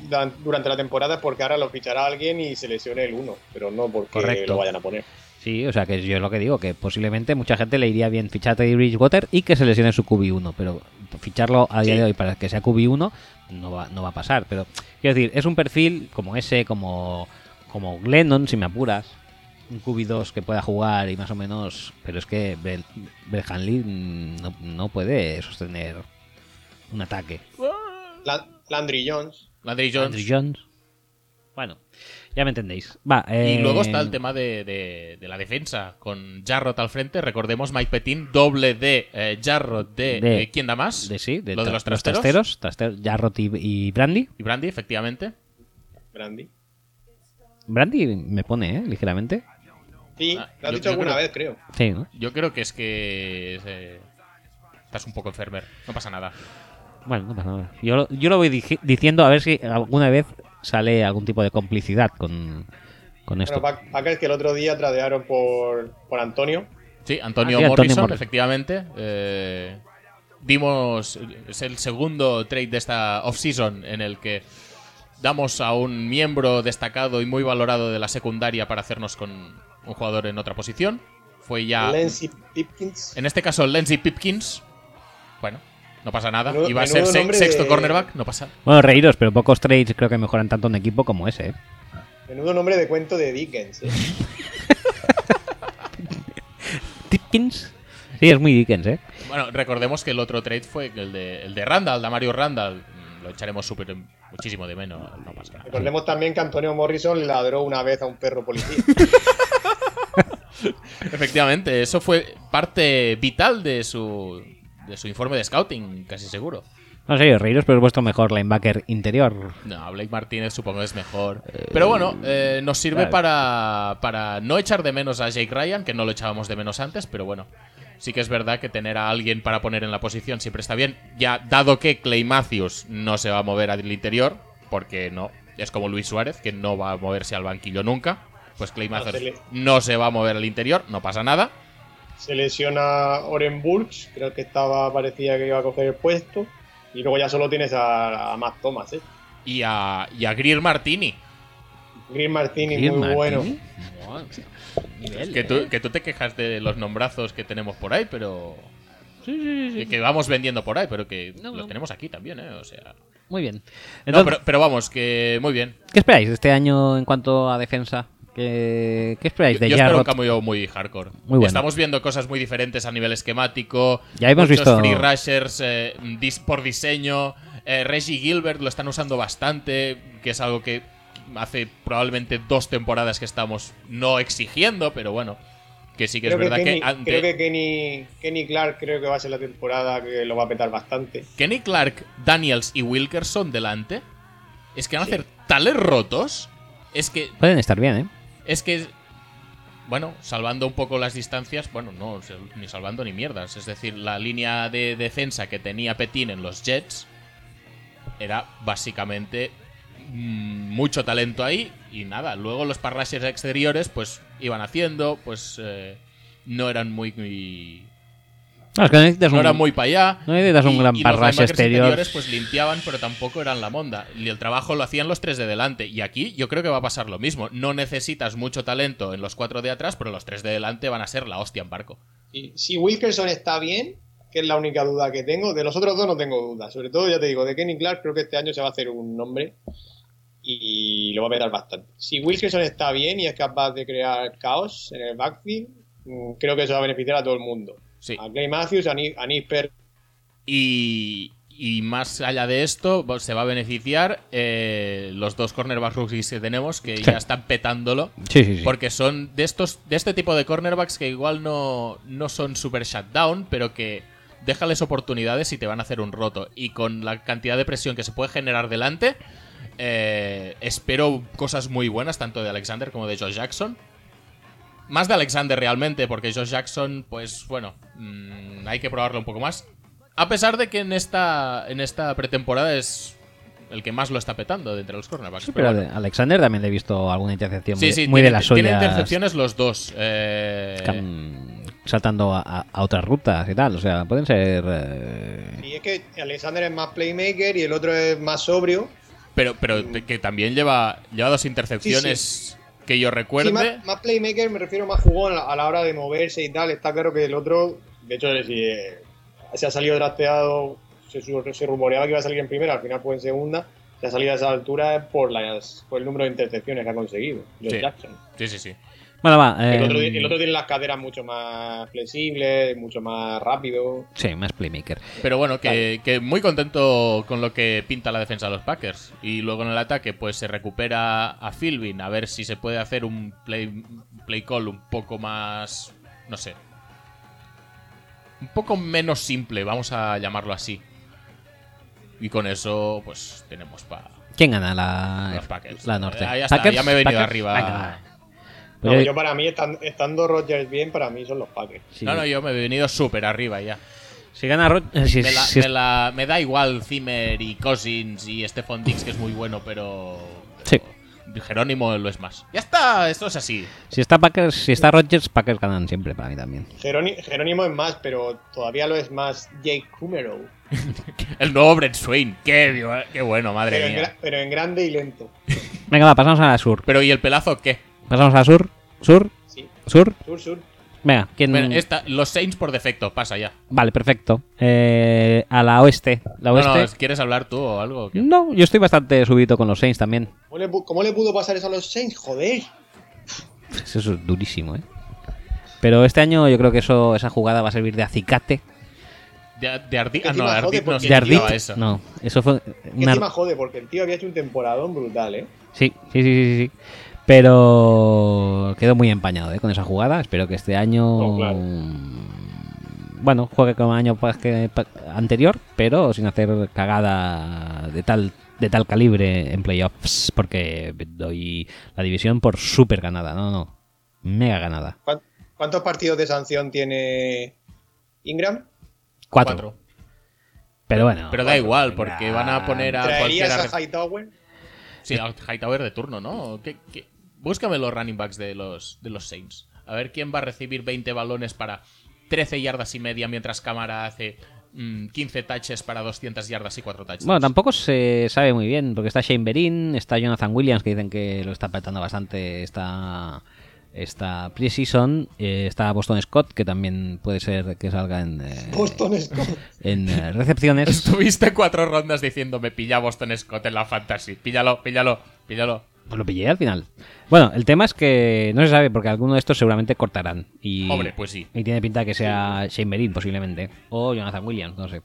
S3: durante- durante la temporada es porque ahora lo fichará alguien y se lesione el 1, pero no porque
S1: Correcto.
S3: lo vayan a poner.
S1: Sí, o sea, que yo es lo que digo, que posiblemente mucha gente le iría bien fichar a Teddy Bridgewater y que se lesione su QB1, pero ficharlo a día
S3: Sí.
S1: de hoy para que sea QB1 no va, no va a pasar. Pero quiero decir, es un perfil como ese, como, como Glennon, si me apuras, un QB2 que pueda jugar y más o menos, pero es que Bel- Belhan Lee mm, no, no puede sostener un ataque.
S3: La- Landry Jones.
S2: Landry Jones.
S1: Andrew Jones. Bueno, ya me entendéis. Va,
S2: Y
S1: eh,
S2: luego está el tema de, de- de la defensa, con Jarrod al frente. Recordemos Mike Petin, doble de eh, Jarrod de,
S1: De-
S2: eh, ¿Quién da más?
S1: de sí, de,
S2: Lo de
S1: tra-
S2: los trasteros.
S1: trasteros, Jarrett y, y Brandy.
S2: Y Brandy, efectivamente.
S3: Brandy.
S1: Brandy me pone, ¿eh? Ligeramente.
S3: Sí,
S2: Ah,
S3: lo has
S2: yo-
S3: dicho
S2: yo
S3: alguna
S2: creo-
S3: vez, creo.
S1: Sí, ¿no?
S2: Yo creo que es que eh, estás un poco enfermer. No pasa nada.
S1: Bueno, no pasa nada. Yo, lo- yo lo voy dije- diciendo a ver si alguna vez sale algún tipo de complicidad con, con esto.
S3: Bueno, Pac- Packers que el otro día tradearon por, por Antonio.
S2: Sí, Antonio
S1: Ah, sí, Antonio
S2: Morrison,
S1: Morrison.
S2: efectivamente. Eh, dimos. Es el segundo trade de esta offseason en el que damos a un miembro destacado y muy valorado de la secundaria para hacernos con un jugador en otra posición. Fue ya.
S3: Lindsey Pipkins.
S2: En este caso, Lindsey Pipkins. Bueno, no pasa nada.
S3: Menudo-
S2: Iba a ser
S3: menudo
S2: se-
S3: nombre
S2: sexto
S3: de-
S2: cornerback, no pasa.
S1: Bueno, reíros, pero pocos trades creo que mejoran tanto un equipo como ese, ¿eh?
S3: Menudo nombre de cuento de Dickens. eh.
S1: Tipkins. Sí, es muy Dickens, ¿eh?
S2: Bueno, recordemos que el otro trade fue el de, el de Randall, de Mario Randall. Mm, Lo echaremos súper muchísimo de menos, no pasa nada.
S3: Recordemos también que Antonio Morrison ladró una vez a un perro policía.
S2: Efectivamente, eso fue parte vital de su, de su informe de scouting, casi seguro.
S1: No, en serio, reíros, pero es vuestro mejor linebacker interior.
S2: No, Blake Martínez supongo que es mejor. Pero bueno, eh, nos sirve para, para no echar de menos a Jake Ryan, que no lo echábamos de menos antes, pero bueno. Sí que es verdad que tener a alguien para poner en la posición siempre está bien. Ya dado que Clay Matthews no se va a mover al interior, porque no, es como Luis Suárez, que no va a moverse al banquillo nunca. Pues Clay
S3: No se
S2: Matthews
S3: le-
S2: no se va a mover al interior, no pasa nada.
S3: Se lesiona Oren Burks, creo que estaba, parecía que iba a coger el puesto. Y luego ya solo tienes a, a Matt Thomas, ¿eh?
S2: Y a, y a Greer Martini,
S3: Green Martini,
S1: Ian
S3: muy
S1: Martin.
S3: bueno.
S2: Es que,
S1: ¿eh?
S2: tú, que tú te quejas de los nombrazos que tenemos por ahí, pero. Que, que vamos vendiendo por ahí, pero que
S1: No,
S2: los
S1: no.
S2: tenemos aquí también, ¿eh? O sea. No,
S1: Muy bien.
S2: pero, pero vamos, que muy bien.
S1: ¿Qué esperáis de este año en cuanto a defensa? ¿Qué, qué
S2: Yo,
S1: esperáis de
S2: yo espero un
S1: Jarrod?
S2: cambio muy hardcore.
S1: Muy bueno.
S2: Estamos viendo cosas muy diferentes a nivel esquemático.
S1: Ya hemos
S2: muchos
S1: visto-
S2: Free rushers eh, dis- por diseño. Eh, Reggie Gilbert lo están usando bastante, que es algo que hace probablemente dos temporadas que estamos no exigiendo, pero bueno. Que sí que
S3: Creo
S2: es verdad
S3: que
S2: que,
S3: Kenny,
S2: ante-
S3: creo que Kenny, Kenny Clark creo que va a ser la temporada que lo va a petar bastante.
S2: Kenny Clark, Daniels y Wilkerson delante, es que van a hacer tales rotos. Es que.
S1: Pueden estar bien, ¿eh?
S2: Es que. Bueno, salvando un poco las distancias, bueno, no, sal- ni salvando ni mierdas. Es decir, la línea de defensa que tenía Petín en los Jets era básicamente mm, mucho talento ahí y nada. Luego los parrashes exteriores, pues iban haciendo, pues eh, no eran muy- muy
S1: No, es que no necesitas
S2: no
S1: un-
S2: era muy para allá.
S1: no necesitas un gran
S2: los
S1: parrash
S2: linebackers
S1: exterior.
S2: interiores, Pues limpiaban, pero tampoco eran la monda. Y el trabajo lo hacían los tres de delante. Y aquí yo creo que va a pasar lo mismo. No necesitas mucho talento en los cuatro de atrás, pero los tres de delante van a ser la hostia en barco.
S3: Y si Wilkerson está bien, que es la única duda que tengo, de los otros dos no tengo duda. Sobre todo, ya te digo, de Kenny Clark creo que este año se va a hacer un nombre y lo va a petar bastante. Si Wilkerson está bien y es capaz de crear caos en el backfield, mm, Ah. creo que eso va a beneficiar a todo el mundo.
S2: Sí.
S3: A Clay Matthews, a Nick, a Nick Perry,
S2: Y, Y más allá de esto, se va a beneficiar eh, los dos cornerbacks rookies que tenemos, que ya están petándolo.
S1: Sí, sí, sí.
S2: Porque son de estos, de este tipo de cornerbacks que igual no, no son super shutdown, pero que déjales oportunidades y te van a hacer un roto. Y con la cantidad de presión que se puede generar delante, eh, espero cosas muy buenas, tanto de Alexander como de Josh Jackson. Más de Alexander realmente, porque Josh Jackson, pues bueno, mm, hay que probarlo un poco más. A pesar de que en esta, en esta pretemporada es el que más lo está petando de entre los cornerbacks.
S1: Sí,
S2: pero
S1: pero
S2: bueno.
S1: de- Alexander también le he visto alguna intercepción
S2: Sí,
S1: muy,
S2: sí,
S1: muy de
S2: tiene-
S1: las
S2: tiene
S1: suyas.
S2: intercepciones los dos. eh,
S1: cam- saltando a, a- a otras rutas y tal. O sea, pueden ser. eh,
S3: Y es que Alexander es más playmaker y el otro es más sobrio.
S2: pero, pero te- que también lleva, lleva dos intercepciones que yo recuerde.
S3: Sí, más, más playmaker me refiero más jugón a la, a la hora de moverse y tal. Está claro que el otro, de hecho, si eh, se ha salido drafteado, se, su- se rumoreaba que iba a salir en primera, al final fue en segunda. Se ha salido a esa altura por, las, por el número de intercepciones que ha conseguido. Josh
S2: Sí.
S3: Jackson.
S2: Sí, sí, sí.
S1: Bueno, va.
S3: El,
S1: eh,
S3: otro, ti- el otro tiene las caderas mucho más flexibles, mucho más rápido.
S1: Sí, más playmaker.
S2: Pero bueno, que, que muy contento con lo que pinta la defensa de los Packers. Y luego en el ataque, pues se recupera a Philbin, a ver si se puede hacer un play, play call un poco más. No sé. Un poco menos simple, vamos a llamarlo así. Y con eso, pues tenemos para.
S1: ¿Quién gana la,
S2: Los Packers.
S1: la norte?
S2: Ah, ya está,
S1: ¿Packers?
S2: ya me he venido
S1: ¿Packers?
S2: arriba.
S1: Venga, va.
S3: No,
S1: Pues yo-
S3: yo para mí, estan- estando Rodgers bien, para mí son los Packers.
S1: sí.
S2: No, no, yo me he venido súper arriba ya.
S1: Si gana Rod- eh, si-
S2: Me, la-
S1: si-
S2: me la- me da igual Zimmer y Cousins y Stephon Dix, que es muy bueno, pero.
S1: Sí.
S2: pero Jerónimo lo es más. Ya está, esto es así.
S1: si está Packers, si está Rodgers, Packers ganan siempre para mí también.
S3: Jeróni- Jerónimo es más, pero todavía lo es más Jake Kummerow.
S2: El nuevo Brent Swain. Qué, bio- qué bueno,
S3: Pero
S2: madre
S3: en, gra-
S2: mía.
S3: pero en grande y lento.
S1: Venga, va, pasamos a la sur.
S2: Pero ¿y el pelazo qué?
S1: Pasamos a sur, sur,
S3: Sí.
S1: sur.
S3: Sur, sur.
S1: Venga, ¿quién?
S2: Bueno, esta- los Saints por defecto, pasa ya.
S1: Vale, perfecto. Eh, a la oeste. La
S2: No,
S1: oeste.
S2: no, ¿Quieres hablar tú o algo? o qué?
S1: No, yo estoy bastante subido con los Saints también.
S3: ¿Cómo le, pu- cómo le pudo pasar eso a los Saints? Joder.
S1: Eso es durísimo, ¿eh? Pero este año yo creo que eso, esa jugada va a servir de acicate.
S2: De, de Ardi-
S3: que
S2: ah, no,
S3: encima
S2: Ardit
S3: jode
S2: no
S3: porque-
S2: se
S1: ¿De Ardit?
S2: lleva eso.
S1: No, eso fue
S3: Que
S1: una...
S3: encima jode, porque el tío había hecho un temporadón brutal, ¿eh?
S1: Sí, sí, sí, sí, sí. Pero quedó muy empañado ¿eh? con esa jugada. Espero que este año... mm,
S3: No, claro.
S1: Bueno, juegue como año pa- que- pa- anterior, pero sin hacer cagada de tal de tal calibre en playoffs, porque doy la división por súper ganada. No, no, mega ganada.
S3: ¿Cuán- ¿Cuántos partidos de sanción tiene Ingram?
S1: Cuatro. Ah, Pero bueno.
S2: Pero da
S1: bueno,
S2: igual,
S1: venga.
S2: porque van a poner a
S3: ¿Traerías
S2: Ah, cualquiera.
S3: a Hightower?
S2: Sí, a Hightower de turno, ¿no? ¿Qué- qué? Búscame los running backs de los, de los Saints. A ver quién va a recibir 20 balones para 13 yardas y media mientras Cámara hace mm, 15 touches para 200 yardas y 4 touches.
S1: Bueno, tampoco se sabe muy bien, porque está Shane Berin, está Jonathan Williams, que dicen que lo está apretando bastante esta, esta preseason, eh, está Boston Scott, que también puede ser que salga en, eh,
S3: Boston Scott.
S1: en eh, recepciones.
S2: Estuviste cuatro rondas diciéndome pilla a Boston Scott en la fantasy. Píllalo, píllalo, píllalo.
S1: Pues lo pillé al final. Bueno, el tema es que no se sabe, porque alguno de estos seguramente cortarán. Y,
S2: Hombre, pues sí.
S1: Y tiene pinta que sea Shane Berin, posiblemente. O Jonathan Williams, no sé.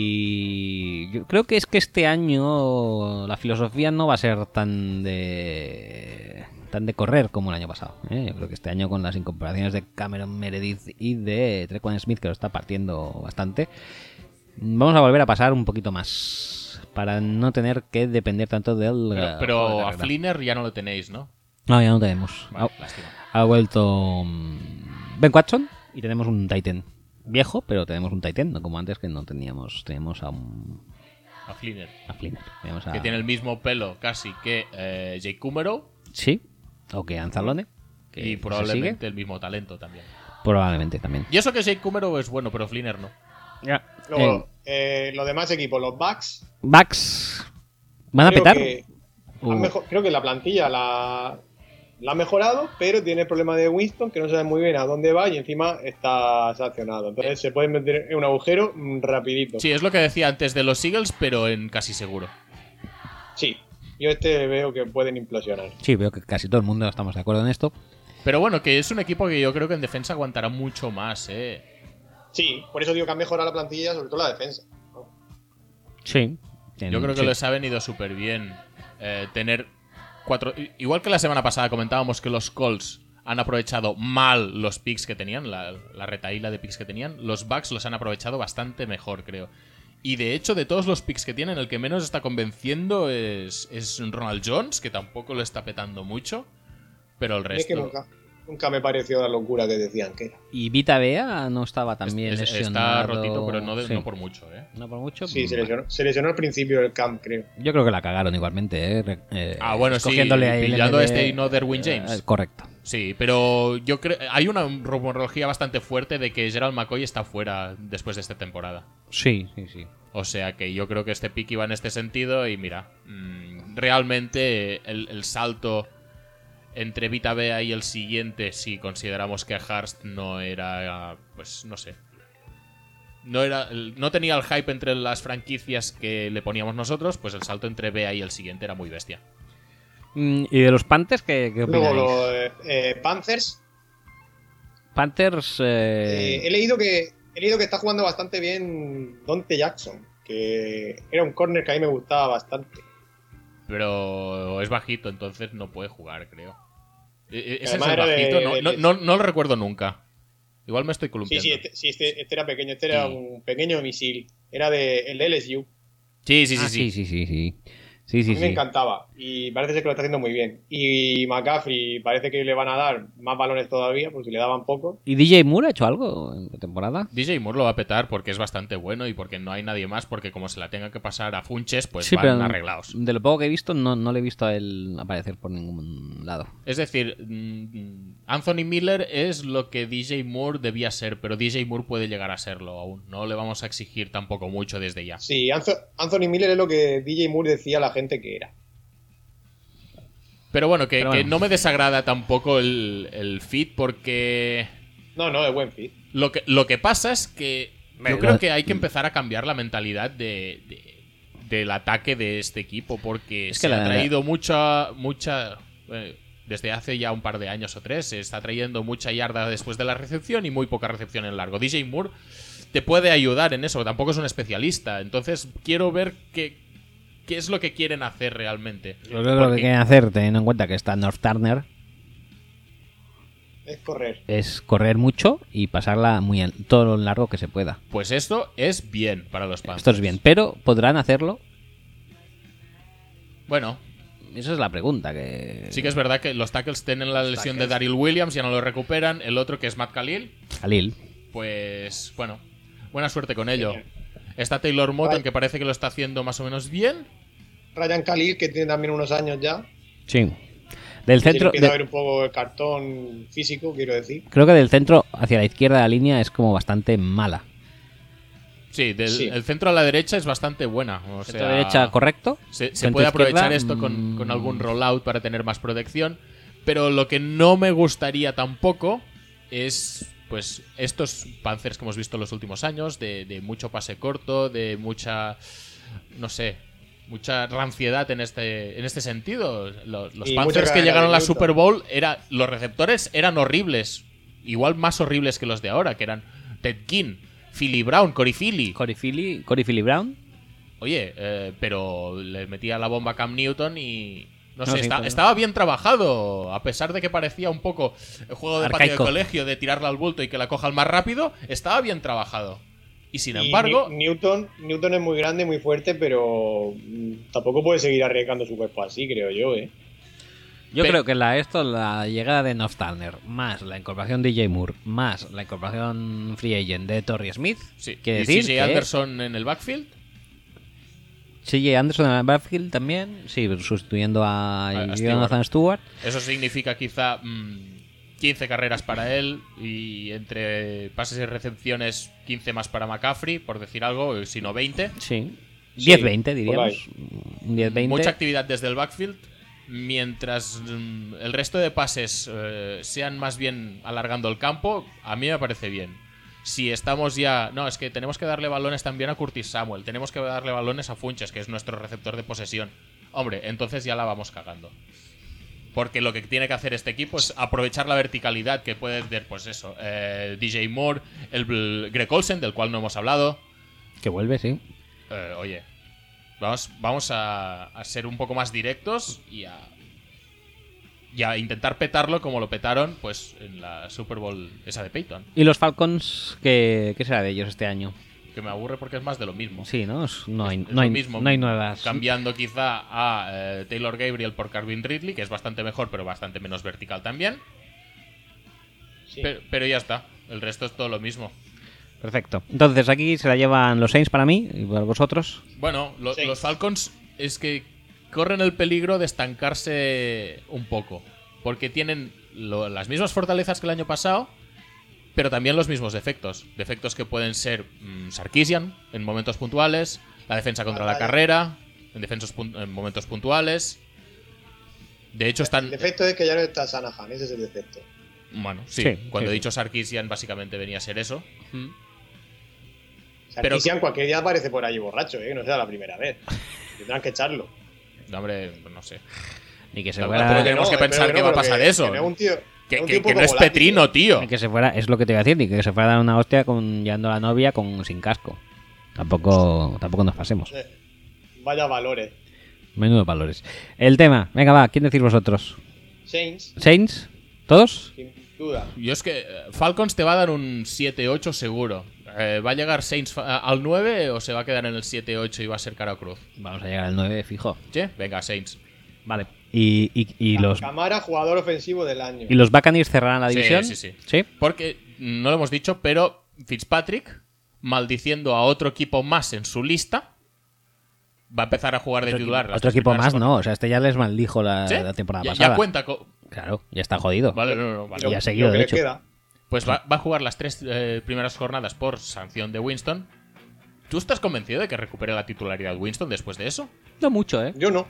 S1: Y yo creo que es que este año la filosofía no va a ser tan de tan de correr como el año pasado. ¿eh? Yo creo que este año con las incorporaciones de Cameron Meredith y de Trequan Smith, que lo está partiendo bastante, vamos a volver a pasar un poquito más para no tener que depender tanto del... eh, juego de
S2: Pero, pero a
S1: carrera.
S2: Flinner ya no lo tenéis, ¿no?
S1: No, ya no tenemos.
S2: Vale,
S1: Ha-
S2: lástima.
S1: ha, vuelto mm, Ben Watson y tenemos un Titan viejo, pero tenemos un Titan, no como antes que no teníamos. Teníamos a un.
S2: A Flinner.
S1: a Flinner. Teníamos a-
S2: Que tiene el mismo pelo casi que eh, Jake Kummerow
S1: Sí, o que Anzalone. Que
S2: y
S1: se
S2: probablemente
S1: sigue.
S2: el mismo talento también.
S1: Probablemente también.
S2: Y eso que Jake Kummerow es bueno, pero Flinner no.
S1: Eh,
S3: Luego, eh, los demás equipos, los Bucks.
S1: Bucks. ¿Van a
S3: creo
S1: petar?
S3: que han
S1: Uh.
S3: mejo- creo que la plantilla la, la ha mejorado, pero tiene el problema de Winston, que no sabe muy bien a dónde va y encima está sancionado. Entonces se puede meter en un agujero mm, rapidito.
S2: Sí, es lo que decía antes de los Eagles, pero en casi seguro.
S3: Sí. Yo este veo que pueden implosionar.
S1: Sí, veo que casi todo el mundo estamos de acuerdo en esto.
S2: Pero bueno, que es un equipo que yo creo que en defensa aguantará mucho más, ¿eh?
S3: Sí, por eso digo que han mejorado la plantilla, sobre todo la defensa.
S1: Sí. En-
S2: Yo creo que
S1: sí.
S2: les ha venido súper bien eh, tener cuatro. i- Igual que la semana pasada comentábamos que los Colts han aprovechado mal los picks que tenían, la, la retaíla de picks que tenían, los Bucks los han aprovechado bastante mejor, creo. Y de hecho, de todos los picks que tienen, el que menos está convenciendo es, es Ronald Jones, que tampoco lo está petando mucho. Pero el resto.
S3: Es que nunca, nunca me pareció la locura que decían que era.
S1: Y Vita Vea no estaba
S2: es-
S1: también
S2: es- está
S1: lesionado.
S2: rotito, pero no, de-
S1: Sí.
S2: no por mucho, ¿eh?
S1: ¿No por mucho.
S3: Sí, se
S1: Bueno.
S3: lesionó, se lesionó al principio del camp, creo.
S1: Yo creo que la cagaron igualmente, ¿eh? Re- eh,
S2: Ah, bueno, sí,
S1: escogiéndole ahí el
S2: pillando a
S1: MD,
S2: este y no Derwin James.
S1: eh, correcto.
S2: Sí, pero yo creo hay una rumorología bastante fuerte de que Gerald McCoy está fuera después de esta temporada.
S1: Sí, sí, sí.
S2: O sea que yo creo que este pick iba en este sentido y mira, mm, realmente el, el salto entre Vita Vea y el siguiente, si consideramos que Hearst no era, pues no sé, no era, no tenía el hype entre las franquicias que le poníamos nosotros, pues el salto entre Bea y el siguiente era muy bestia.
S1: Mm, ¿Y de los Panthers qué, qué
S3: Luego,
S1: opináis?
S3: los eh, eh, Panthers.
S1: Panthers... eh,
S3: eh, he, leído que, he leído que está jugando bastante bien Dante Jackson, que era un corner que a mí me gustaba bastante.
S2: Pero es bajito, entonces no puede jugar, creo. E- e- Ese es
S3: Además
S2: el
S3: era de-
S2: bajito, no,
S3: de-
S2: no,
S3: de-
S2: no- no lo recuerdo nunca. Igual me estoy
S3: Sí,
S2: columpiando.
S3: sí, este, sí, este- este era pequeño, este era
S2: Sí.
S3: un pequeño misil. Era de, el de LSU.
S2: sí, sí, sí,
S1: ah,
S2: sí.
S1: sí, sí, sí, sí. Sí,
S3: A
S1: sí,
S3: mí me
S1: sí.
S3: encantaba y parece ser que lo está haciendo muy bien. Y McCaffrey parece que le van a dar más balones todavía, porque le daban poco.
S1: ¿Y DJ Moore ha hecho algo en la temporada?
S2: DJ Moore lo va a petar porque es bastante bueno y porque no hay nadie más, porque como se la tenga que pasar a Funches, pues van arreglados.
S1: De lo poco que he visto, no, no le he visto a él aparecer por ningún lado.
S2: Es decir, mm, Anthony Miller es lo que DJ Moore debía ser, pero DJ Moore puede llegar a serlo aún. No le vamos a exigir tampoco mucho desde ya.
S3: Sí, Anzo- Anthony Miller es lo que DJ Moore decía a la gente que era.
S2: Pero bueno, que,
S1: Pero
S2: que
S1: bueno.
S2: no me desagrada tampoco el, el fit porque
S3: No, no, es buen fit.
S2: Lo que, lo que pasa es que yo
S1: Venga. Mm.
S2: creo que hay que empezar a cambiar la mentalidad de, de- del ataque de este equipo porque
S1: Es
S2: se
S1: que la-
S2: ha traído mucha, mucha... eh, desde hace ya un par de años o tres se está trayendo mucha yarda después de la recepción y muy poca recepción en largo. DJ Moore te puede ayudar en eso, tampoco es un especialista. Entonces quiero ver qué, qué es lo que quieren hacer realmente.
S1: Yo creo que lo
S2: Porque-
S1: que quieren hacer, teniendo en cuenta que está North Turner,
S3: Es correr.
S1: es correr mucho y pasarla muy al- todo lo largo que se pueda.
S2: Pues esto es bien para los Panthers.
S1: Esto es bien, pero ¿podrán hacerlo?
S2: Bueno,
S1: Esa es la pregunta. Que...
S2: Sí que es verdad que los tackles tienen la lesión de Daryl Williams, ya no lo recuperan. El otro que es Matt Khalil,
S1: Khalil.
S2: pues bueno, buena suerte con ello. Está Taylor Moton,
S3: Vale.
S2: que parece que lo está haciendo más o menos bien.
S3: Ryan Khalil, que tiene también unos años ya.
S1: Sí. Del
S3: Se le
S1: centro,
S3: empieza
S1: de-
S3: a ver un poco el cartón físico, quiero decir.
S1: creo que del centro hacia la izquierda de la línea es como bastante mala.
S2: Sí, del,
S3: Sí.
S2: el centro a la derecha es bastante buena. O sea,
S1: Centro derecha correcto.
S2: Se, se
S1: Centro
S2: puede aprovechar
S1: izquierda,
S2: esto con,
S1: mm,
S2: con algún rollout para tener más protección. Pero lo que no me gustaría tampoco es pues estos Panzers que hemos visto en los últimos años, de, de mucho pase corto, de mucha, no sé, mucha ranciedad en este, en este sentido. Los, los
S3: Y mucha
S2: Panthers que
S3: carrera
S2: llegaron a la
S3: de Newton.
S2: Super Bowl, era, los receptores eran horribles, igual más horribles que los de ahora, que eran Ted King, Philly Brown, Cory Philly.
S1: Corey Philly, Corey Philly Brown.
S2: Oye, eh, pero le metía la bomba a Cam Newton y. No,
S1: No,
S2: sé,
S1: sí,
S2: esta-
S1: pero-
S2: estaba bien trabajado, a pesar de que parecía un poco el juego de patio de
S1: Arcaico.
S2: colegio de tirarla al bulto y que la coja el más rápido, estaba bien trabajado. Y sin
S3: Y
S2: embargo,
S3: Ni- Newton, Newton es muy grande, muy fuerte, pero mm, tampoco puede seguir arriesgando su cuerpo así, creo yo, ¿eh?
S1: Yo
S2: Pero-
S1: creo que la, esto, la llegada de North Turner, más la incorporación de J. Moore, más la incorporación free agent de Torrey Smith,
S2: sí,
S1: quiere
S2: y
S1: decir
S2: CJ
S1: que
S2: Anderson en el backfield,
S1: CJ Anderson en el backfield también, sí, sustituyendo a,
S2: A- a
S1: Jonathan Stewart.
S2: eso significa quizá mm, 15 carreras para él y entre pases y recepciones 15 más para McCaffrey, por decir algo, si no 20.
S1: Sí.
S3: Sí,
S1: 10-20,
S3: por
S1: diríamos.
S3: ahí.
S1: Un 10-20.
S2: mucha actividad desde el backfield, mientras mm, el resto de pases eh, sean más bien alargando el campo, a mí me parece bien. Si estamos ya... No, es que tenemos que darle balones también a Curtis Samuel, tenemos que darle balones a Funches, que es nuestro receptor de posesión. Hombre, entonces ya la vamos cagando. Porque lo que tiene que hacer este equipo es aprovechar la verticalidad que puede tener, pues eso, eh, DJ Moore, el, el Greg Olsen, del cual no hemos hablado.
S1: Que vuelve, sí.
S2: Eh, oye, Vamos, vamos a, a ser un poco más directos y a, y a intentar petarlo como lo petaron pues en la Super Bowl esa de Peyton.
S1: ¿Y los Falcons qué, qué será de ellos este año?
S2: Que me aburre porque es más de lo mismo.
S1: Sí, ¿no? Es- No hay,
S2: Es
S1: no
S2: lo
S1: hay,
S2: mismo.
S1: no hay nuevas.
S2: Cambiando quizá a eh, Taylor Gabriel por Carvin Ridley, que es bastante mejor, pero bastante menos vertical también.
S3: Sí.
S2: Pero, pero ya está. El resto es todo lo mismo.
S1: Perfecto. Entonces aquí se la llevan los Saints para mí y para vosotros.
S2: Bueno, lo-
S3: Sí.
S2: los Falcons es que corren el peligro de estancarse un poco. Porque tienen lo- las mismas fortalezas que el año pasado, pero también los mismos defectos. Defectos que pueden ser mm, Sarkisian en momentos puntuales, la defensa contra la
S3: Batalla.
S2: carrera, en, defensos pun- en momentos puntuales. De hecho,
S3: El
S2: están.
S3: defecto es que ya no está Sanahan, ese es el defecto.
S2: Bueno, sí.
S1: Sí,
S2: cuando
S1: sí,
S2: he
S1: sí.
S2: dicho Sarkisian, básicamente venía a ser eso.
S3: O sea,
S2: Pero-
S3: Christian cualquier día aparece por allí borracho, ¿eh? que no sea la primera vez. Tendrán que echarlo.
S2: No, hombre, no sé.
S1: Ni que se
S2: Tampoco
S1: fuera.
S2: Ah, tenemos- que
S3: espero
S2: pensar que va a
S3: eh, pero
S2: pasar eso.
S3: Que no es, un tío-
S2: Que,
S3: es un
S2: que-
S3: tipo
S2: que no es
S3: como ¿eh? Lati,
S2: Petrino, tío.
S1: Ni que se fuera, es lo que te iba a decir, ni que se fuera a dar una hostia con llevando a la novia con sin casco. Tampoco, tampoco nos pasemos.
S3: ¿no? Vaya valores.
S1: Menudo valores. El tema, venga va, ¿quién decís vosotros?
S3: Saints,
S1: ¿Saints? ¿Todos?
S3: sin duda.
S2: Yo es que eh, Falcons te va a dar un 7-8 seguro. Eh, ¿Va a llegar Saints fa- a- al 9 o se va a quedar en el 7-8 y va a ser cara o cruz?
S1: Vamos a llegar al 9, fijo.
S2: Che, venga, Saints.
S1: Vale. Y, y, y los
S3: Camara, jugador ofensivo del año.
S1: y los Buccaneers cerrarán la
S2: Sí,
S1: división.
S2: sí, sí. Porque, mm, no lo hemos dicho, pero Fitzpatrick, maldiciendo a otro equipo más en su lista, va a empezar a jugar de
S1: Otro,
S2: titular.
S1: equipo-
S2: las
S1: otro
S2: tres
S1: equipo
S2: primeras
S1: más,
S2: semanas.
S1: no. O sea, este ya les maldijo la,
S2: ¿Sí?
S1: la temporada
S2: ya,
S1: pasada.
S2: Ya cuenta. co-
S1: Claro, ya está jodido.
S2: Vale, no, no, vale.
S1: Y
S3: Lo-
S1: ha seguido,
S3: lo
S1: de
S3: que le
S1: hecho.
S3: queda.
S2: Pues va, va a jugar las tres eh, primeras jornadas por sanción de Winston. ¿Tú estás convencido de que recupere la titularidad Winston después de eso?
S1: No mucho, ¿eh?
S3: Yo no,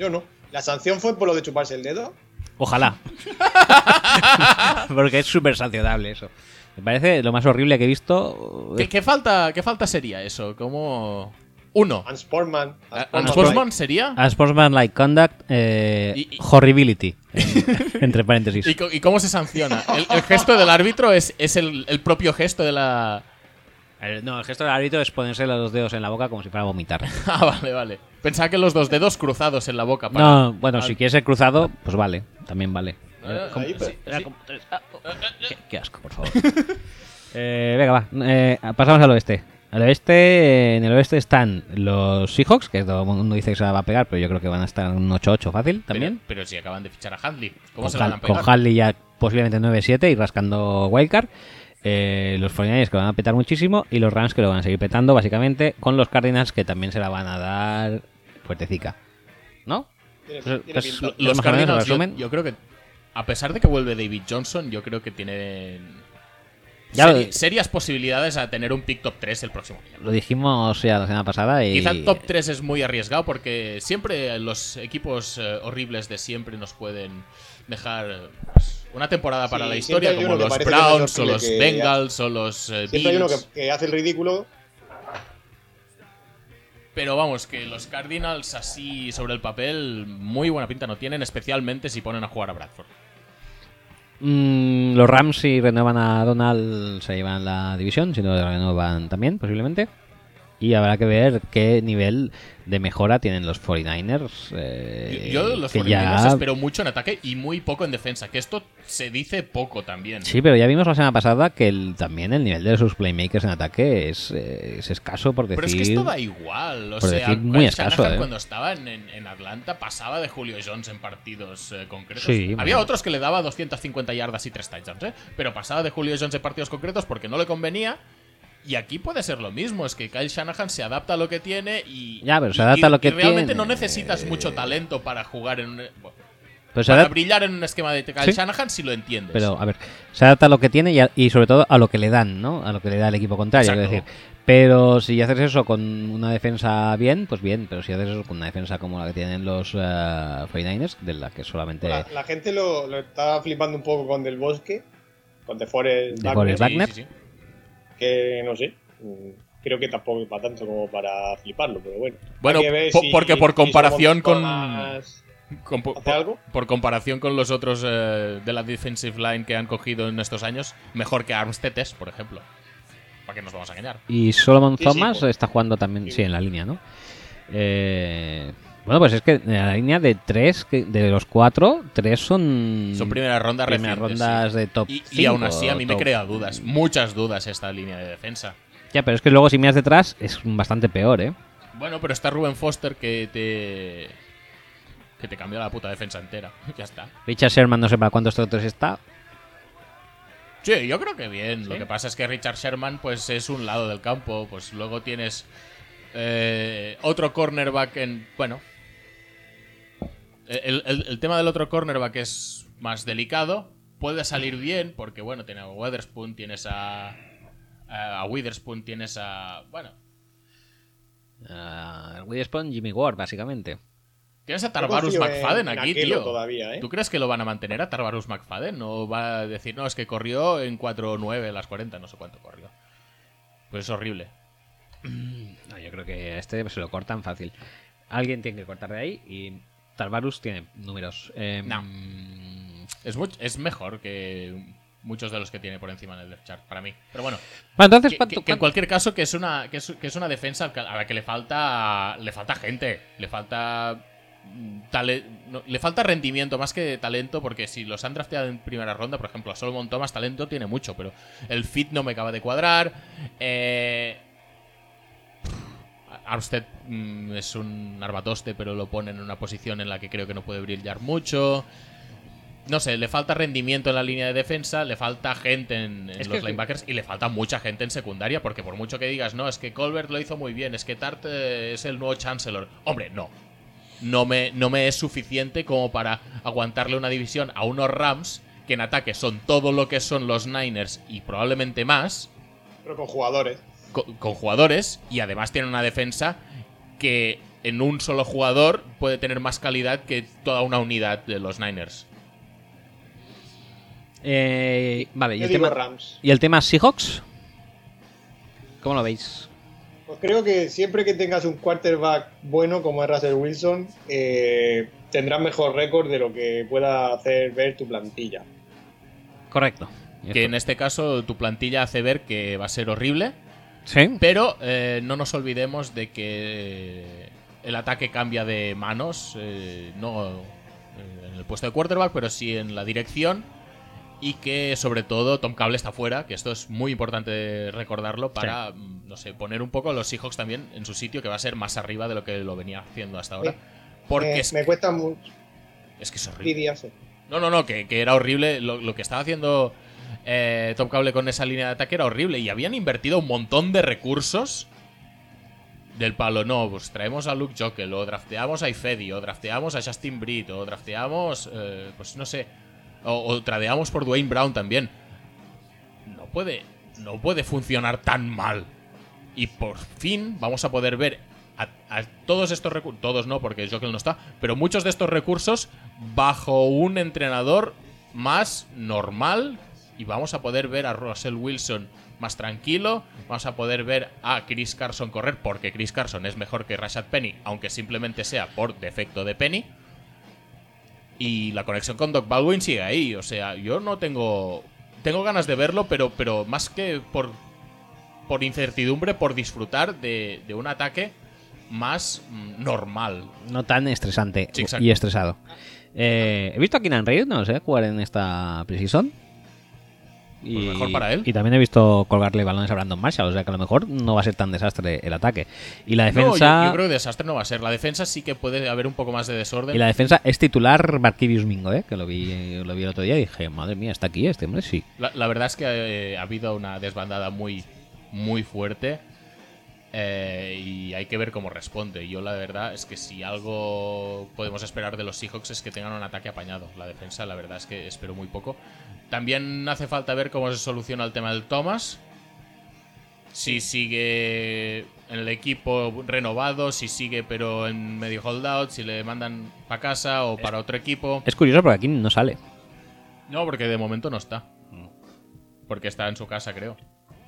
S3: yo no. La sanción fue por lo de chuparse el dedo.
S1: Ojalá. Porque es súper sancionable eso. Me parece lo más horrible que he visto. eh,
S2: ¿Qué, qué falta, ¿Qué falta sería eso? Como. Uno.
S3: And Sportman. and
S2: ¿A-
S3: Sportman.
S2: ¿An Sportsman sería?
S1: A Sportsman Like Conduct, eh,
S2: Y- y-
S1: horribility. entre paréntesis.
S2: ¿Y, co- y cómo se sanciona? ¿El, el gesto del árbitro es, es el, el propio gesto de la.
S1: El- No, el gesto del árbitro es ponerse los dedos en la boca como si fuera a vomitar.
S2: Ah, vale, vale. Pensaba que los dos dedos cruzados en la boca. para-
S1: No, eh, bueno,
S2: Ah,
S1: si quieres ser cruzado, pues vale, también vale.
S2: Ah,
S1: Como-
S3: ahí, pues,
S1: era como- ah,
S2: Eh,
S1: oh, qué, qué asco, por favor. Eh, venga, va. eh, pasamos al oeste. Al oeste, eh, en el oeste están los Seahawks, que todo el mundo dice que se la va a pegar, pero yo creo que van a estar un 8-8 fácil
S2: pero-
S1: también.
S2: Pero, si acaban de fichar a Handley. ¿Cómo
S1: con,
S2: se la
S1: Hal-
S2: van a
S1: con
S2: pegar?
S1: Hadley ya posiblemente 9-7 y rascando Wildcard. Eh, los 49 que lo van a petar muchísimo y los Rams que lo van a seguir petando, básicamente, con los Cardinals que también se la van a dar fuertecica. ¿No?
S3: Tiene-
S1: Pues-
S3: tiene
S1: pues
S3: pinta.
S1: lo- los
S2: Cardinals,
S1: Cardinals,
S2: yo-
S1: resumen.
S2: Yo, creo que. A pesar de que vuelve David Johnson, yo creo que tienen.
S1: Ya lo-
S2: seri- serias posibilidades a tener un pick top 3 el próximo año.
S1: Lo dijimos ya la semana pasada y...
S2: Quizá el top 3 es muy arriesgado porque siempre los equipos eh, horribles de siempre nos pueden dejar pues, una temporada para
S3: Sí,
S2: la
S3: siempre
S2: historia
S3: hay uno
S2: como
S3: que
S2: los
S3: parece que no
S2: Browns
S3: se
S2: o
S3: horrible,
S2: los
S3: que
S2: Bengals o los eh,
S3: Siempre hay uno
S2: Bills.
S3: que, que hace el ridículo.
S2: Pero vamos, que los Cardinals así sobre el papel muy buena pinta no tienen, especialmente si ponen a jugar a Bradford.
S1: Mm, los Rams si renuevan a Donald se llevan la división, si no la renuevan también posiblemente. Y habrá que ver qué nivel de mejora tienen los 49ers. eh,
S2: Yo, yo los
S1: que
S2: 49ers
S1: ya-
S2: espero mucho en ataque y muy poco en defensa, que esto se dice poco también.
S1: Sí, pero ya vimos la semana pasada que el- también el nivel de sus playmakers en ataque es, eh, es escaso por decir.
S2: Pero es que esto da igual. O
S1: por
S2: sea,
S1: decir muy
S2: Kyle
S1: escaso,
S2: Shanahan
S1: ¿eh?
S2: cuando estaba en, en- en Atlanta pasaba de Julio Jones en partidos eh, concretos.
S1: Sí,
S2: Había
S1: bueno.
S2: otros que le daba 250 yardas y 3 touchdowns, ¿eh? pero pasaba de Julio Jones en partidos concretos porque no le convenía. Y aquí puede ser lo mismo, es que Kyle Shanahan se adapta a lo que tiene y.
S1: Ya, pero se
S2: y-
S1: adapta a lo
S2: y
S1: que
S2: Realmente
S1: tiene.
S2: no necesitas mucho talento para jugar en. un-
S1: Pero se
S2: Para
S1: adap-
S2: brillar en un esquema de Kyle
S1: Sí.
S2: Shanahan si lo entiendes.
S1: Pero, a ver, se adapta a lo que tiene y, a- y sobre todo a lo que le dan, ¿no? A lo que le da el equipo contrario, quiero
S2: Exacto.
S1: decir. Pero si haces eso con una defensa bien, pues bien. Pero si haces eso con una defensa como la que tienen los eh, 49ers, de la que solamente...
S3: La, la gente lo, lo está flipando un poco con Del Bosque, con The Forest,
S1: De
S3: Wagner,
S1: Forest
S2: Sí,
S1: Wagner.
S2: sí, sí.
S3: que no sé. mm, Creo que tampoco es para tanto como para fliparlo, pero bueno.
S2: Bueno,
S3: Hay que ver
S2: po-
S3: si-
S2: porque por
S3: si somos
S2: comparación con-
S3: más-
S2: Con- por,
S3: ¿Hace algo?
S2: por comparación con los otros eh, de la defensive line que han cogido en estos años, mejor que Armstead es, por ejemplo. ¿Para qué nos vamos a engañar?
S1: Y Solomon
S3: Sí, sí,
S1: Thomas
S3: pues.
S1: está jugando también, sí,
S3: Sí.
S1: en la línea, ¿no? Eh, bueno, pues es que en la línea de tres, que- de los cuatro, tres son.
S2: Son primeras rondas
S1: Mm, primeras
S2: recientes,
S1: rondas
S2: sí.
S1: de top.
S2: Y, y
S1: cinco,
S2: aún así a mí me
S1: top-
S2: crea dudas, muchas dudas esta línea de defensa.
S1: Ya, pero es que luego si miras detrás es bastante peor, ¿eh?
S2: Bueno, pero está Rubén Foster que te. que te cambió la puta defensa entera. Ya está.
S1: Richard Sherman no sé para cuántos trotes está.
S2: Sí, yo creo que bien. Lo que pasa es que Richard Sherman, pues es un lado del campo. Pues luego tienes eh, otro cornerback en. Bueno. El, el- el tema del otro cornerback es más delicado. Puede salir bien, porque bueno, tienes a Weatherspoon, tienes a. A a Witherspoon, tienes a. Bueno,
S1: Ah, Witherspoon, Jimmy Ward, básicamente.
S2: Tienes a Tarvarus
S3: confío en-
S2: McFadden
S3: en
S2: aquí,
S3: aquello
S2: tío.
S3: todavía, ¿eh?
S2: ¿Tú crees que lo van a mantener a Tarvarus McFadden? No va a decir, no, es que corrió en 4.9 las 40, no sé cuánto corrió. Pues es horrible.
S1: No, yo creo que a este se lo cortan fácil. Alguien tiene que cortar de ahí y Tarvarus tiene números. Eh,
S2: No.
S1: mm,
S2: Es, much- es mejor que muchos de los que tiene por encima en el depth chart, para mí. Pero bueno,
S1: Bueno, entonces,
S2: que,
S1: ¿cuánto-
S2: que- que en
S1: cuánto-
S2: cualquier caso, que es una, que es, que es una defensa a la que le falta, le falta gente, le falta mm, tale- no, le falta rendimiento más que talento, porque si los han drafteado en primera ronda, por ejemplo, a Solomon Thomas talento tiene mucho, pero el fit no me acaba de cuadrar. Eh, Armstead mm, es un arbatoste, pero lo ponen en una posición en la que creo que no puede brillar mucho. No sé, le falta rendimiento en la línea de defensa, le falta gente en, en
S1: Es que
S2: los
S1: sí.
S2: linebackers y le falta mucha gente en secundaria, porque por mucho que digas, no, es que Colbert lo hizo muy bien, es que Tart eh, es el nuevo Chancellor. Hombre, no. No me, no me es suficiente como para aguantarle una división a unos Rams que en ataque son todo lo que son los Niners y probablemente más
S3: Pero con jugadores.
S2: co- con, jugadores y además tiene una defensa que en un solo jugador puede tener más calidad que toda una unidad de los Niners.
S1: Eh, vale, y
S3: Yo
S1: el,
S3: digo
S1: tema,
S3: Rams.
S1: ¿y el tema Seahawks? ¿Cómo lo veis?
S3: Pues creo que siempre que tengas un quarterback bueno como es Russell Wilson, eh, tendrás mejor récord de lo que pueda hacer ver tu plantilla.
S1: Correcto.
S2: Que en este caso tu plantilla hace ver que va a ser horrible,
S1: Sí.
S2: pero eh, no nos olvidemos de que el ataque cambia de manos, eh, no eh, en el puesto de quarterback, pero sí en la dirección. Y que sobre todo Tom Cable está fuera, que esto es muy importante recordarlo para, mm, no sé, poner un poco a los Seahawks también en su sitio, que va a ser más arriba de lo que lo venía haciendo hasta ahora.
S3: Sí. Eh,
S2: Porque
S3: me,
S2: es,
S3: me cuesta mucho
S2: es que es horrible.
S3: lidiarse.
S2: No, no, no, que, que era horrible. Lo, lo que estaba haciendo eh, Tom Cable con esa línea de ataque era horrible. Y habían invertido un montón de recursos del palo. No, pues traemos a Luke Jokel, o drafteamos a Ifedi, o drafteamos a Justin Britt, o drafteamos, eh, pues no sé, o, o tradeamos por Dwayne Brown también. No puede, no puede funcionar tan mal. Y por fin vamos a poder ver a, a todos estos recursos, todos no, porque Jokel no está, pero muchos de estos recursos bajo un entrenador más normal y vamos a poder ver a Russell Wilson más tranquilo, vamos a poder ver a Chris Carson correr, porque Chris Carson es mejor que Rashad Penny, aunque simplemente sea por defecto de Penny. Y la conexión con Doc Baldwin sigue ahí. O sea, yo no tengo. Tengo ganas de verlo, pero, pero más que por, por incertidumbre, por disfrutar de, de un ataque más mm, normal.
S1: No tan estresante
S2: Sí, exacto.
S1: y estresado. Eh, he visto a Keenan Reeves, no sé, jugar en esta preseason.
S2: Pues mejor para él.
S1: Y también he visto colgarle balones a Brandon Marshall, o sea que a lo mejor no va a ser tan desastre el ataque. Y la
S2: No, yo-
S1: defensa,
S2: yo, creo que desastre no va a ser. La defensa sí que puede haber un poco más de desorden.
S1: y la defensa es titular Barquibius Mingo, ¿eh? que lo vi, lo vi el otro día y dije, madre mía, está aquí este hombre, sí.
S2: La, la verdad es que eh, ha habido una desbandada muy, muy fuerte. eh, y hay que ver cómo responde. Yo la verdad es que si algo podemos esperar de los Seahawks es que tengan un ataque apañado. La defensa, la verdad es que espero muy poco. También hace falta ver cómo se soluciona el tema del Thomas. Si sigue en el equipo renovado, si sigue pero en medio holdout, si le mandan para casa o para otro equipo.
S1: Es curioso porque aquí no sale.
S2: No, porque de momento no está. Porque está en su casa, creo.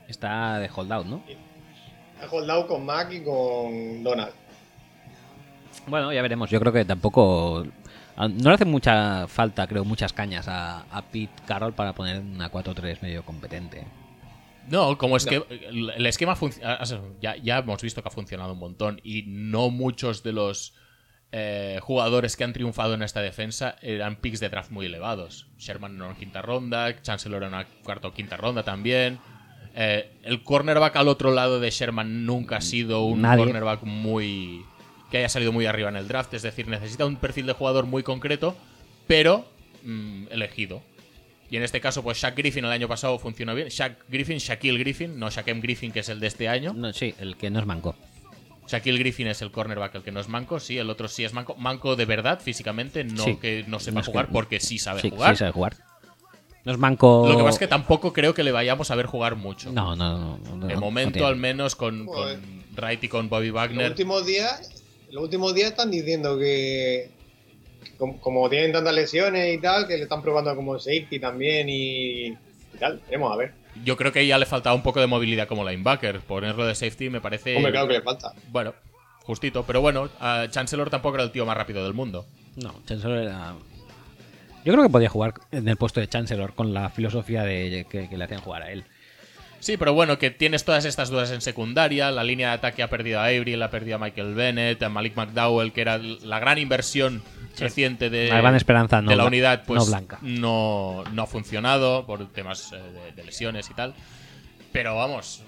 S1: Está de holdout, ¿no?
S3: Ha holdado con Mac y con Donald.
S1: Bueno, ya veremos. Yo creo que tampoco. a- No le hace mucha falta, creo, muchas cañas a, a Pete Carroll para poner una 4-3 medio competente.
S2: No, como es que el esquema func- ah, ah, ya, ya hemos visto que ha funcionado un montón y no muchos de los eh, jugadores que han triunfado en esta defensa eran picks de draft muy elevados. Sherman en una quinta ronda, Chancellor en una cuarta o quinta ronda también. Eh, el cornerback al otro lado de Sherman nunca ha sido un
S1: Nadie.
S2: cornerback muy que haya salido muy arriba en el draft, es decir, necesita un perfil de jugador muy concreto, pero mm, elegido. Y en este caso, pues Shaq Griffin el año pasado funcionó bien. Shaq Griffin, Shaquille Griffin, no Shaquem Griffin, que es el de este año.
S1: No, sí, el que no es manco.
S2: Shaquille Griffin es el cornerback, el que no es manco, sí, el otro sí es manco. Manco de verdad, físicamente, no
S1: Sí.
S2: que no
S1: No
S2: sepa
S1: es que-
S2: jugar, porque sí sabe
S1: Sí,
S2: jugar.
S1: sí sabe jugar. No es manco.
S2: Lo que pasa es que tampoco creo que le vayamos a ver jugar mucho.
S1: No, no, no. no,
S2: de
S1: no
S2: momento,
S1: tiene.
S2: al menos, con,
S3: Joder.
S2: con Wright y con Bobby
S3: Los
S2: Wagner.
S3: últimos días, los últimos días están diciendo que como, como tienen tantas lesiones y tal, que le están probando como safety también y, y tal. Veremos a ver.
S2: Yo creo que ya le faltaba un poco de movilidad como linebacker. Ponerlo de safety me parece.
S1: Eh,
S3: Hombre, claro que le falta.
S2: Bueno, justito. Pero bueno, a Chancellor tampoco era el tío más rápido del mundo.
S1: No, Chancellor era. Yo creo que podía jugar en el puesto de Chancellor con la filosofía de que, que le hacían jugar a él.
S2: Sí, pero bueno, que tienes todas estas dudas en secundaria. La línea de ataque ha perdido a Avril, ha perdido a Michael Bennett, a Malik McDowell, que era la gran inversión reciente de,
S1: La gran esperanza no
S2: de la
S1: bla-
S2: unidad, pues
S1: no blanca.
S2: No, no ha funcionado por temas eh, de, de lesiones y tal. Pero vamos,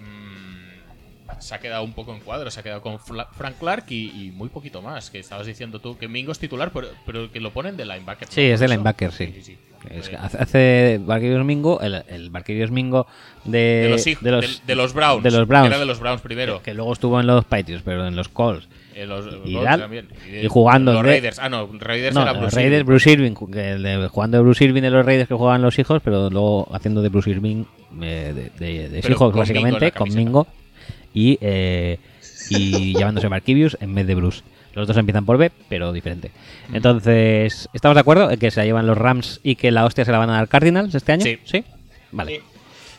S2: mm, se ha quedado un poco en cuadro, se ha quedado con Fla- Frank Clark y, y muy poquito más. Que estabas diciendo tú que Mingo es titular, pero, pero que lo ponen de linebacker.
S1: Sí,
S2: ¿no?
S1: es de
S2: Eso.
S1: linebacker, sí.
S2: sí,
S1: Es que
S2: Eh,
S1: hace- hace Barquillos Mingo, el, el Barquillos Mingo eh, de,
S2: de los, hij- de,
S1: los-
S2: de los Browns.
S1: de los Browns.
S2: Era de los Browns primero.
S1: Que luego estuvo en los Patriots, pero en los Colts.
S2: Eh, los,
S1: Y
S2: los
S1: tal.
S2: también. Eh,
S1: Y jugando
S2: Los
S1: en de-
S2: Raiders. Ah, no, Raiders
S1: No,
S2: era
S1: los
S2: Bruce
S1: Raiders,
S2: Irving.
S1: Bruce Irving, ju- que el de- jugando de Bruce Irving de los Raiders que jugaban los hijos, pero luego haciendo de Bruce Irving eh, de, de, de
S2: Pero
S1: hijos,
S2: con Mingo en
S1: básicamente,
S2: la
S1: con
S2: camiseta.
S1: Mingo y, eh, y llamándose Marquibius en vez de Bruce. Los dos empiezan por B, pero diferente.
S2: Mm.
S1: Entonces, ¿estamos de acuerdo en que se la llevan los Rams y que la hostia se la van a dar Cardinals este año?
S2: Sí.
S1: Vale.
S3: Sí.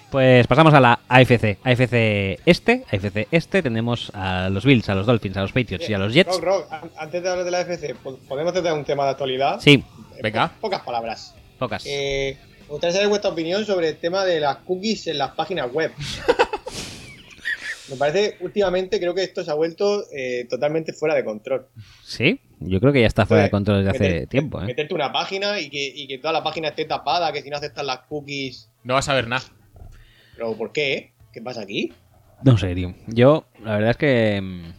S1: Pues pasamos a la AFC. AFC este, AFC este, tenemos a los Bills, a los Dolphins, a los Patriots y a los Jets.
S3: Rock, Rock, an- antes de hablar de la FC, po- ¿podemos tratar un tema de actualidad?
S1: Sí,
S3: En
S2: Venga.
S3: po- pocas palabras.
S1: pocas.
S3: Eh, me gustaría saber vuestra opinión sobre el tema de las cookies en las páginas web. Me parece, últimamente, creo que esto se ha vuelto eh, totalmente fuera de control.
S1: Sí, yo creo que ya está fuera de control desde hace
S3: Meter-
S1: tiempo. ¿eh?
S3: Meterte una página y que, y que toda la página esté tapada, que si no aceptan las cookies.
S2: No vas a ver nada.
S3: ¿Pero por qué? ¿Qué pasa aquí?
S1: No sé, tío. Yo, la verdad es que. mm,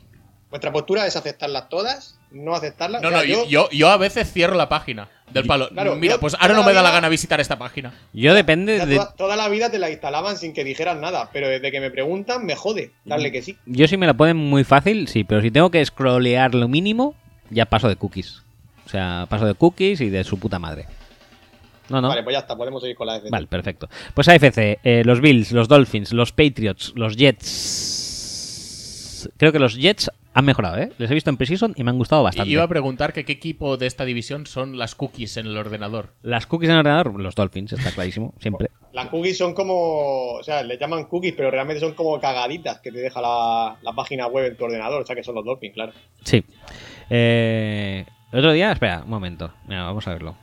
S3: Vuestra postura es aceptarlas todas, no aceptarlas.
S2: No,
S3: Ah, O sea,
S2: no, yo, yo, yo a veces cierro la página del palo.
S3: Claro,
S2: Mira,
S3: yo
S2: pues ahora no me da la
S3: todavía-
S2: gana visitar esta página.
S1: Yo depende
S3: Ya
S1: de.
S3: toda, toda la vida te la instalaban sin que dijeras nada, pero desde que me preguntan me jode
S1: Mm.
S3: darle que sí.
S1: Yo si me la ponen muy fácil, sí, pero si tengo que scrollear lo mínimo, ya paso de cookies. O sea, paso de cookies y de su puta madre. No, no.
S3: Vale, pues ya está, podemos seguir con la FC.
S1: Vale, perfecto. Pues AFC, eh, los Bills, los Dolphins, los Patriots, los Jets. Creo que los Jets han mejorado, ¿eh? Les he visto en preseason y me han gustado bastante.
S2: Iba a preguntar que qué equipo de esta división son las cookies en el ordenador.
S1: Las cookies en el ordenador, los Dolphins, está clarísimo, siempre.
S3: Las cookies son como. O sea, le llaman cookies, pero realmente son como cagaditas que te deja la, la página web en tu ordenador. O sea, que son los Dolphins, claro.
S1: Sí. Eh, el otro día, espera, un momento. Mira, vamos a verlo.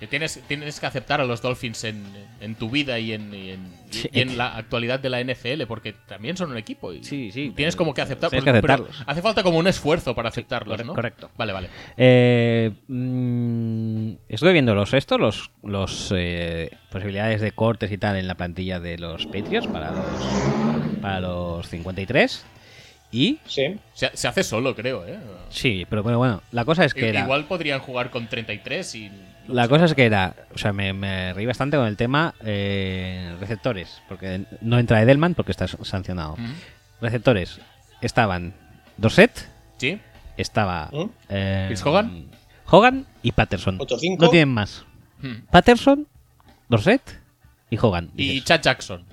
S2: Que tienes, tienes que aceptar a los Dolphins en, en tu vida y en, y en- y-
S1: Sí.
S2: y en la actualidad de la NFL, porque también son un equipo. Y
S1: Sí, sí, pero-
S2: Tienes como que aceptar.
S1: tienes que
S2: pero- pero
S1: aceptarlos.
S2: hace falta como un esfuerzo para aceptarlos,
S1: corre-
S2: ¿no?
S1: correcto.
S2: Vale, vale.
S1: Eh, mm, estoy viendo los estos, los, los eh, posibilidades de cortes y tal en la plantilla de los Patriots para los, para los 53. Y.
S3: Sí.
S2: Se, se hace solo, creo, ¿eh?
S1: Sí, pero bueno, bueno, la cosa es que
S2: I-
S1: era.
S2: Igual podrían jugar con 33 y. no
S1: La
S2: sé.
S1: cosa es que era, o sea, me, me reí bastante con el tema eh, receptores, porque no entra Edelman porque está sancionado.
S2: Ujú.
S1: Receptores, estaban Dorset,
S2: ¿Sí?
S1: estaba
S3: ¿Mm?
S1: eh,
S2: Chris Hogan.
S1: Hogan y Patterson.
S3: 8-5.
S1: No tienen más.
S2: Hmm.
S1: Patterson, Dorset y Hogan.
S2: Y
S1: Dices,
S2: Chad Jackson.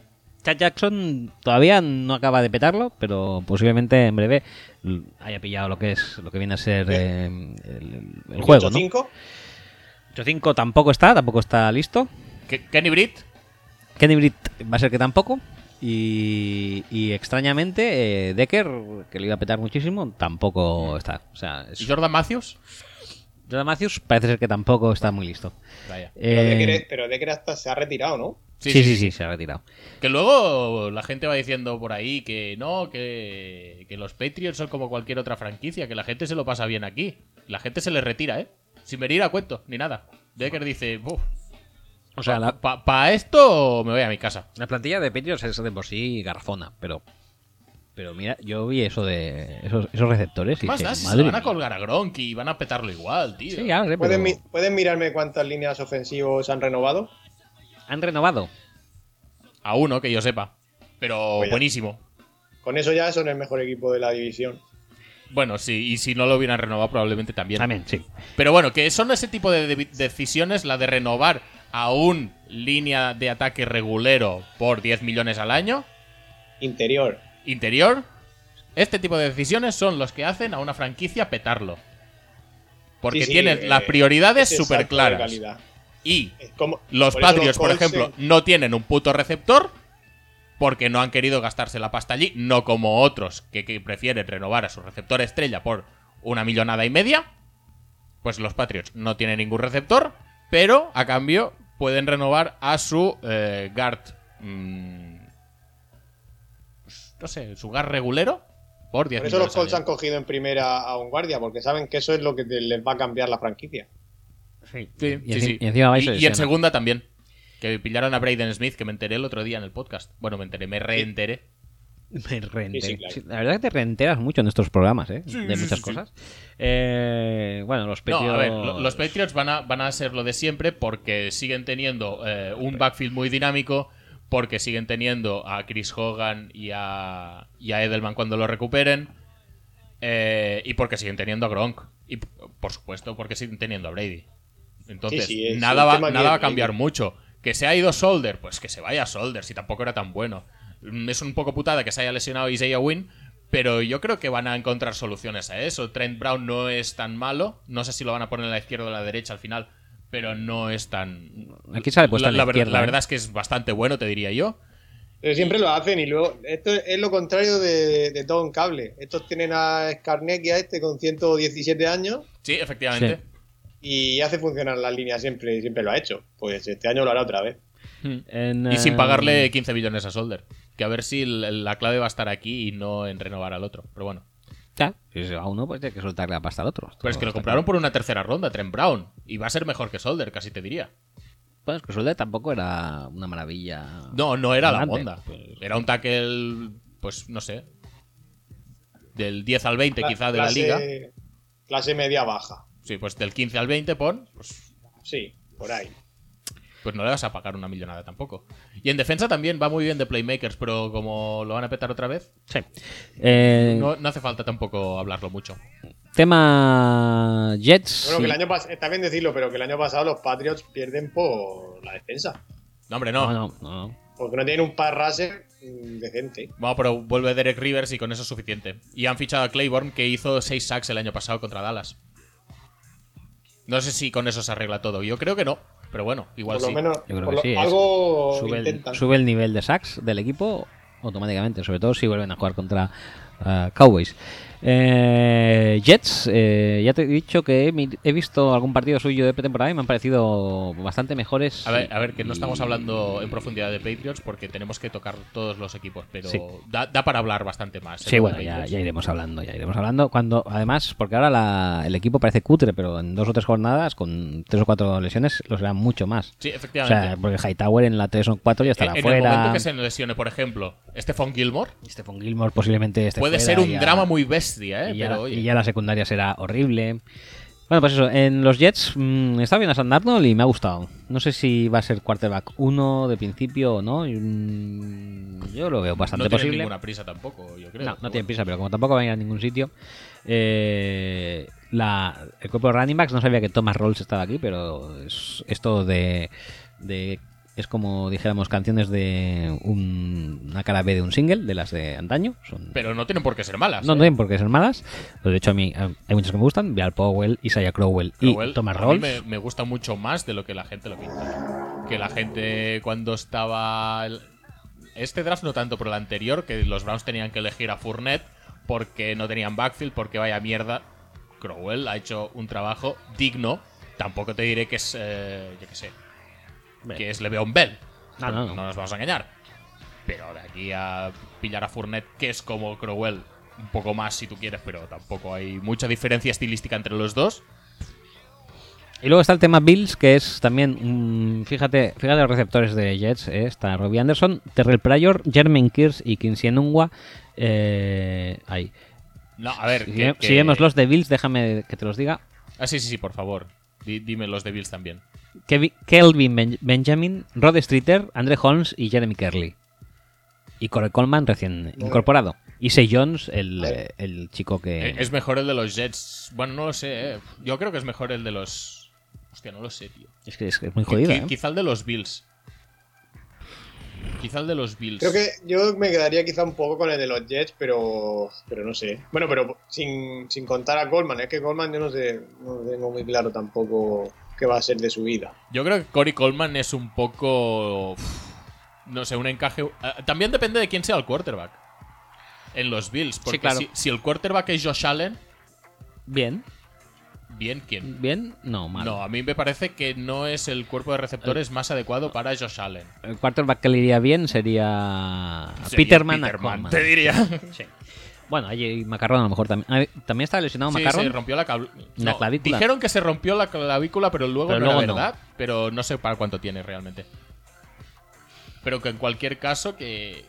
S1: Chad Jackson todavía no acaba de petarlo, pero posiblemente en breve l- haya pillado lo que es lo que viene a ser eh, el, el juego, ¿no?
S3: 8-5.
S1: 8-5 tampoco está, tampoco está listo.
S2: Ke- Kenny Britt.
S1: Kenny Britt va a ser que tampoco. Y, y extrañamente, eh, Decker, que le iba a petar muchísimo, tampoco está. O sea, es-
S2: ¿Y Jordan Matthews?
S1: Jordan Matthews parece ser que tampoco está muy listo.
S2: Vaya.
S3: Pero
S1: Eh,
S3: Decker- Pero Decker hasta se ha retirado, ¿no?
S1: Sí sí, sí, se ha retirado.
S2: Que luego la gente va diciendo por ahí que no, que, que los Patriots son como cualquier otra franquicia, que la gente se lo pasa bien aquí. La gente se les retira, ¿eh? Sin venir a cuento, ni nada. Decker dice, "Buf,
S1: O sea, la,
S2: pa, pa esto me voy a mi casa.
S1: la plantilla de Patriots es de por sí garrafona, pero. Pero mira, yo vi eso de esos, esos receptores y
S2: Más
S1: dije,
S2: da, si se
S1: madre
S2: van a
S1: mía.
S2: colgar a Gronky y van a petarlo igual, tío.
S1: Sí, ya lo sé, pero
S3: ¿Pueden, mi- pueden mirarme cuántas líneas ofensivas han renovado?
S1: han renovado.
S2: A uno, que yo sepa. Pero
S3: Oye.
S2: buenísimo.
S3: Con eso ya son el mejor equipo de la división.
S2: Bueno, sí, y si no lo hubieran renovado, probablemente también.
S1: También, sí.
S2: Pero bueno, que son ese tipo de de- decisiones, la de renovar a un línea de ataque regulero por 10 millones al año,
S3: Interior.
S2: interior. Este tipo de decisiones son los que hacen a una franquicia petarlo. Porque
S3: Sí, sí,
S2: tienes
S3: eh,
S2: las prioridades
S3: ese salto de
S2: súper claras.
S3: calidad.
S2: Y
S3: Es como-
S2: Los
S3: eso
S2: Patriots, por
S3: Colts
S2: ejemplo,
S3: en-
S2: no tienen un puto receptor porque no han querido gastarse la pasta allí, no como otros que, que prefieren renovar a su receptor estrella por una millonada y media. Pues los Patriots no tienen ningún receptor, pero a cambio pueden renovar a su eh, guard. mm, pues, no sé, su guard regulero por 10
S3: Por eso los
S2: millones al
S3: Colts han
S2: año.
S3: cogido en primera a un guardia, porque saben que eso es lo que te- les va a cambiar la franquicia.
S2: Sí,
S1: Y
S2: sí,
S1: enci-
S2: sí.
S1: y encima vais
S2: Y-
S1: a
S2: y en
S1: lesionar.
S2: segunda también. Que pillaron a Braden Smith, que me enteré el otro día en el podcast. Bueno, me enteré, me reenteré.
S1: Me reenteré.
S3: Sí, sí, claro.
S1: Sí, la verdad es que te reenteras mucho en estos programas, ¿eh? de muchas
S2: sí, sí.
S1: cosas. Eh, bueno, los Patriots...
S2: No, a ver, lo- los Patriots van a, van a ser lo de siempre porque siguen teniendo eh, un backfield muy dinámico, porque siguen teniendo a Chris Hogan y a, y a Edelman cuando lo recuperen, eh, y porque siguen teniendo a Gronk, y p- por supuesto porque siguen teniendo a Brady. Entonces,
S3: Sí, sí, es
S2: nada,
S3: un
S2: va,
S3: tema que
S2: nada va a
S3: Brady-
S2: cambiar mucho. Que se ha ido Solder, pues que se vaya Solder, si tampoco era tan bueno. Mm, Es un poco putada que se haya lesionado Isaiah Wynn, pero yo creo que van a encontrar soluciones a eso. Trent Brown no es tan malo, no sé si lo van a poner en la izquierda o en la derecha al final, pero no es tan...
S1: Aquí sale puesto
S2: la,
S1: en la
S2: la ver-
S1: izquierda,
S2: la
S1: ¿eh?
S2: verdad es que es bastante bueno, te diría yo.
S3: Pero siempre lo hacen y luego. Esto es lo contrario de, de todo un cable. Estos tienen a Skarnek y a este con 117 años
S2: Sí, efectivamente.
S3: y hace funcionar las líneas siempre, siempre lo ha hecho. Pues este año lo hará otra vez.
S1: en,
S2: Y sin
S1: eh,
S2: pagarle 15 millones a Solder. Que a ver si l- la clave va a estar aquí y no en renovar al otro. Pero bueno.
S1: ya, Si se va uno, pues tiene que soltarle la pasta al otro.
S2: Pero Pues es que lo
S1: Está
S2: compraron por una tercera ronda, Trent Brown. Y va a ser mejor que Solder, casi te diría.
S1: Pues que Solder tampoco era una maravilla.
S2: No, no era la
S1: Adelante.
S2: onda. Era un tackle, pues no sé. Del 10 al 20 quizá de la
S3: Clase-
S2: liga.
S3: Clase media baja.
S2: Sí, pues del 15 al 20 pon. Pues,
S3: Sí, por ahí.
S2: pues no le vas a pagar una millonada tampoco. Y en defensa también va muy bien de playmakers, pero como lo van a petar otra vez,
S1: Sí. Eh,
S2: no, no hace falta tampoco hablarlo mucho.
S1: Tema Jets.
S3: Bueno, que el
S1: sí.
S3: año pas- está bien decirlo, pero que el año pasado los Patriots pierden por la defensa.
S2: No, hombre,
S1: No, no, no, no.
S3: Porque no tienen un pass rusher mm, decente.
S2: Bueno, pero vuelve Derek Rivers y con eso es suficiente. Y han fichado a Claiborne que hizo 6 sacks el año pasado contra Dallas. No sé si con eso se arregla todo. Yo creo que no. Pero bueno, igual
S3: Por lo
S2: sí.
S3: menos
S1: creo
S3: por
S1: que
S3: lo-
S1: sí, es-
S3: algo
S1: Sube el,
S3: intentan.
S1: sube el nivel de sacks del equipo automáticamente, sobre todo si vuelven a jugar contra ah, Cowboys. Eh, Jets, eh, ya te he dicho que he, mi- he visto algún partido suyo de pretemporada y me han parecido bastante mejores.
S2: A ver, a ver, que no
S1: Y-
S2: estamos hablando en profundidad de Patriots porque tenemos que tocar todos los equipos, pero
S1: Sí.
S2: da, da para hablar bastante más. ¿eh?
S1: Sí, bueno,
S2: Con
S1: ya,
S2: Patriots.
S1: ya iremos hablando, ya iremos hablando. Cuando, además, porque ahora la- el equipo parece cutre, pero en dos o tres jornadas, con tres o cuatro lesiones, lo serán mucho más.
S2: Sí,
S1: O
S2: efectivamente.
S1: sea, porque Hightower en la 3 o 4 ya
S2: En-
S1: estará
S2: en el
S1: fuera.
S2: momento que se lesione, por ejemplo, Stephon Gilmore,
S1: Stephen Gilmore posiblemente esté
S2: puede
S1: fuera
S2: ser un
S1: y ya-
S2: drama muy bestia, ¿eh?
S1: y ya,
S2: pero oye,
S1: y ya la secundaria será horrible. Bueno, pues eso, en los Jets mm, está bien a Sam Darnold y me ha gustado. No sé si va a ser quarterback 1 de principio o no. y, mm, Yo lo veo bastante
S2: no tiene
S1: posible.
S2: ninguna prisa tampoco, yo creo.
S1: No, no
S2: Pero
S1: tiene
S2: bueno.
S1: prisa, pero como tampoco va a ir a ningún sitio. eh, la- el cuerpo de running backs, no sabía que Thomas Rolls estaba aquí, pero es esto de. de- es como dijéramos canciones de un- una cara B de un single, de las de antaño. Son,
S2: Pero no tienen por qué ser malas.
S1: no
S2: ¿eh?
S1: tienen por qué ser malas. Pues de hecho, a mí eh, hay muchas que me gustan: Bill Powell, Isaiah Crowell y
S2: Crowell,
S1: Thomas
S2: a mí
S1: Rolls.
S2: Me, me gusta mucho más de lo que la gente lo pinta. Que la gente cuando estaba... el- Este draft no tanto, pero el anterior, que los Browns tenían que elegir a Fournette porque no tenían backfield, porque vaya mierda. Crowell ha hecho un trabajo digno. Tampoco te diré que es, eh, yo qué sé, que es Le'Veon Bell.
S1: No, no, no.
S2: no nos vamos a engañar. Pero de aquí a pillar a Fournette, que es como Crowell, un poco más si tú quieres, pero tampoco hay mucha diferencia estilística entre los dos.
S1: Y luego está el tema Bills, que es también, mm, fíjate, fíjate los receptores de Jets, eh, está Robbie Anderson, Terrell Pryor, Jermaine Kearse y Quincy Enungwa. Eh, ahí.
S2: No, a ver.
S1: Si,
S2: que- que-
S1: si vemos los de Bills, déjame que te los diga.
S2: Ah, sí, sí, sí, por favor. Di- dime los de Bills también.
S1: Kevi- Kelvin Ben- Benjamin, Rod Streeter, Andre Holmes y Jeremy Kerley. Y Corey Coleman recién incorporado. Y Say Jones, el, eh, el chico que...
S2: Eh, Es mejor el de los Jets. Bueno, no lo sé, eh. Yo creo que es mejor el de los. Hostia, no lo sé, tío.
S1: es que es, que es muy jodido, ¿eh?
S2: Qui- Quizá el de los Bills. Quizá el de los Bills.
S3: Creo que yo me quedaría quizá un poco con el de los Jets, pero, pero no sé. Bueno, pero sin, sin contar a Goldman, es que Goldman yo no sé, no tengo muy claro tampoco qué va a ser de su vida.
S2: Yo creo que Cory Coleman es un poco. No sé, un encaje. Ah, También depende de quién sea el quarterback. En los Bills. Porque
S1: claro.
S2: si, si el quarterback es Josh Allen,
S1: Bien,
S2: bien, ¿quién?
S1: bien, no, mal. Eh.
S2: No, a mí me parece que no es el cuerpo de receptores más adecuado para Josh Allen.
S1: El Eh, quarterback que le iría bien sería,
S2: Sería
S1: Peterman, a Coleman.
S2: te diría.
S1: Sí. Bueno, allí Macarrón a lo mejor también. Ah, También está lesionado
S2: Sí,
S1: Macarrón.
S2: se rompió la, cab-
S1: La
S2: no,
S1: clavícula.
S2: Dijeron que se rompió la clavícula, pero luego
S1: Pero
S2: no era
S1: luego no.
S2: verdad. Pero no sé para cuánto tiene realmente. Pero que en cualquier caso, que,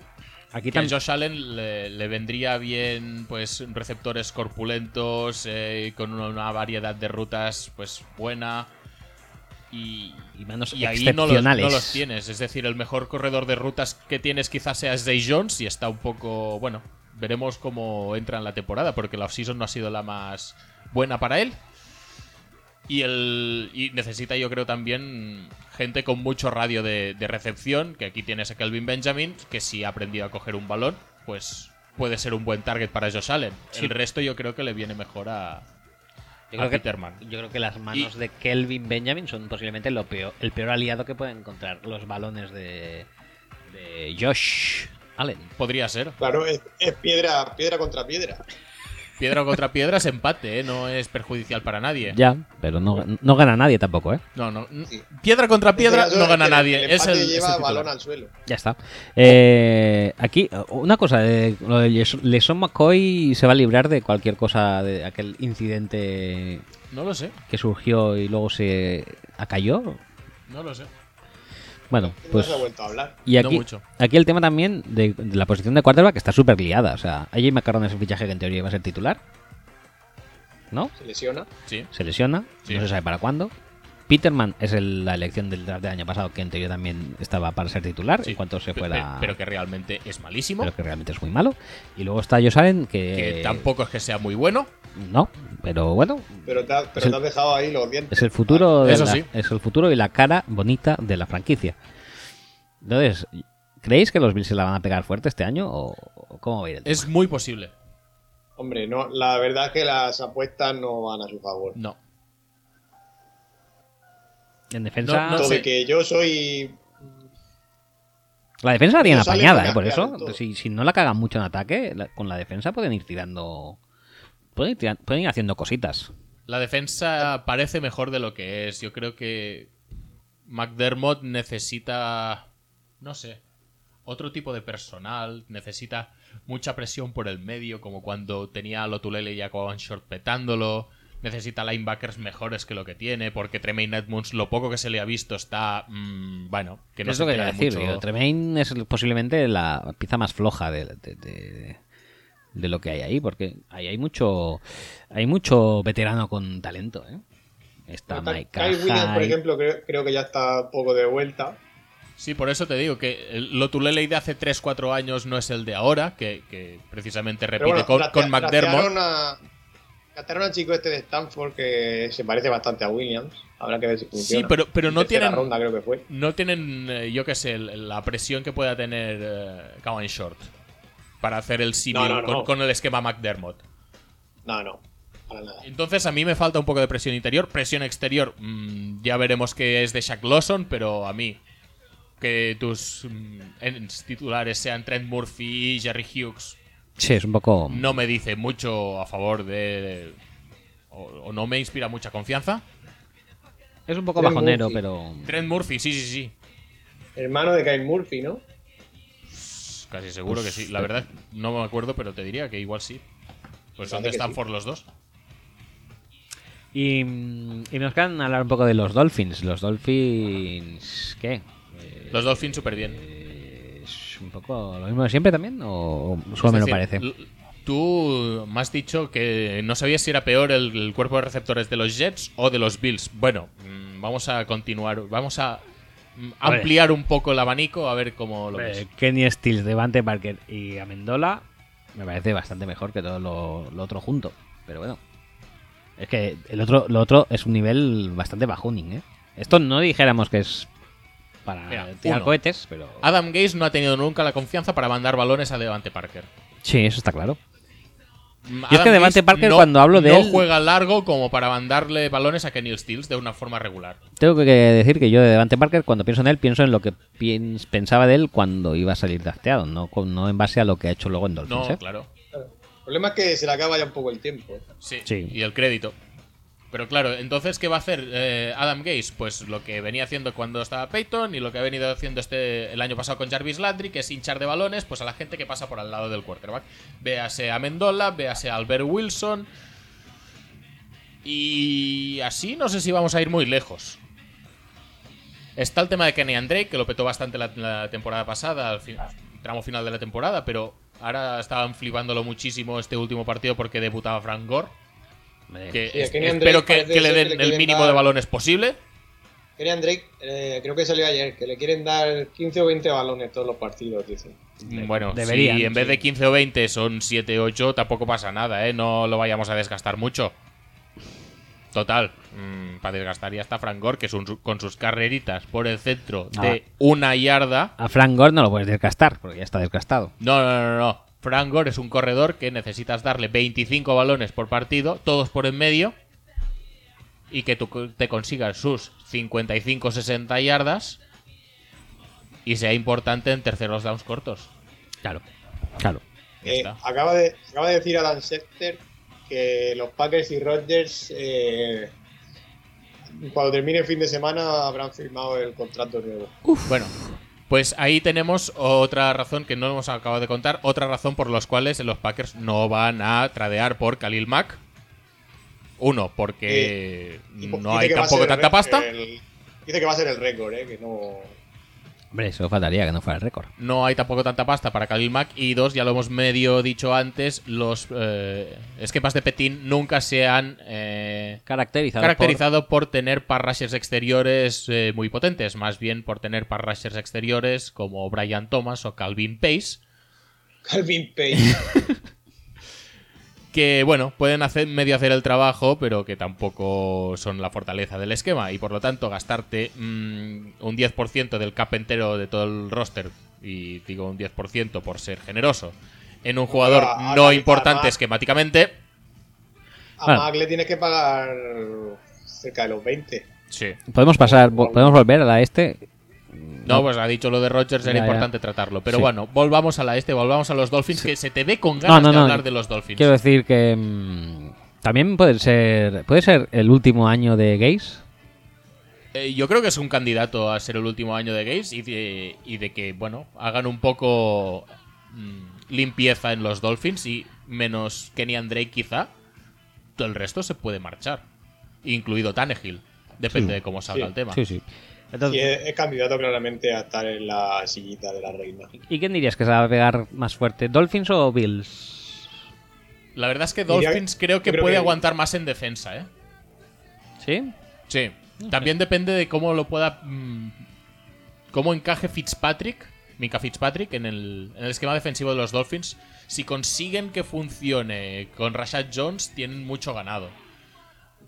S1: Aquí
S2: que a
S1: también.
S2: Josh Allen le, le vendría bien pues receptores corpulentos, eh, con una, una variedad de rutas pues buena. Y,
S1: Y manos
S2: y ahí no
S1: Pues
S2: los,
S1: excepcionales.
S2: no los tienes. Es decir, el mejor corredor de rutas que tienes quizás sea Zay Jones y está un poco. Bueno, veremos cómo entra en la temporada, porque la offseason no ha sido la más buena para él. Y, el, y necesita, yo creo, también gente con mucho radio de, de recepción. Que aquí tienes a Kelvin Benjamin, que si ha aprendido a coger un balón, pues puede ser un buen target para Josh Allen.
S1: Sí.
S2: El resto, yo creo que le viene mejor a,
S1: Yo
S2: a
S1: creo, que,
S2: Peterman.
S1: yo creo que las manos de Kelvin Benjamin son posiblemente lo peor, el peor aliado que pueden encontrar los balones de, de Josh Allen.
S2: Podría ser.
S3: Claro, es, es piedra, piedra contra piedra.
S2: Piedra contra piedra es empate, ¿eh? no es perjudicial para nadie.
S1: Ya, pero no, no gana nadie tampoco, ¿eh?
S2: No, no.
S3: Sí.
S2: Piedra contra piedra
S3: Este caso
S2: no gana
S3: es que
S2: nadie.
S3: El
S2: es
S3: empate
S2: el, es el
S3: lleva
S2: titular.
S3: balón al suelo.
S1: Ya está. Eh, aquí, una cosa, de, lo de Jason- Leson McCoy se va a librar de cualquier cosa, de aquel incidente
S2: No lo sé,
S1: que surgió y luego se acalló.
S2: no lo sé.
S1: Bueno, pues...
S3: no se ha vuelto a hablar.
S1: Y aquí,
S2: No mucho.
S1: aquí el tema también de, de la posición de quarterback está súper liada. O sea, AJ McCarron es un fichaje que en teoría iba a ser titular. ¿No?
S3: Se lesiona.
S2: Sí.
S1: Se lesiona,
S2: Sí.
S1: no se sabe para cuándo. Peterman es el- la elección del draft del año pasado que en teoría también estaba para ser titular
S2: sí.
S1: en cuanto se
S2: Pe-
S1: fuera...
S2: pe- Pero, que realmente es malísimo.
S1: pero que realmente es muy malo. Y luego está Josh Allen, que...
S2: que tampoco es que sea muy bueno.
S1: No, pero bueno,
S3: Pero, te, ha- pero
S1: Es el-
S3: te has dejado ahí los dientes.
S1: es el futuro de
S2: Eso
S1: la-
S2: sí.
S1: es el futuro y la cara bonita de la franquicia. Entonces, ¿creéis que los Bills se la van a pegar fuerte este año o o cómo va a ir el tema?
S2: Es muy posible.
S3: Hombre, no, la verdad es que las apuestas no van a su favor.
S2: No.
S1: En defensa,
S2: No
S3: Todo
S2: sé.
S3: de que yo soy
S1: la defensa la tienen
S3: No sale
S1: apañada,
S3: para
S1: eh, por
S3: cambiar
S1: eso.
S3: del todo.
S1: Si, si no la cagan mucho en ataque, la- con la defensa pueden ir tirando. Pueden ir, tira- pueden ir haciendo cositas.
S2: La defensa parece mejor de lo que es. Yo creo que McDermott necesita, no sé, otro tipo de personal, necesita mucha presión por el medio, como cuando tenía a Lotulele y acababan shortpetándolo. Necesita linebackers mejores que lo que tiene, porque Tremaine Edmunds, lo poco que se le ha visto, está. mm, bueno, que no
S1: es
S2: se
S1: lo que
S2: crea
S1: quería decir.
S2: mucho.
S1: digo, Tremaine es el- posiblemente la pieza más floja de, de- de- de lo que hay ahí, porque ahí hay mucho hay mucho veterano con talento. ¿eh? Está
S3: Kai
S1: Mike
S3: Kai Williams, por
S1: Hyde.
S3: ejemplo, creo, creo que ya está un poco de vuelta.
S2: Sí, por eso te digo que el Lotulele de hace 3-4 años no es el de ahora, que, que precisamente repite
S3: Pero bueno,
S2: con,
S3: trastea-
S2: con McDermott.
S3: trastearon a- trastearon al chico este de Stanford que se parece bastante a Williams. Habrá que ver si funciona.
S2: Sí, pero, pero no
S3: Tercera
S2: tienen,
S3: ronda creo que fue.
S2: no tienen, eh, yo qué sé, el- la presión que pueda tener eh, Kawan Short para hacer el símil
S3: No, no, no.
S2: con, con el esquema McDermott.
S3: No, no, para nada.
S2: Entonces a mí me falta un poco de presión interior, presión exterior. mm, ya veremos qué es de Shaq Lawson, pero a mí que tus mm, en- titulares sean Trent Murphy y Jerry Hughes
S1: Sí, es un poco.
S2: no me dice mucho a favor de o, o no me inspira mucha confianza.
S1: Es un poco
S3: Trent
S1: bajonero,
S3: Murphy.
S1: pero.
S2: Trent Murphy, sí, sí, sí.
S3: Hermano de Kyle Murphy, ¿no?
S2: Casi seguro que
S1: Pues, eh,
S2: sí. La verdad, no me acuerdo, pero te diría que igual sí. Pues
S3: Parece
S2: ¿dónde
S3: que
S2: están
S3: sí.
S2: por los dos?
S1: Y, mm, y nos quedan hablar un poco de los Dolphins. Los Dolphins. ¿Qué? Eh,
S2: Los Dolphins súper bien.
S1: ¿Es un poco lo mismo de siempre también? ¿O o solo me lo parece?
S2: Tú me has dicho que no sabías si era peor el, el cuerpo de receptores de los Jets o de los Bills. Bueno, mm, vamos a continuar. Vamos a mm,
S1: A ver.
S2: ampliar un poco el abanico a ver cómo lo ves.
S1: Eh, Kenny Stills, Devante Parker y Amendola me parece bastante mejor que todo lo, lo otro junto. Pero bueno. Es que el otro, lo otro es un nivel bastante bajuning, ¿eh? Esto no dijéramos que es para
S2: Mira,
S1: tirar
S2: uno.
S1: cohetes, pero...
S2: Adam Gaze no ha tenido nunca la confianza para mandar balones a Devante Parker.
S1: Sí, eso está claro.
S2: Mm,
S1: es que Devante
S2: Gaze
S1: Parker, cuando hablo de
S2: no
S1: él-
S2: juega largo como para mandarle balones a Kenny Stills de una forma regular.
S1: Tengo que decir que yo de Devante Parker, cuando pienso en él, pienso en lo que piens- pensaba de él cuando iba a salir drafteado, no, con- no en base a lo que ha hecho luego en Dolphins.
S2: No,
S1: ¿eh?
S2: claro.
S3: El problema es que se le acaba ya un poco el tiempo.
S2: Sí,
S1: Sí.
S2: Y el crédito. Pero claro, entonces, ¿qué va a hacer eh, Adam Gaze? Pues lo que venía haciendo cuando estaba Peyton y lo que ha venido haciendo este el año pasado con Jarvis Landry, que es hinchar de balones, pues a la gente que pasa por al lado del quarterback. Véase a Mendola, véase a Albert Wilson. Y así no sé si vamos a ir muy lejos. Está el tema de Kenny Drake, que lo petó bastante la, la temporada pasada, al fin- tramo final de la temporada, pero ahora estaban flipándolo muchísimo este último partido porque debutaba Frank Gore.
S1: Eh,
S2: Que
S3: Sí, a
S2: es-
S3: Kenny
S2: espero
S3: Drake
S2: que,
S3: parece
S2: que le
S3: ser que
S2: den
S3: le
S2: el
S3: quieren
S2: mínimo
S3: dar-
S2: de balones posible.
S3: Kenyan Drake, eh, creo que salió ayer, que le quieren dar 15 o 20 balones todos los partidos, dicen.
S2: bueno,
S1: deberían,
S2: si en vez
S1: sí.
S2: de 15 o 20 son 7 o 8, tampoco pasa nada, ¿eh? No lo vayamos a desgastar mucho. Total, mm, para desgastar ya está Frank Gore, que es un su- con sus carreritas por el centro de
S1: Ah.
S2: una yarda.
S1: A Frank Gore no lo puedes desgastar, porque ya está desgastado.
S2: No, no, no, no. Frank Gore es un corredor que necesitas darle 25 balones por partido, todos por en medio, y que tú co- te consigas sus 55-60 yardas y sea importante en terceros downs cortos.
S1: Claro, claro.
S2: Ya
S3: Eh,
S2: está.
S3: acaba, de, acaba de decir Adam Schefter que los Packers y Rodgers, eh, cuando termine el fin de semana, habrán firmado el contrato nuevo.
S2: Bueno, pues ahí tenemos otra razón que no hemos acabado de contar, otra razón por las cuales los Packers no van a tradear por Khalil Mack. Uno, porque
S3: Eh, Y po-
S2: no
S3: dice
S2: hay
S3: que va a
S2: tampoco
S3: ser el-
S2: tanta pasta.
S3: el- dice que va a ser el récord, eh, que no.
S1: Hombre, eso faltaría que no fuera el récord.
S2: no hay tampoco tanta pasta para Khalil Mack. Y dos, ya lo hemos medio dicho antes, los eh, esquemas de Petín nunca se han eh,
S1: Caracterizado,
S2: caracterizado por tener pass rushers exteriores eh, muy potentes, más bien por tener pass rushers exteriores como Brian Thomas o Calvin Pace,
S3: Calvin Page.
S2: que bueno, pueden hacer medio hacer el trabajo, pero que tampoco son la fortaleza del esquema y por lo tanto gastarte mm, un 10% del cap entero de todo el roster y digo un 10% por ser generoso en un jugador
S3: pero a- a
S2: no
S3: Khalil
S2: importante
S3: Mack-
S2: esquemáticamente.
S3: A
S1: Bueno.
S3: Mac le tienes que pagar cerca de los 20.
S2: Sí.
S1: por- Podemos pasar, vo- podemos volver a la este.
S2: No, pues ha dicho lo de Rogers, era
S1: Ya, ya.
S2: importante tratarlo. Pero
S1: Sí.
S2: bueno, volvamos a la este, volvamos a los Dolphins, que se te ve con
S1: No,
S2: ganas
S1: no,
S2: de
S1: no.
S2: hablar de los Dolphins.
S1: Quiero decir que mm, también puede ser, puede ser el último año de Gays.
S2: Eh, yo creo que es un candidato a ser el último año de Gates y de, y de que, bueno, hagan un poco mm, limpieza en los Dolphins y menos Kenny Drake quizá, todo el resto se puede marchar, incluido Tannehill. Depende
S1: Sí.
S2: de cómo salga
S3: Sí.
S2: el tema.
S1: Sí, sí.
S3: Y
S1: Entonces,
S3: es, es candidato claramente a estar en la sillita de la reina.
S1: ¿y quién dirías que se va a pegar más fuerte, Dolphins o Bills?
S2: La verdad es que
S3: Diría-
S2: Dolphins creo que
S3: yo creo
S2: puede
S3: que-
S2: aguantar más en defensa, ¿eh?
S1: Sí.
S2: Sí. También depende de cómo lo pueda. mm, cómo encaje Fitzpatrick, Mika Fitzpatrick, en el, en el esquema defensivo de los Dolphins. Si consiguen que funcione con Rashad Jones, tienen mucho ganado.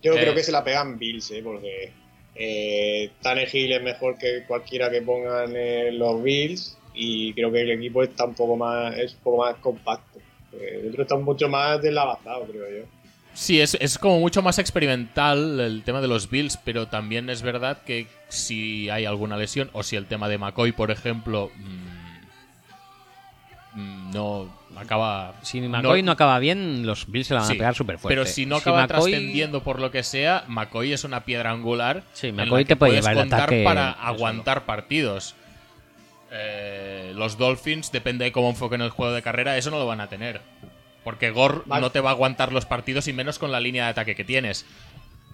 S3: Yo
S2: Eh.
S3: creo que se la pegan Bills, eh, porque eh, Tannehill es mejor que cualquiera que pongan eh, los Bills y creo que el equipo está un poco más, es un poco más compacto. Eh, El otro está mucho más deslavazado, creo yo.
S2: Sí, es, es como mucho más experimental el tema de los Bills, pero también es verdad que si hay alguna lesión, o si el tema de McCoy, por ejemplo, mm, mm, no acaba.
S1: Si McCoy no, acaba bien, los Bills se la van
S2: Sí,
S1: a pegar súper fuerte.
S2: Pero si no acaba
S1: McCoy-
S2: trascendiendo por lo que sea, McCoy es una piedra angular.
S1: Sí,
S2: en la
S1: McCoy
S2: que
S1: te puede
S2: puedes
S1: llevar el
S2: contar
S1: ataque
S2: para
S1: solo.
S2: aguantar partidos. eh, los Dolphins, depende de cómo enfoquen el juego de carrera, eso no lo van a tener. Porque Gore
S3: Vale.
S2: no te va a aguantar los partidos y menos con la línea de ataque que tienes.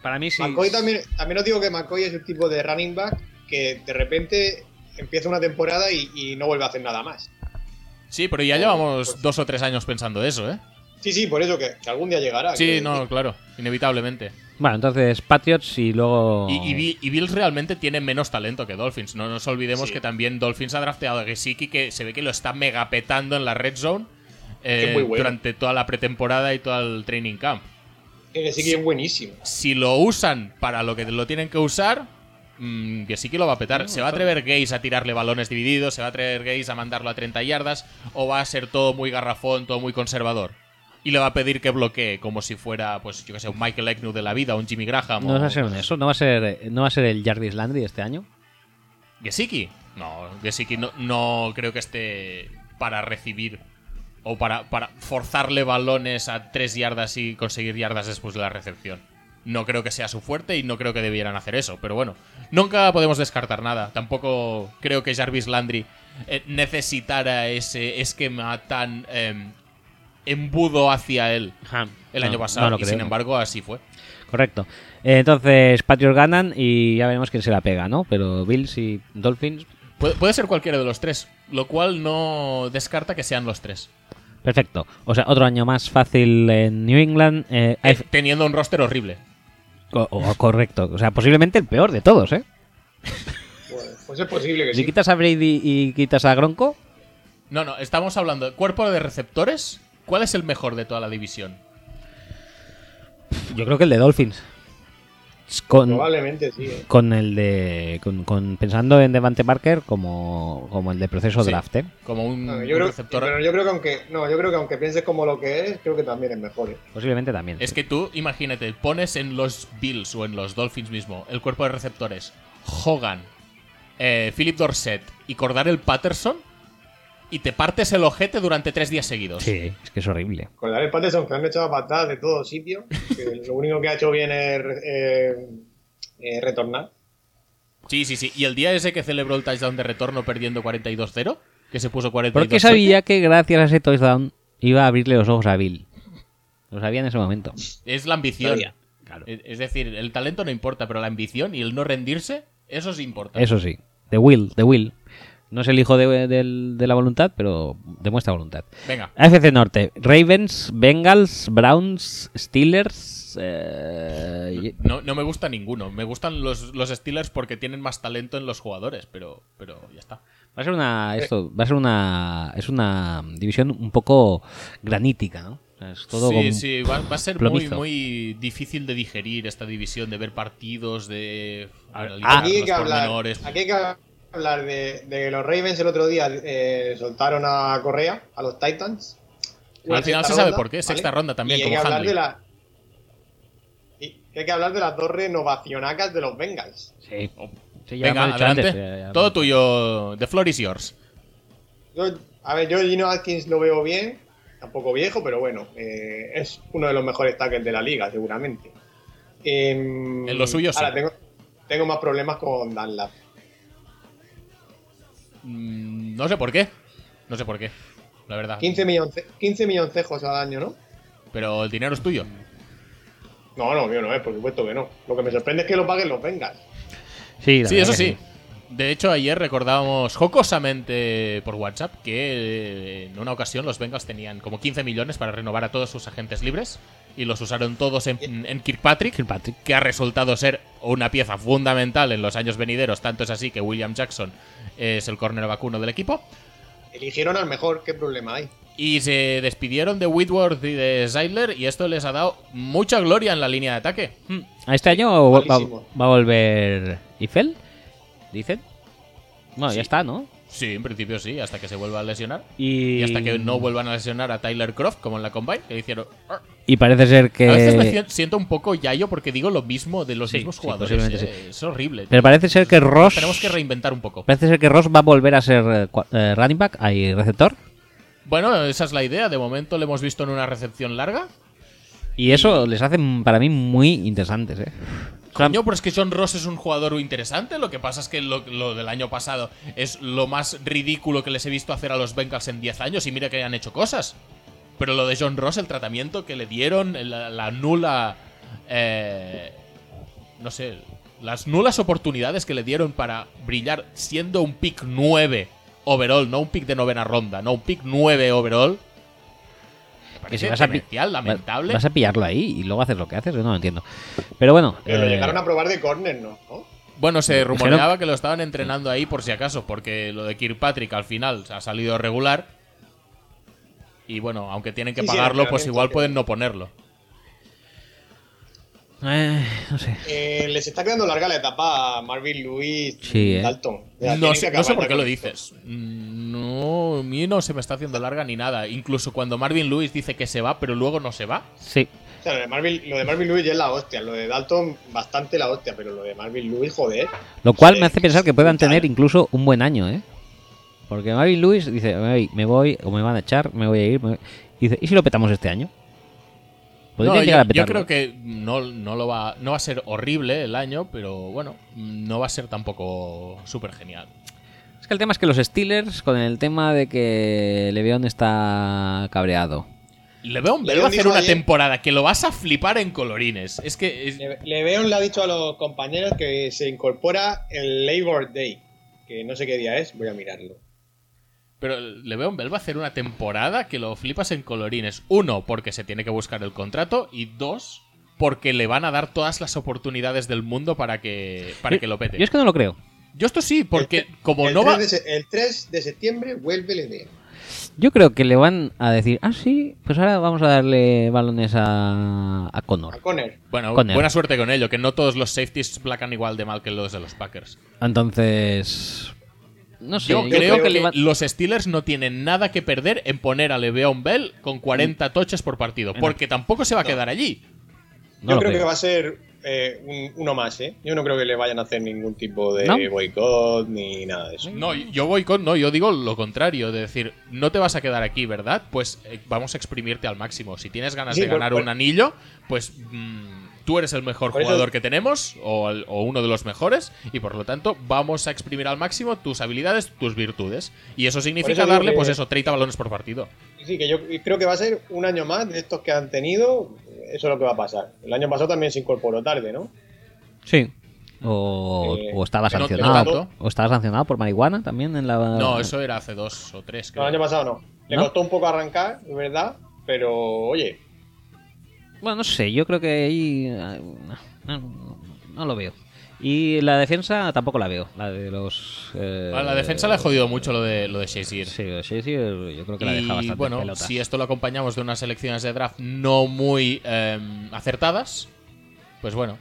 S1: Para mí sí.
S3: McCoy también, también os digo que McCoy es el tipo de running back que de repente empieza una temporada y, y no vuelve a hacer nada más.
S2: Sí, pero ya llevamos dos o tres años pensando eso, ¿eh?
S3: Sí, sí, por eso que, que algún día llegará.
S2: Sí,
S3: que-
S2: no, claro, inevitablemente.
S1: Bueno, entonces Patriots y luego.
S2: Y, y Bi- y Bills realmente tiene menos talento que Dolphins. No nos olvidemos
S3: Sí.
S2: que también Dolphins ha drafteado a Gesicki, que se ve que lo está megapetando en la red zone
S3: Que es
S2: eh,
S3: muy bueno.
S2: durante toda la pretemporada y todo el training camp.
S3: que sí que es buenísimo.
S2: Si lo usan para lo que lo tienen que usar, mm, Gesicki lo va a petar. se va a atrever Gaze a tirarle balones divididos, se va a atrever Gaze a mandarlo a 30 yardas, o va a ser todo muy garrafón, todo muy conservador. Y le va a pedir que bloquee, como si fuera, pues yo que sé, un Michael Agnew de la vida, un Jimmy Graham.
S1: No
S2: o-
S1: va a ser un eso, no va a ser, no va a ser el Jarvis Landry este año.
S2: Gesicki. No, Gesicki no, no creo que esté para recibir o para, para forzarle balones a tres yardas y conseguir yardas después de la recepción. No creo que sea su fuerte y no creo que debieran hacer eso, pero bueno, nunca podemos descartar nada. Tampoco creo que Jarvis Landry eh, necesitara ese esquema tan eh, embudo hacia él el
S1: No,
S2: año
S1: no
S2: pasado
S1: lo
S2: y sin
S1: creo.
S2: embargo así fue.
S1: Correcto. Eh, Entonces, Patriots ganan y ya veremos quién se la pega, ¿no? Pero Bills y Dolphins,
S2: Puede, puede ser cualquiera de los tres, lo cual no descarta que sean los tres.
S1: perfecto. O sea, otro año más fácil en New England. eh,
S2: Eh,
S1: AF-
S2: teniendo un roster horrible.
S1: o- o- correcto. O sea, posiblemente el peor de todos, ¿eh?
S3: Pues, pues es posible que
S1: Si
S3: sí.
S1: quitas a Brady y quitas a Gronco,
S2: No, no, estamos hablando de cuerpo de receptores. ¿Cuál es el mejor de toda la división?
S1: yo creo que el de Dolphins. Con,
S3: Probablemente sí. eh.
S1: con el de. Con, con- pensando en Devante Parker como, como el de proceso
S2: Sí.
S1: draft, ¿eh?
S2: Como un,
S3: No,
S2: Mm, un
S3: yo, creo,
S2: receptor.
S3: pero yo creo que aunque no, yo creo que aunque pienses como lo que es, creo que también es mejor. eh.
S1: Posiblemente también.
S2: Es que tú, imagínate, pones en los Bills o en los Dolphins mismo el cuerpo de receptores Hogan, eh, Philip Dorset y Cordar el Patterson y te partes el ojete durante tres días seguidos.
S1: Sí, es que es horrible.
S3: Con Darrell Patterson que han echado patadas de todos sitios, que lo único que ha hecho bien es eh, eh, retornar.
S2: sí, sí. sí. Y el día ese que celebró el touchdown de retorno perdiendo 42-0, que se puso 42
S1: Porque sabía que gracias a ese touchdown iba a abrirle los ojos a Bill. Lo sabía en ese momento.
S2: Es la ambición.
S3: Sabía.
S1: Claro.
S2: Es es decir, el talento no importa, pero la ambición y el no rendirse, eso sí importa.
S1: Eso sí. The Will, The Will. No es el hijo de, del- de la voluntad, pero demuestra voluntad.
S2: Venga,
S1: AFC Norte. Ravens, Bengals, Browns, Steelers. eh, y-
S2: no, no me gusta ninguno. Me gustan los, los Steelers porque tienen más talento en los jugadores, pero, pero ya está.
S1: Va a ser una. Esto, va a ser una. Es una división un poco granítica, ¿no? O sea, Es todo
S2: sí,
S1: con-
S2: sí, va, va a ser muy,
S1: plomizo.
S2: muy difícil de digerir esta división, de ver partidos, de analizar
S3: Aquí hay
S2: Ah, los
S3: que hablar,
S2: pormenores.
S3: aquí hay que hablar de, de los Ravens el otro día eh, soltaron a Correa, a los Titans. Una
S2: Al final
S3: sexta
S2: se sabe
S3: ronda,
S2: por qué, sexta ronda también,
S3: Y hay
S2: como
S3: que hablar
S2: Handley.
S3: de la. y hay que hablar de las dos renovacionacas de los Bengals.
S1: Sí. Sí, ya
S2: Venga,
S1: lo hemos dicho
S2: adelante.
S1: antes, ya- ya-
S2: Todo tuyo. The floor is yours.
S3: Yo, a ver, yo Gino Atkins lo veo bien, tampoco viejo, pero bueno, eh, es uno de los mejores tackles de la liga, seguramente. Em,
S2: En lo suyo, sí.
S3: Ahora tengo, tengo más problemas con Dunlap.
S2: Mm, No sé por qué. No sé por qué, la verdad.
S3: 15 millones, 15 milloncejos al año, ¿no?
S2: Pero el dinero es tuyo.
S3: No, no, mío no es, por supuesto que no. Lo que me sorprende es que lo paguen los Bengals.
S1: Sí, la
S2: Sí,
S1: verdad
S2: eso
S1: que
S2: sí. De hecho, ayer recordábamos jocosamente por WhatsApp que eh, en una ocasión los Bengals tenían como 15 millones para renovar a todos sus agentes libres y los usaron todos en, en Kirkpatrick,
S1: Kirkpatrick.
S2: que ha resultado ser una pieza fundamental en los años venideros. Tanto es así que William Jackson es el córner vacuno del equipo.
S3: Eligieron al mejor, ¿qué problema hay?
S2: Y se despidieron de Whitworth y de Zeidler y esto les ha dado mucha gloria en la línea de ataque.
S1: ¿A este año va, va-
S3: Malísimo.
S1: va a volver Eiffel? ¿Dicen? Bueno,
S2: Sí.
S1: ya está, ¿no?
S2: Sí, en principio sí, hasta que se vuelva a lesionar.
S1: Y,
S2: Y hasta que no vuelvan a lesionar a Tyler Croft, como en la Combine, que le hicieron... "Arr".
S1: Y parece ser que.
S2: A veces me sien- siento un poco yayo porque digo lo mismo de los
S1: Sí,
S2: mismos
S1: sí,
S2: jugadores.
S1: posiblemente
S2: eh. Es horrible.
S1: Pero parece ser que Ross.
S2: Tenemos que reinventar un poco.
S1: Parece ser que Ross va a volver a ser eh, cua- eh, running back, hay receptor.
S2: Bueno, esa es la idea. De momento lo hemos visto en una recepción larga.
S1: Y eso les hace mm, para mí muy interesantes, ¿eh? Sam-
S2: Coño, pero es que John Ross es un jugador interesante. Lo que pasa es que lo, lo del año pasado es lo más ridículo que les he visto hacer a los Bengals en 10 años. Y mira que han hecho cosas. Pero lo de John Ross, el tratamiento que le dieron, la, la nula. eh, no sé. Las nulas oportunidades que le dieron para brillar siendo un pick 9 overall, no un pick de novena ronda, no un pick 9 overall. Me
S1: que si
S2: parece
S1: vas a pi-
S2: demencial,
S1: va-
S2: lamentable.
S1: Vas a pillarlo ahí y luego haces lo que haces, yo no lo entiendo. Pero bueno.
S3: Pero lo
S1: eh,
S3: llegaron a probar de córner, ¿no? ¿No?
S2: Bueno, se rumoreaba que lo estaban entrenando ahí por si acaso, porque lo de Kirkpatrick al final ha salido regular. Y bueno, aunque tienen que
S3: Sí, sí, el
S2: pagarlo, pues
S3: entrenamiento
S2: igual
S3: que-
S2: pueden no ponerlo.
S1: eh, no sé.
S3: Eh, les está quedando larga la etapa a Marvin Lewis
S1: Sí, eh.
S3: Dalton. O sea,
S2: No
S3: tienen
S2: sé,
S3: que
S2: no sé
S3: acabar
S2: por qué
S3: ya
S2: lo
S3: con
S2: dices. Mm, No, a mí no se me está haciendo larga ni nada. Incluso cuando Marvin Lewis dice que se va, pero luego no se va.
S1: Sí.
S3: esto. O sea, lo de, Marvin, lo de Marvin Lewis ya es la hostia. Lo de Dalton, bastante la hostia. Pero lo de Marvin Lewis, joder.
S1: Lo cual
S3: Sí,
S1: me hace pensar que
S3: es
S1: puedan
S3: brutal.
S1: tener incluso un buen año, ¿eh? Porque Marvin Lewis dice, "Ey, me voy, o me van a echar, me voy a ir. me voy". Y dice, ¿y si lo petamos este año? Podría
S2: No,
S1: llegar
S2: yo,
S1: a
S2: yo
S1: petarlo.
S2: creo que no, no lo va, no va a ser horrible el año, pero bueno, no va a ser tampoco súper genial.
S1: Es que el tema es que los Steelers, con el tema de que Le'Veon está cabreado.
S2: Le veo, le
S3: Le
S2: veo
S3: veo
S2: hacer
S3: mismo
S2: una
S3: ayer.
S2: temporada que lo vas a flipar en colorines. Es que es-
S3: Le, Leveon le ha dicho a los compañeros que se incorpora el Labor Day. Que no sé qué día es, voy a mirarlo.
S2: pero le veo Bell va a hacer una temporada que lo flipas en colorines. Uno, porque se tiene que buscar el contrato. Y dos, porque le van a dar todas las oportunidades del mundo para que, para
S1: Yo-
S2: que lo pete.
S1: Yo es que no lo creo.
S2: Yo esto sí, porque
S3: El-
S2: como
S3: el
S2: no
S3: 3
S2: va.
S3: de se- el 3 de septiembre vuelve E Leveon.
S1: Yo creo que le van a decir, ah, sí, pues ahora vamos a darle balones a, a
S3: A
S1: Connor.
S3: Conner.
S2: Bueno,
S1: Con él.
S2: buena suerte con ello, que no todos los safeties placan igual de mal que los de los Packers.
S1: Entonces. No sé,
S2: Yo,
S1: yo
S2: creo, que,
S1: le van-
S2: los Steelers no tienen nada que perder en poner a Le'Veon Bell con 40 toches por partido, porque tampoco se va a quedar allí.
S1: Mm. no
S3: yo
S1: lo
S3: creo, que
S1: creo.
S3: va a ser eh, un- uno más, ¿eh? Yo no creo que le vayan a hacer ningún tipo de
S1: ¿No?
S3: boicot ni nada de eso.
S2: No, yo voy con, no, yo digo lo contrario, de decir, no te vas a quedar aquí, ¿verdad? Pues eh, vamos a exprimirte al máximo. Si tienes ganas
S3: Sí,
S2: de
S3: por-
S2: ganar
S3: por-
S2: un anillo, pues mm, tú eres el mejor
S3: Por eso-
S2: jugador que tenemos, o, el- o uno de los mejores, y por lo tanto vamos a exprimir al máximo tus habilidades, tus virtudes. Y eso significa
S3: digo
S2: darle,
S3: que-
S2: pues eso, 30 balones por partido.
S3: Sí, que yo creo que va a ser un año más de estos que han tenido. Eso es lo que va a pasar. El año pasado también se incorporó tarde, ¿no?
S1: Sí. O,
S3: Eh,
S1: o estaba
S2: que no- que no
S1: sancionado.
S2: tanto.
S1: o estaba sancionado por marihuana también en la.
S2: No, eso era hace dos o tres,
S3: No,
S2: creo.
S3: el año pasado no. Le
S1: ¿No?
S3: costó un poco arrancar, es verdad, pero oye,
S1: Bueno, no sé, yo creo que ahí. eh, No, no- no lo veo. Y la defensa tampoco la veo. La de los. eh,
S2: A Ah, la defensa le ha jodido mucho lo de, lo de Shazier.
S1: Sí, sí, sí, yo creo que la
S2: Y,
S1: deja bastante
S2: bueno,
S1: pelotas.
S2: si esto lo acompañamos de unas elecciones de draft no muy em, acertadas, pues bueno.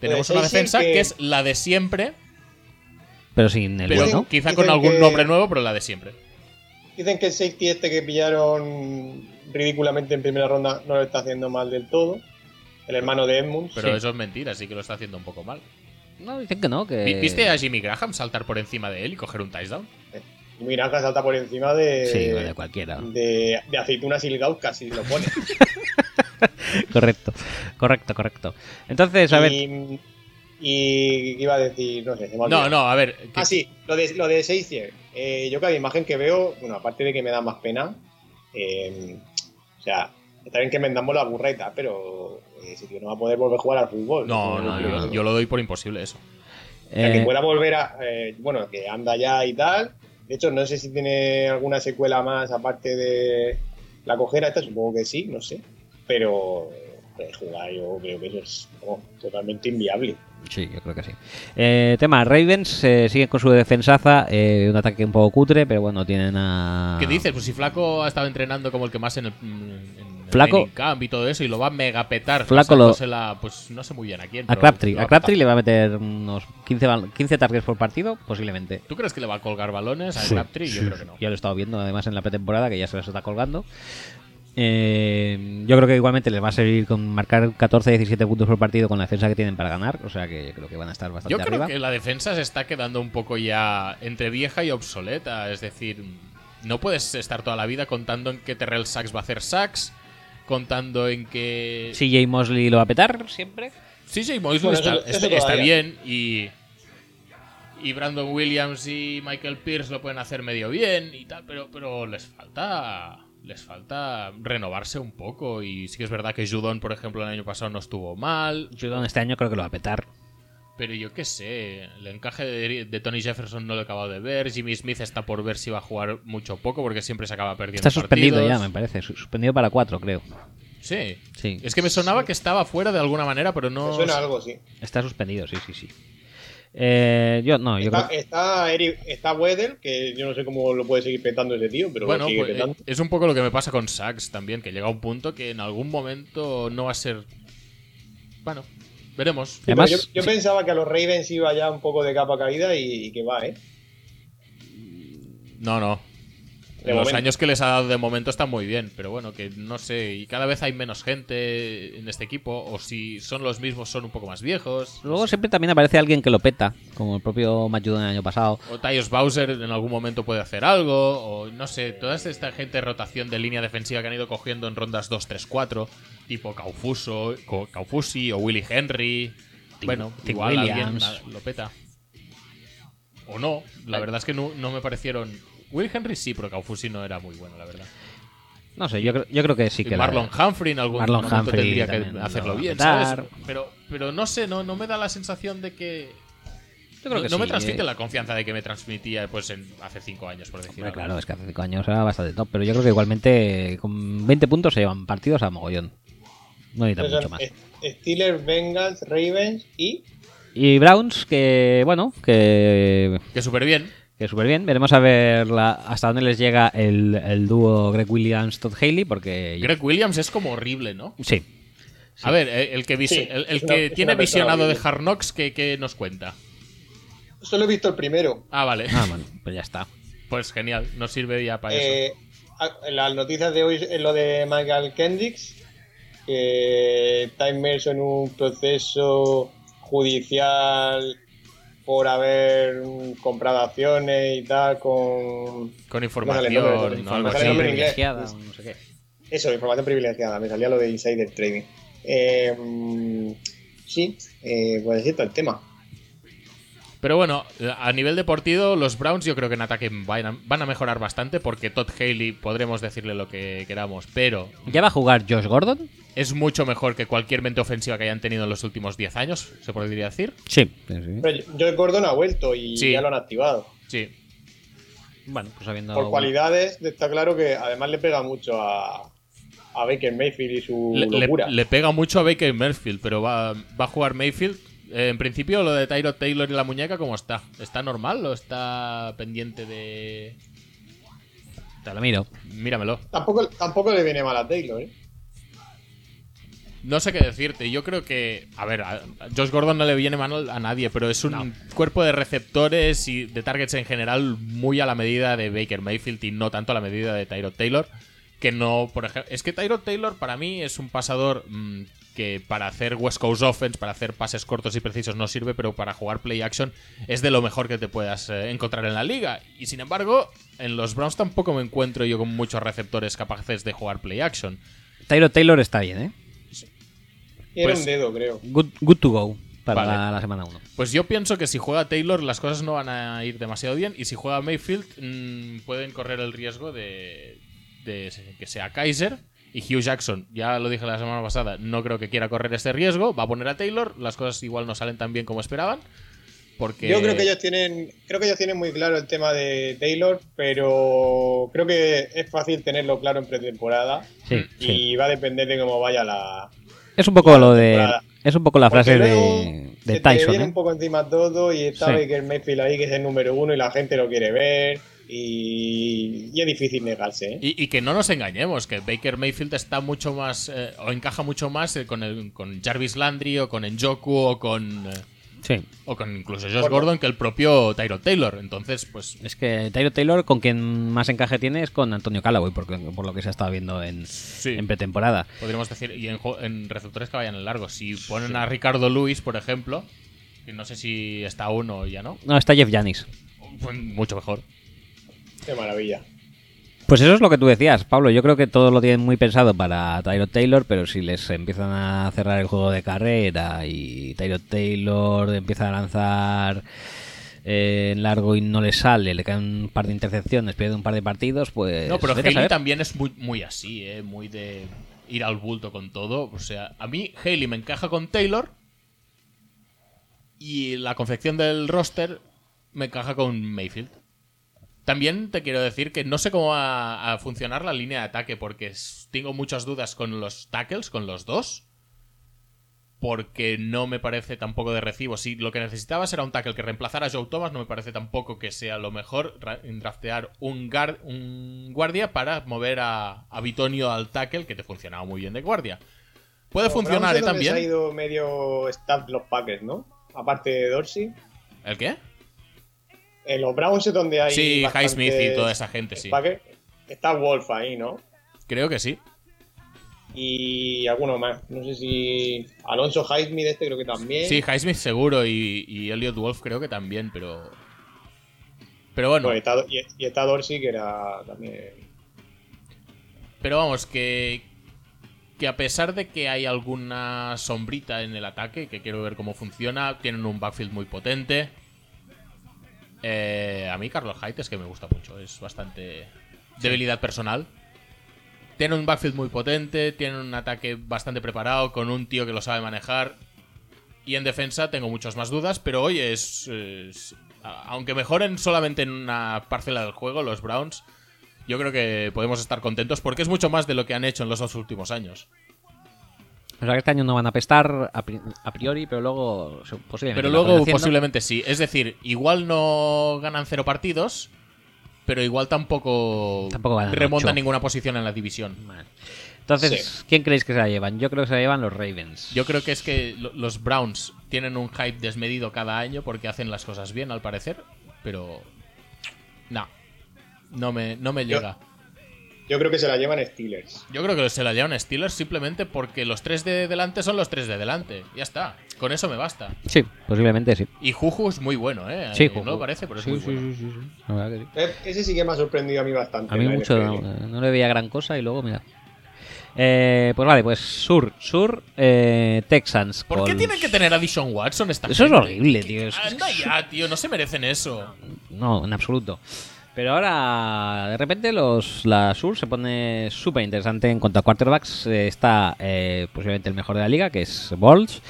S2: Tenemos
S3: Pues
S2: una
S3: ahí sí
S2: defensa
S3: que-
S2: que es la de siempre,
S1: Pero sin el
S2: pero
S1: bueno.
S2: quizá
S3: Dicen
S2: con algún
S3: que-
S2: nombre nuevo, pero la de siempre.
S3: dicen que el safety este que pillaron ridículamente en primera ronda no lo está haciendo mal del todo. El hermano de Edmunds.
S2: Pero
S1: Sí.
S2: eso es mentira, así que lo está haciendo un poco mal.
S1: No, dicen que no. Que...
S2: Vi- ¿Viste a Jimmy Graham saltar por encima de él y coger un touchdown?
S3: Y Miranda salta por encima de,
S1: Sí,
S2: Eh,
S1: de cualquiera.
S3: de, de aceitunas y gaucas si lo pone.
S1: Correcto, correcto, correcto. Entonces, a ver.
S3: y, y ¿qué iba a decir, no sé, se me ha
S2: No,
S3: olvidado.
S2: no, a ver. que-
S3: Ah, sí, lo de, lo de Seizier. Eh, yo cada imagen que veo, bueno, aparte de que me da más pena, eh, o sea, está bien que vendamos la burreta, pero eh, ese tío no va a poder volver a jugar al fútbol.
S2: No,
S1: no,
S2: no, yo,
S1: no.
S2: yo lo doy por imposible eso.
S3: O sea, que
S1: eh,
S3: pueda volver a, eh, bueno, que anda ya y tal. De hecho, no sé si tiene alguna secuela más aparte de la cojera esta, supongo que sí, no sé. Pero eh, jugar yo creo que eso es vamos, totalmente inviable.
S1: Sí, yo creo que sí. Eh, tema, Ravens eh, siguen con su defensaza, eh, un ataque un poco cutre, pero bueno, tienen a...
S2: ¿Qué dices? Pues si Flaco ha estado entrenando como el que más en el, en el
S1: Flaco-
S2: training camp y todo eso y lo va a mega petar.
S1: Flaco lo-
S2: pasándosela, Pues no sé muy bien a quién.
S1: A
S2: pero
S1: Crabtree.
S2: lo va
S1: A Crabtree le va a meter unos 15, bal- 15 targets por partido, posiblemente.
S2: ¿Tú crees que le va a colgar balones a
S1: Sí,
S2: Crabtree? Yo creo que no.
S1: Ya lo he estado viendo además en la pretemporada, que ya se las está colgando. Eh, yo creo que igualmente les va a servir con marcar 14-17 puntos por partido con la defensa que tienen para ganar, o sea que yo creo que van a estar bastante
S2: Yo creo
S1: arriba.
S2: que la defensa se está quedando un poco ya entre vieja y obsoleta. Es decir, no puedes estar toda la vida contando en que Terrell Sachs va a hacer sacks, contando en que...
S1: CJ Mosley lo va a petar siempre.
S2: CJ Mosley
S3: Bueno,
S2: está,
S3: eso- eso
S2: está- está
S3: todavía.
S2: bien y, y Brandon Williams y Michael Pierce lo pueden hacer medio bien y tal, pero, pero les falta les falta renovarse un poco y sí que es verdad que Judon, por ejemplo, el año pasado no estuvo mal,
S1: Judon este año creo que lo va a petar.
S2: pero yo qué sé, el encaje de, de Tony Jefferson no lo he acabado de ver, Jimmy Smith está por ver si va a jugar mucho o poco porque siempre se acaba perdiendo.
S1: Está suspendido
S2: partidos.
S1: ya, me parece. Su- Suspendido para cuatro, creo.
S2: Sí.
S1: Sí.
S2: Es que me sonaba que estaba fuera de alguna manera, pero no...
S3: Me suena algo, sí.
S1: Está suspendido, sí, sí, sí. Eh, yo no, yo
S3: Está,
S1: creo que-
S3: está, Eri- está Weather, que yo no sé cómo lo puede seguir petando ese tío, pero
S2: Bueno,
S3: lo sigue
S2: pues,
S3: petando.
S2: eh, es un poco lo que me pasa con Sachs también, que llega un punto que en algún momento no va a ser. Bueno, veremos.
S3: Sí, pero
S1: además,
S3: yo yo
S1: sí.
S3: pensaba que a los Ravens iba ya un poco de capa caída y, y que va, ¿eh?
S2: No, no.
S3: De
S2: Los
S3: momento.
S2: años que les ha dado de momento están muy bien, pero bueno, que no sé. Y cada vez hay menos gente en este equipo, o si son los mismos, son un poco más viejos.
S1: luego siempre también aparece alguien que lo peta, como el propio Matt Judon el año pasado.
S2: O Tyus Bowser en algún momento puede hacer algo, o no sé, toda esta gente de rotación de línea defensiva que han ido cogiendo en rondas 2, 3, 4, tipo Caufuso, Co- Caufusi o Willie Henry. bueno,
S1: Tim
S2: igual
S1: Williams.
S2: alguien lo peta. O no, la verdad es que no, no me parecieron. Willie Henry sí, pero Caufusi no era muy bueno, la verdad.
S1: No sé, yo, creo- yo creo que sí
S2: Y
S1: que la-
S2: Marlon Humphrey en algún
S1: Marlon
S2: momento
S1: Humphrey
S2: tendría
S1: también
S2: que
S1: lo
S2: hacerlo
S1: va a
S2: bien,
S1: petar.
S2: ¿sabes? Pero, pero no sé, no, no me da la sensación de que.
S1: Yo creo
S2: no
S1: que
S2: no me
S1: sí,
S2: transmite
S1: eh.
S2: la confianza de que me transmitía pues, en- hace cinco años, por decirlo.
S1: Hombre, claro, es que hace cinco años era bastante top, pero yo creo que igualmente con 20 puntos se llevan partidos a mogollón. No necesitan
S3: Entonces,
S1: mucho más.
S3: eh, Steelers, Bengals, Ravens y.
S1: Y Browns, que bueno, que,
S2: Que súper bien.
S1: que súper bien. Veremos a ver la- hasta dónde les llega el, el dúo Greg Williams-Todd Haley, porque...
S2: Greg Williams es como horrible, ¿no?
S1: Sí.
S2: A ver, eh, el que, vis-
S3: Sí,
S2: el, el
S3: es una-
S2: que
S3: es
S2: tiene
S3: una persona
S2: visionado de
S3: horrible.
S2: Hard Knocks, ¿qué, qué nos cuenta?
S3: Solo he visto el primero.
S2: Ah, vale.
S1: Ah, bueno, pues ya está.
S2: Pues genial, nos sirve ya para eso.
S3: Eh, a- las noticias de hoy es lo de Michael Kendricks, que está inmerso en un proceso judicial por haber mm, comprado acciones y tal con
S2: Con
S3: no sale el nombre,
S2: información,
S3: no
S2: ¿no? Algo
S3: sale
S2: así.
S3: el nombre en inglés.
S1: privilegiada, no sé qué.
S3: Eso, información privilegiada, me salía lo de insider trading. Eh, mm, sí, eh, pues así está el tema.
S2: Pero bueno, a nivel deportivo, los Browns yo creo que en ataque van a, van a mejorar bastante porque Todd Haley podremos decirle lo que queramos, pero
S1: ¿Ya va a jugar Josh Gordon?
S2: es mucho mejor que cualquier mente ofensiva que hayan tenido en los últimos 10 años, se podría decir.
S1: Sí.
S3: Pero Joe Gordon ha vuelto y
S2: Sí.
S3: ya lo han activado.
S2: Sí,
S1: Bueno, pues habiendo...
S3: Por cualidades, está claro que además le pega mucho a, a Baker Mayfield y su
S2: Le, le-
S3: Uh, locura.
S2: le pega mucho a Baker Mayfield, pero va, va a jugar Mayfield. Eh, en principio, lo de Tyro Taylor y la muñeca, ¿cómo está? ¿Está normal o está pendiente de.?
S1: Te lo miro.
S2: Míramelo.
S3: Tampoco, tampoco le viene mal a Taylor, ¿eh?
S2: No sé qué decirte. Yo creo que. A ver, a a Josh Gordon no le viene mal a nadie, pero es un cuerpo de receptores y de targets en general muy a la medida de Baker Mayfield y no tanto a la medida de Tyro Taylor. Que no, por ejemplo. Es que Tyro Taylor para mí es un pasador mm, que para hacer West Coast Offense, para hacer pases cortos y precisos no sirve, pero para jugar play action es de lo mejor que te puedas eh, encontrar en la liga. Y sin embargo, en los Browns tampoco me encuentro yo con muchos receptores capaces de jugar play action.
S1: Tyro Taylor está bien, ¿eh?
S3: Era
S2: Pues-
S3: un dedo, creo.
S1: Good, good to go para
S2: Vale.
S1: la, la semana 1.
S2: Pues yo pienso que si juega Taylor las cosas no van a ir demasiado bien y si juega Mayfield mm, pueden correr el riesgo de, de que sea Kaiser y Hugh Jackson. Ya lo dije la semana pasada, no creo que quiera correr este riesgo, va a poner a Taylor, las cosas igual no salen tan bien como esperaban. Porque
S3: Yo creo que ellos tienen. Creo que ellos tienen muy claro el tema de Taylor, pero creo que es fácil tenerlo claro en pretemporada.
S1: Sí, sí.
S3: Mm. Y va a depender de cómo vaya la.
S1: Es un poco
S3: la
S1: lo de...
S3: temporada.
S1: Es un poco la
S3: Porque
S1: frase
S3: luego
S1: de,
S3: se
S1: de
S3: te
S1: Tyson,
S3: viene
S1: ¿eh?
S3: un poco encima todo y está
S1: Sí.
S3: Baker Mayfield ahí, que es el número uno y la gente lo quiere ver. Y, y es difícil negarse, ¿eh?
S2: Y, y que no nos engañemos, que Baker Mayfield está mucho más, eh, o encaja mucho más eh, con, el, con Jarvis Landry o con Njoku o con, eh,
S1: Sí.
S2: o con incluso Josh Gordon que el propio Tyro Taylor. Entonces, pues
S1: Es que Tyro Taylor con quien más encaje tiene es con Antonio Callaway, porque, por lo que se ha estado viendo en,
S2: Sí.
S1: en pretemporada.
S2: Podríamos decir, y en, jo- en receptores que vayan en largo. Si ponen a Ricardo Luis, por ejemplo, que no sé si está uno o ya no,
S1: No, está Jeff Janis.
S2: pues mucho mejor.
S3: Qué maravilla.
S1: Pues eso es lo que tú decías, Pablo. Yo creo que todos lo tienen muy pensado para Tyrod Taylor, pero si les empiezan a cerrar el juego de carrera y Tyrod Taylor empieza a lanzar eh, en largo y no le sale, le caen un par de intercepciones, pierde un par de partidos, pues.
S2: No, pero
S1: vete a
S2: Haley
S1: saber.
S2: también es muy, muy así, ¿eh? Muy de ir al bulto con todo. O sea, a mí Haley me encaja con Taylor y la confección del roster me encaja con Mayfield. También te quiero decir que no sé cómo va a funcionar la línea de ataque porque s- tengo muchas dudas con los tackles, con los dos. Porque no me parece tampoco de recibo. Si lo que necesitabas era un tackle que reemplazara a Joe Thomas, no me parece tampoco que sea lo mejor ra- en draftear un, guard- un guardia para mover a, a Bitonio al tackle, que te funcionaba muy bien de guardia. Puede
S3: Como
S2: funcionar ¿eh?
S3: Brown es donde
S2: también.
S3: Se ha ido medio staff de los Packers, ¿no? Aparte de Dorsey.
S2: ¿El qué?
S3: En los Browns es donde hay.
S2: Sí,
S3: bastantes
S2: Highsmith y toda esa gente, sí.
S3: Packers. Está Wolf ahí, ¿no?
S2: Creo que sí.
S3: Y alguno más. No sé si. Alonso Highsmith, este creo que también.
S2: Sí, Highsmith seguro y, y Elliot Wolf creo que también, pero. Pero bueno,
S3: Bueno, y, está, y- y está Dorsey, que era también.
S2: pero vamos, que. Que a pesar de que hay alguna sombrita en el ataque, que quiero ver cómo funciona, tienen un backfield muy potente. Eh, a mí, Carlos Hyde es que me gusta mucho, es bastante. Debilidad personal. Tiene un backfield muy potente, tiene un ataque bastante preparado, con un tío que lo sabe manejar. Y en defensa tengo muchas más dudas, pero oye, es, es- a- aunque mejoren solamente en una parcela del juego los Browns, yo creo que podemos estar contentos porque es mucho más de lo que han hecho en los dos últimos años.
S1: O sea, que este año no van a pestar a pri- a priori, pero luego se- posiblemente.
S2: Pero
S1: lo acaben
S2: luego
S1: haciendo.
S2: posiblemente sí. Es decir, igual no ganan cero partidos, pero igual tampoco,
S1: Tampoco ganan
S2: remontan
S1: ocho.
S2: ninguna posición en la división.
S1: Vale. Entonces, ¿quién creéis que se la llevan? Yo creo que se la llevan los Ravens.
S2: Yo creo que es que lo- los Browns tienen un hype desmedido cada año porque hacen las cosas bien, al parecer, pero. No. No me, no me
S3: Yo-
S2: llega.
S3: Yo creo que se la llevan Steelers.
S2: Yo creo que se la llevan Steelers simplemente porque los tres de delante son los tres de delante. Ya está. Con eso me basta.
S1: Sí, posiblemente sí.
S2: Y Juju es muy bueno, ¿eh?
S1: Sí,
S2: No lo
S1: Juju.
S2: parece, pero es
S1: Sí,
S2: muy
S1: sí,
S2: bueno.
S1: sí, sí, sí. La verdad que sí.
S3: Eh, Ese sí que me ha sorprendido a mí bastante.
S1: A mí
S3: la
S1: mucho no, eh,
S3: NFL.
S1: no le veía gran cosa y luego, mira. Eh, pues vale, pues Sur, Sur, eh, Texans.
S2: ¿Por qué
S1: Colts.
S2: tienen que tener a Dishon Watson esta
S1: Eso es
S2: gente?
S1: horrible, tío. Es-
S2: Anda ya, tío. No se merecen eso.
S1: No, en absoluto. Pero ahora, de repente, los, la Sur se pone súper interesante en cuanto a quarterbacks. Eh, está eh, posiblemente el mejor de la liga, que es Balls.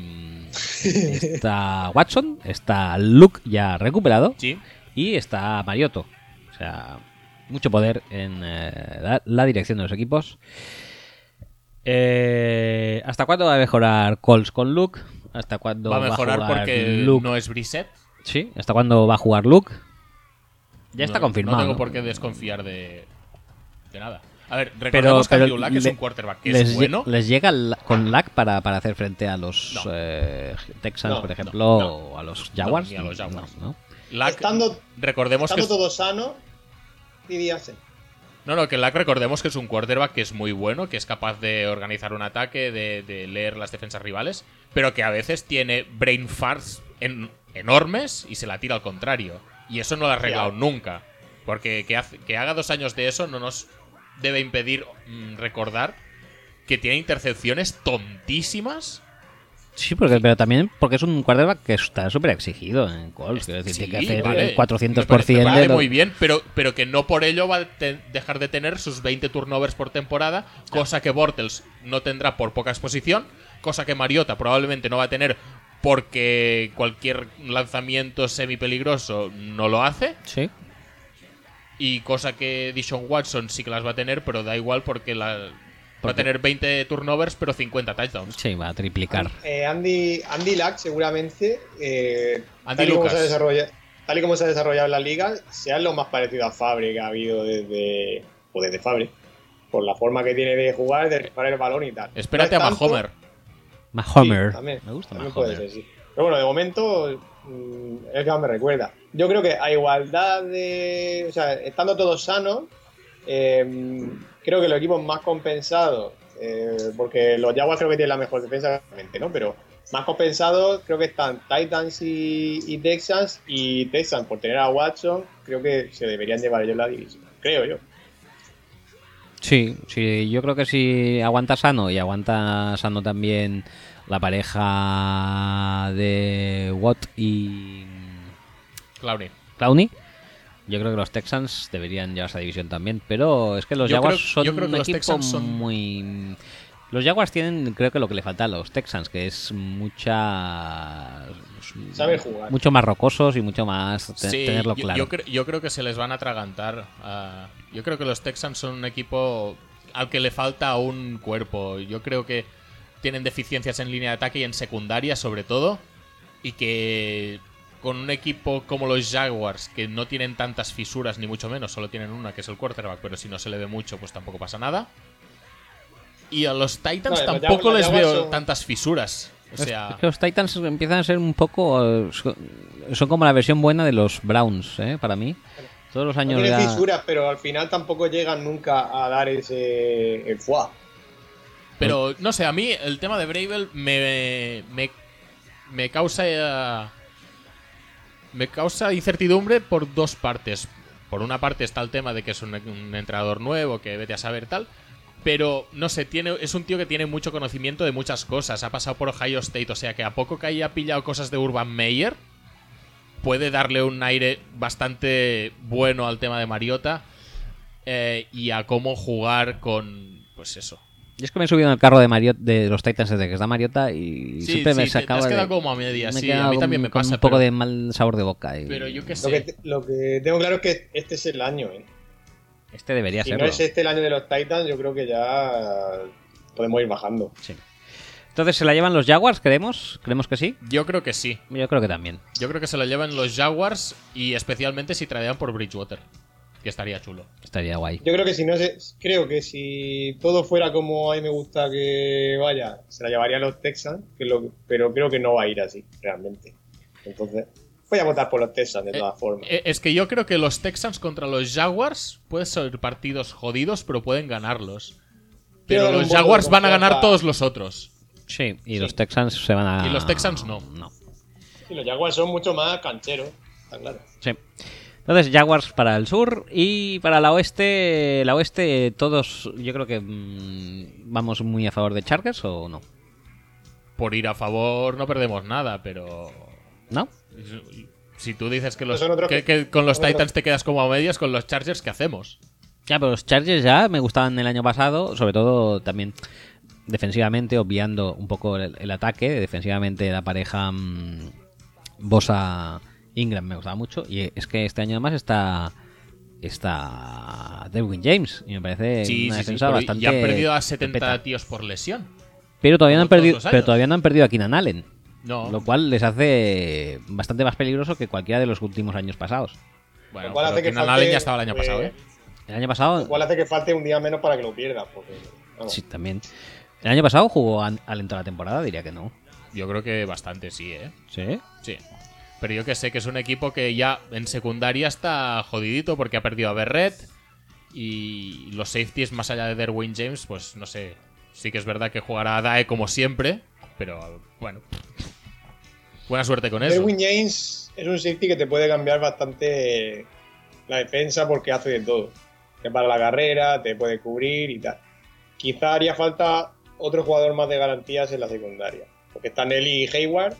S1: está Watson, está Luke ya recuperado
S2: Sí.
S1: y está Mariotto. O sea, mucho poder en eh, la, la dirección de los equipos. Eh, ¿Hasta cuándo va a mejorar Colts con Luke? ¿Hasta cuándo
S2: Va a mejorar
S1: jugar
S2: porque
S1: Luke?
S2: no es Brissett.
S1: Sí, ¿hasta cuándo va a jugar Luke? Ya está
S2: No-
S1: confirmado.
S2: No tengo
S1: ¿no?
S2: por qué desconfiar de, de nada. A ver,
S1: Pero,
S2: recordemos que
S1: pero
S2: Andrew Luck es
S1: le-
S2: un quarterback que
S1: les,
S2: es
S1: lle-
S2: bueno.
S1: les llega la- con lag para, para hacer frente a los
S2: No.
S1: eh, Texans,
S3: No,
S1: por
S3: no,
S1: ejemplo,
S2: no.
S1: o a los Jaguars.
S2: ni a los Jaguars.
S1: No, no.
S2: Luck,
S3: Estando-
S2: recordemos que
S3: Estando
S2: es,
S3: todo sano, dirías.
S2: no, no, que Luck recordemos que es un quarterback que es muy bueno, que es capaz de organizar un ataque, de, de leer las defensas rivales, pero que a veces tiene brain farts en- enormes y se la tira al contrario. Y eso no lo ha arreglado
S3: Ya.
S2: nunca. Porque que, hace- que haga dos años de eso no nos debe impedir mm, recordar que tiene intercepciones tontísimas
S1: Sí, porque, pero también porque es un quarterback que está súper exigido en Colts. Quiero decir,
S2: Sí,
S1: tiene que hacer
S2: vale.
S1: el 400%
S2: Me parece- me parece
S1: de lo-
S2: muy bien, pero, pero que no por ello va a te- dejar de tener sus 20 turnovers por temporada, cosa que Bortles no tendrá por poca exposición, cosa que Mariota probablemente no va a tener porque cualquier lanzamiento semi peligroso no lo hace.
S1: Sí.
S2: Y cosa que Dishon Watson sí que las va a tener, pero da igual porque la, va
S1: Porque-
S2: a tener 20 turnovers, pero 50 touchdowns.
S1: Sí, va a triplicar.
S3: Eh, Andy, Andy Lack seguramente, eh,
S2: Andy
S3: tal, y como
S2: Lucas.
S3: se ha desarrolla- tal y como se ha desarrollado la liga, sea lo más parecido a Fabre que ha habido desde, o desde Fabre, por la forma que tiene de jugar, de rifar el balón y tal.
S2: Espérate
S3: No es
S2: a
S3: tanto-
S2: Mahomer.
S1: Mahomer.
S3: Sí, también,
S1: me gusta
S3: también
S1: Mahomer.
S3: puede ser, sí. Pero bueno, de momento mm, es que más me recuerda. Yo creo que a igualdad de. O sea, estando todos sanos, eh, creo que los equipos más compensados, eh, porque los Jaguars creo que tienen la mejor defensa, obviamente, ¿no? Pero más compensados creo que están Titans y, y Texans, y Texans por tener a Watson, creo que se deberían llevar ellos la división. creo yo.
S1: Sí, sí, yo creo que si aguanta sano y aguanta sano también la pareja de Watt y
S2: Claudio.
S1: Clowney, yo creo que los Texans deberían llevar esa división también. Pero es que los
S2: Yo
S1: Jaguars
S2: creo-
S1: son
S2: yo creo que
S1: un
S2: los
S1: equipo
S2: Texans son-
S1: muy. Los Jaguars tienen, creo que lo que le falta a los Texans, que es mucha.
S3: Sabe jugar.
S1: Mucho más rocosos y mucho más te-
S2: Sí,
S1: tenerlo
S2: yo,
S1: claro.
S2: yo cre- yo creo que se les van a atragantar. ah, yo creo que los Texans son un equipo al que le falta un cuerpo. Yo creo que tienen deficiencias en línea de ataque y en secundaria sobre todo. Y que con un equipo como los Jaguars, que no tienen tantas fisuras ni mucho menos, solo tienen una que es el quarterback, pero si no se le ve mucho pues tampoco pasa nada. Y a los Titans
S3: No, los
S2: tampoco
S3: Jaguars- los
S2: les
S3: Jaguars
S2: veo
S3: son-
S2: tantas fisuras. O
S1: Es-
S2: sea,
S1: es que los Titans empiezan a ser un poco. eh, Son son como la versión buena de los Browns, ¿eh? para mí. Todos los
S3: No
S1: años.
S3: tienen
S1: ya-
S3: fisuras, pero al final tampoco llegan nunca a dar ese. el foie.
S2: Pero no sé, a mí el tema de Bravel me, me, me causa. eh, me causa incertidumbre por dos partes. Por una parte está el tema de que es un, un entrenador nuevo, que vete a saber tal. Pero no sé, tiene, es un tío que tiene mucho conocimiento de muchas cosas. Ha pasado por Ohio State, o sea que a poco que haya pillado cosas de Urban Meyer, puede darle un aire bastante bueno al tema de Mariota eh, y a cómo jugar con. Pues eso,
S1: Yo es que me he subido en el carro de Mariot- de los Titans desde que está Mariota y
S2: Sí,
S1: siempre
S2: sí,
S1: me
S2: te- te has
S1: sacaba.
S2: quedado
S1: de-
S2: como a medias,
S1: me he
S2: sí, a
S1: quedado
S2: mí también
S1: con-
S2: me
S1: con
S2: pasa,
S1: Un poco
S2: pero-
S1: de mal sabor de boca. y-
S2: Pero yo qué
S3: Lo,
S2: sé.
S3: que, lo que tengo claro es que este es el año, ¿eh?
S1: Este debería
S3: Si
S1: serlo.
S3: no es este el año de los Titans, yo creo que ya podemos ir bajando.
S1: Sí. Entonces, ¿se la llevan los Jaguars? ¿Creemos? ¿Creemos que sí?
S2: Yo creo que sí.
S1: Yo creo que también.
S2: Yo creo que se lo llevan los Jaguars y especialmente si tradean por Bridgewater. Que estaría chulo.
S1: Estaría guay.
S3: Yo creo que si no se, creo que si todo fuera como a mí me gusta que vaya, se la llevaría a los Texans, que lo- pero creo que no va a ir así, realmente. Entonces, voy a votar por los Texans de
S2: Eh,
S3: todas formas.
S2: Eh, Es que yo creo que los Texans contra los Jaguars pueden ser partidos jodidos, pero pueden ganarlos.
S3: Quiero
S2: Pero
S3: dar un
S2: los
S3: voto de
S2: Jaguars van a ganar
S3: confianza.
S2: todos los otros.
S1: Sí, y
S3: Sí.
S1: los Texans se van a.
S2: Y los Texans no.
S1: No.
S3: Y los Jaguars son mucho más cancheros, está claro.
S1: Sí. Entonces, Jaguars para el sur y para la oeste. La oeste, eh, todos, yo creo que mm, vamos muy a favor de Chargers o no.
S2: Por ir a favor no perdemos nada, pero...
S1: ¿No?
S2: Si tú dices que, los,
S3: Son otros
S2: que-
S3: que-
S2: que con los
S3: son otros.
S2: Titans te quedas como a medias, con los Chargers, ¿qué hacemos?
S1: Ya, pero los Chargers ya me gustaban el año pasado, sobre todo también defensivamente, obviando un poco el, el ataque. Defensivamente la pareja mm, Bosa Ingram me gustaba mucho. Y es que este año además está está Derwin James. Y me parece una defensa
S2: pero
S1: bastante.
S2: Y han perdido a 70
S1: pepeta.
S2: tíos por lesión.
S1: Pero todavía no han
S2: como todos
S1: perdido,
S2: los
S1: pero
S2: años.
S1: todavía no han perdido a Keenan Allen.
S2: No.
S1: Lo cual les hace bastante más peligroso que cualquiera de los últimos años pasados.
S2: Bueno,
S3: Lo cual
S2: pero
S3: hace que
S2: Keenan
S3: falte,
S2: Allen ya estaba el año
S3: eh,
S2: pasado, ¿eh?
S1: El año pasado.
S3: Lo cual hace que falte un día menos para que lo pierdas, porque vamos,
S1: Sí, también. El año pasado jugó An- Allen toda la temporada, diría que no.
S2: Yo creo que bastante sí, ¿eh?
S1: Sí.
S2: Sí. Pero yo que sé que es un equipo que ya en secundaria está jodidito porque ha perdido a Berret y los safeties más allá de Derwin James, pues no sé. Sí que es verdad que jugará a Dae como siempre, pero bueno. Buena suerte con eso.
S3: Derwin James es un safety que te puede cambiar bastante la defensa porque hace de todo. Te para la carrera, te puede cubrir y tal. Quizá haría falta otro jugador más de garantías en la secundaria. Porque están él y Hayward.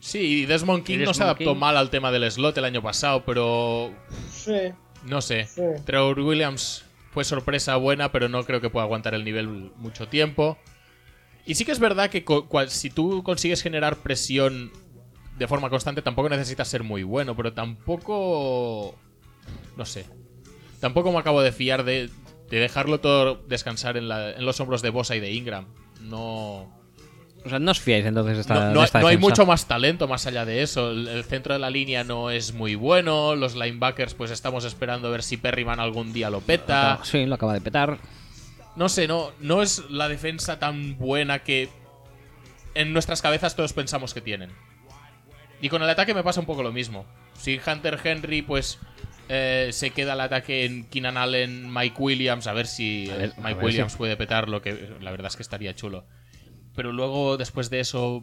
S2: Sí, y Desmond King
S1: Y
S2: no se
S1: Desmond
S2: adaptó
S1: King.
S2: mal al tema del slot el año pasado, pero
S3: Sí,
S2: No sé.
S3: Sí.
S2: Trevor Williams fue sorpresa buena, pero no creo que pueda aguantar el nivel mucho tiempo. Y sí que es verdad que co- cual- si tú consigues generar presión de forma constante, tampoco necesitas ser muy bueno, pero tampoco. No sé. Tampoco me acabo de fiar de, de dejarlo todo descansar en, la- en los hombros de Bosa y de Ingram. No.
S1: O sea, no os fiáis entonces de esta,
S2: No, no
S1: de
S2: hay-
S1: esta
S2: no hay
S1: defensa.
S2: mucho más talento más allá de eso. El, el centro de la línea no es muy bueno. Los linebackers, pues estamos esperando a ver si Perryman algún día lo peta.
S1: Acaba- Ah, Sí, lo acaba de petar.
S2: No sé, no, no es la defensa tan buena que en nuestras cabezas todos pensamos que tienen. Y con el ataque me pasa un poco lo mismo. Si Hunter Henry, pues eh, se queda el ataque en Keenan Allen, Mike Williams, a ver si
S1: A ver,
S2: eh,
S1: a
S2: Mike
S1: ver
S2: Williams puede petar lo que la verdad es que estaría chulo. Pero luego, después de eso,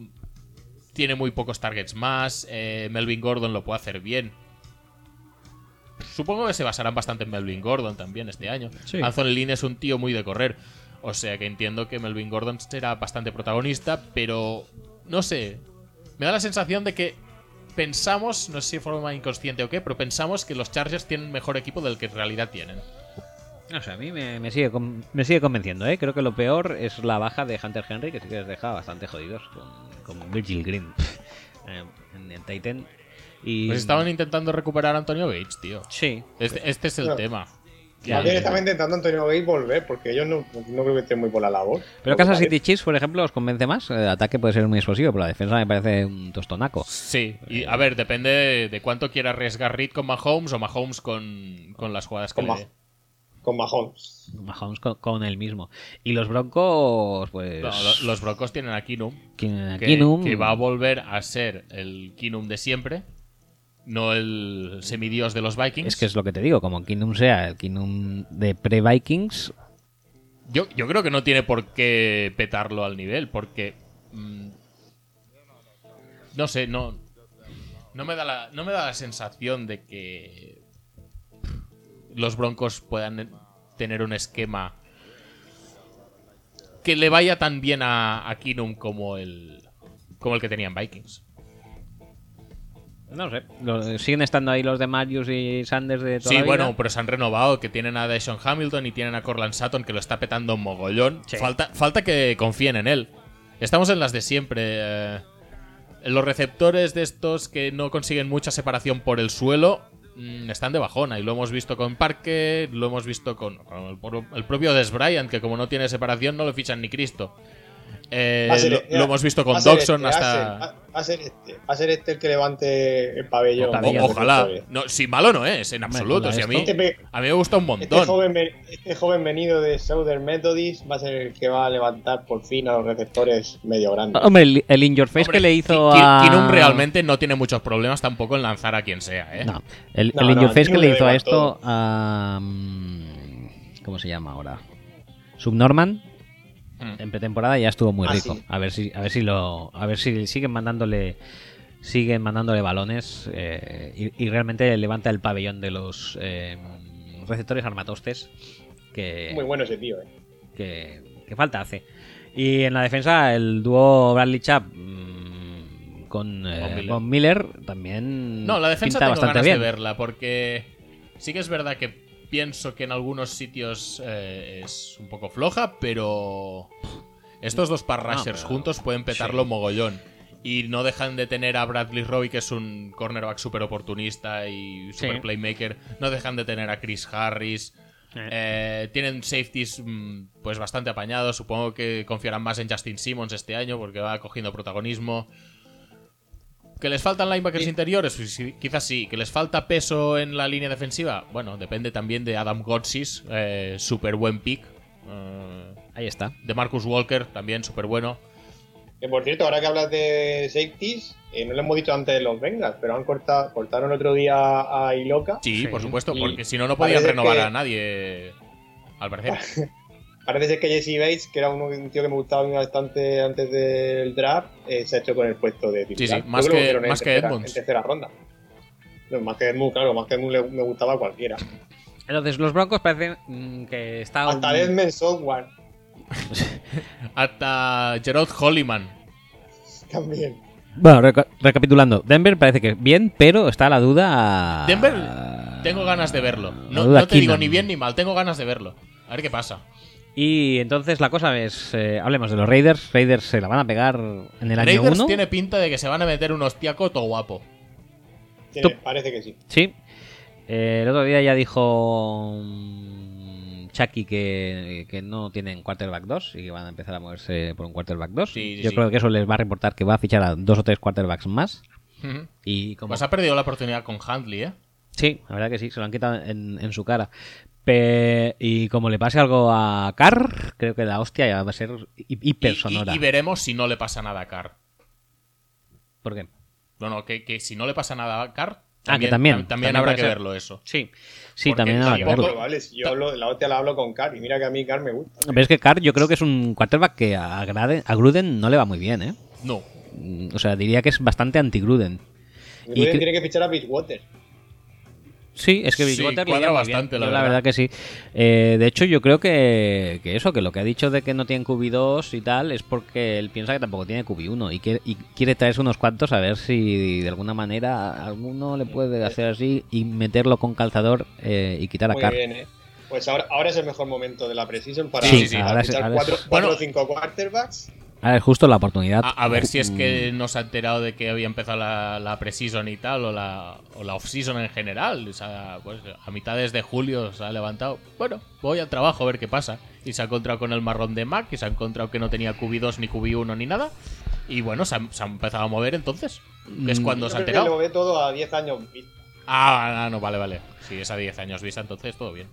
S2: tiene muy pocos targets más. eh, Melvin Gordon lo puede hacer bien. Supongo que se basarán bastante en Melvin Gordon también este año.
S5: Sí.
S2: Anthony Lynn es un tío muy de correr. O sea que entiendo que Melvin Gordon será bastante protagonista, pero no sé. Me da la sensación de que pensamos, no sé si de forma inconsciente o qué, pero pensamos que los Chargers tienen mejor equipo del que en realidad tienen.
S1: No sé, a mí me, me sigue, con- me sigue convenciendo, ¿eh? Creo que lo peor es la baja de Hunter Henry, que sí que les deja bastante jodidos con, con Virgil Green eh, en, en Titan. Y,
S2: Pues estaban intentando recuperar a Antonio Gates, tío.
S1: Sí.
S2: Este, este es el
S3: Claro.
S2: tema.
S1: Ya,
S3: Más bien
S1: ya.
S3: estaba intentando Antonio Gay volver, porque ellos no, no creo que estén muy por la labor.
S1: Pero
S3: Porque
S1: Kansas
S3: parece-
S1: City Chiefs, por ejemplo, os convence más. El ataque puede ser muy explosivo, pero la defensa me parece un tostonaco.
S2: Sí, y a ver, depende de cuánto quiera arriesgar Reed con Mahomes o Mahomes con, con las jugadas que
S3: Con
S2: le
S3: Mah-
S2: dé.
S3: Con Mahon.
S1: Mahomes con, con él mismo. Y los Broncos, pues.
S2: No, lo- los Broncos tienen a Kinum,
S1: Keenan
S2: que,
S1: Keenum.
S2: que va a volver a ser el Kinum de siempre, no el semidios de los Vikings.
S1: es que es lo que te digo, como Kingdom sea el Kingdom de pre-Vikings,
S2: yo, yo creo que no tiene por qué petarlo al nivel, porque... mm, no sé, no... No me, da la, no me da la sensación de que los Broncos puedan tener un esquema que le vaya tan bien a, a Kinum como el, como el que tenían Vikings.
S1: No sé. lo- siguen estando ahí los de Marius y Sanders de toda
S2: Sí,
S1: la vida.
S2: bueno, pero se han renovado, que tienen a Dyson Hamilton y tienen a Corland Sutton, que lo está petando un mogollón.
S1: Sí.
S2: Falta, falta que confíen en él. Estamos en las de siempre. eh, los receptores de estos que no consiguen mucha separación por el suelo mm, están de bajona. Y lo hemos visto con Parque, lo hemos visto con, con el, pro- el propio Des Bryant, que como no tiene separación no lo fichan ni Cristo. Eh,
S3: Va a ser-
S2: lo, lo hemos visto
S3: va
S2: con
S3: a ser
S2: Dodson
S3: este,
S2: hasta...
S3: Va a, ser, va a ser este, va a ser este el que levante el pabellón.
S1: O-
S2: O-
S1: Pabellón.
S2: ojalá. No, si malo no es, en absoluto.
S1: jodas,
S2: Si a, mí,
S3: esto- Este pe-
S2: a mí me gusta un montón.
S3: Este joven, ve- este joven venido de Southern Methodist va a ser el que va a levantar por fin a los receptores medio
S2: Ah,
S3: grandes.
S1: Hombre, el, el In Your Face
S2: Hombre,
S1: que le hizo
S2: Ki- Ki-
S1: a.
S2: Kinum realmente no tiene muchos problemas tampoco en lanzar a quien sea, ¿eh?
S1: No, el,
S3: No,
S1: el In
S3: no,
S1: Your Face que
S3: Kinum
S1: le
S3: le
S1: hizo
S3: da
S1: a
S3: igual
S1: esto a. mm, ¿Cómo se llama ahora? Subnorman.
S2: Mm.
S1: En pretemporada ya estuvo muy
S3: Ah,
S1: rico.
S3: sí.
S1: A ver si, a ver si lo. A ver si siguen mandándole. Siguen mandándole balones. eh, y, y realmente levanta el pabellón de los eh, receptores armatostes. Que,
S3: Muy bueno ese tío, eh.
S1: que, que falta hace. Y en la defensa, el dúo Bradley Chap con eh,
S2: Von Miller.
S1: Von Miller también.
S2: No, la
S1: pinta
S2: defensa tengo
S1: bastante
S2: ganas
S1: bien.
S2: de verla porque sí que es verdad que pienso que en algunos sitios eh, es un poco floja, pero estos dos parrashers
S1: pero-
S2: juntos pueden petarlo mogollón. Y no dejan de tener a Bradley Roy, que es un cornerback súper oportunista y super
S1: Sí.
S2: playmaker. No dejan de tener a Chris Harris. Eh, tienen safeties mm, pues bastante apañados. Supongo que confiarán más en Justin Simmons este año porque va cogiendo protagonismo. ¿Que les faltan linebackers interiores? Sí, sí, quizás sí. ¿Que les falta peso en la línea defensiva? Bueno, depende también de Adam Gotsis, eh, súper buen pick. Eh,
S1: Ahí está.
S2: de Marcus Walker, también súper bueno.
S3: Que por cierto, ahora que hablas de safeties, eh, no lo hemos dicho antes de los Bengals, pero han cortado, cortaron otro día a Iloca.
S2: Sí,
S1: Sí.
S2: por supuesto,
S3: Y
S2: porque si no, no podían
S3: parece
S2: renovar
S3: que-
S2: a nadie, al parecer.
S3: Parece ser que Jesse Bates, que era un, un tío que me gustaba a mí bastante antes del draft, eh, se ha hecho con el puesto de titular.
S2: sí, más
S3: Yo creo
S2: que-
S3: lo hicieron en
S2: más que
S3: tercera-
S2: Edmonds.
S3: En tercera ronda. No, más que Edmunds, claro, más que Edmunds le- me gustaba a cualquiera.
S1: Entonces, los Broncos parecen mm, que está.
S2: Ah,
S1: un-
S3: Hasta Edmund Software
S2: Hasta Gerald Holliman,
S3: también.
S1: Bueno, reca- recapitulando. Denver parece que bien, pero está la duda.
S2: Denver, tengo ganas de verlo.
S1: La
S2: No,
S1: duda
S2: no te digo
S1: Ah. Keenan.
S2: ni bien ni mal, tengo ganas de verlo. A ver qué pasa.
S1: Y entonces la cosa es. eh, hablemos de los Raiders. Raiders se la van a pegar en el año
S2: Raiders
S1: 1.
S2: tiene pinta de que se van a meter un hostiaco todo guapo.
S3: Tiene-
S1: Tú-
S3: parece que sí.
S1: Sí. Eh, el otro día ya dijo mm, Chucky que, que no tienen quarterback 2 y que van a empezar a moverse por un quarterback 2.
S2: Sí, sí,
S1: Yo
S2: sí.
S1: creo que eso les va a reportar que va a fichar a dos o tres quarterbacks más.
S2: Ujú.
S1: Y como...
S2: Pues ha perdido la oportunidad con Handley, ¿eh?
S1: Sí, la verdad que sí, se lo han quitado en, en su cara. Pe- Y como le pase algo a Carr, creo que la hostia ya va a ser hi-
S2: Y,
S1: hiper
S2: y-
S1: sonora.
S2: y veremos si no le pasa nada a Carr.
S1: ¿Por qué?
S2: No, no, que, que si no le pasa nada a Carr,
S1: Ah, que también,
S2: tam- también
S1: también
S2: habrá
S1: puede
S2: que
S1: ser.
S2: verlo eso.
S1: Sí, sí,
S2: Porque
S1: también habrá que
S2: tampoco-
S1: verlo.
S3: Poco, ¿vale? Si yo hablo, la hostia la hablo con Car y mira que a mí Car me gusta.
S1: Pero es que Carr yo creo que es un quarterback que a, Grade- a Gruden no le va muy bien, ¿eh?
S2: No.
S1: Mm, O sea, diría que es bastante anti-Gruden.
S3: Gruden
S1: que-
S3: tiene que fichar a Bridgewater.
S1: Sí, es que Bridgewater le
S2: Sí, cuadra
S1: iría muy
S2: bastante,
S1: bien.
S2: la
S1: Yo
S2: verdad.
S1: que sí. Eh, de hecho, yo creo que, que eso, que lo que ha dicho de que no tiene QB2 y tal, es porque él piensa que tampoco tiene QB1 y, que, y quiere traerse unos cuantos a ver si de alguna manera alguno le
S2: Eh,
S1: puede hacer así y meterlo con calzador eh, y quitar a
S3: Muy
S1: Carr.
S3: bien, ¿eh? Pues ahora, ahora es el mejor momento de la precision para
S2: Sí, sí, sí.
S1: Ahora es-
S3: fichar
S1: ahora
S3: cuatro
S1: es-
S3: cuatro o
S2: Bueno.
S3: cinco quarterbacks.
S1: Ahora es justo la oportunidad.
S2: A, a ver si es que nos ha enterado de que había empezado la, la preseason y tal, o la, o la off-season en general. O sea, pues a mitades de julio se ha levantado. Bueno, voy al trabajo a ver qué pasa. Y se ha encontrado con el marrón de Mac, y se ha encontrado que no tenía QB2 ni QB1 ni nada. Y bueno, se ha, se ha empezado a mover entonces. Que es
S1: Mm.
S2: cuando
S3: Yo
S2: se ha
S3: creo que lo
S2: enterado.
S3: ve todo a 10 años. vista.
S2: Ah, ah, no, vale, vale. Si es a 10 años vista, entonces todo bien.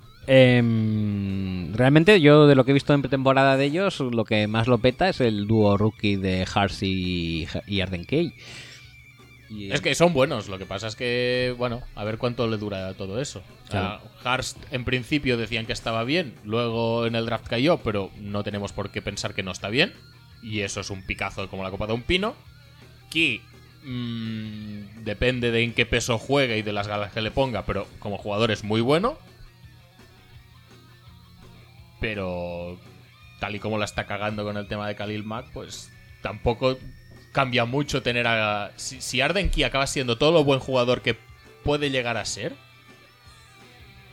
S1: Em, realmente yo de lo que he visto en pretemporada de ellos, lo que más lo peta es el dúo rookie de Harsey y Arden Key. Y-
S2: Es que son buenos, lo que pasa es que, bueno, a ver cuánto le dura todo eso. O sea, Harst en principio decían que estaba bien, luego en el draft cayó, pero no tenemos por qué pensar que no está bien. Y eso es un picazo como la copa de un pino. Key mm, depende de en qué peso juegue y de las galas que le ponga, pero como jugador es muy bueno. Pero tal y como la está cagando con el tema de Khalil Mack, pues tampoco cambia mucho tener a. Si, si Arden Key acaba siendo todo lo buen jugador que puede llegar a ser,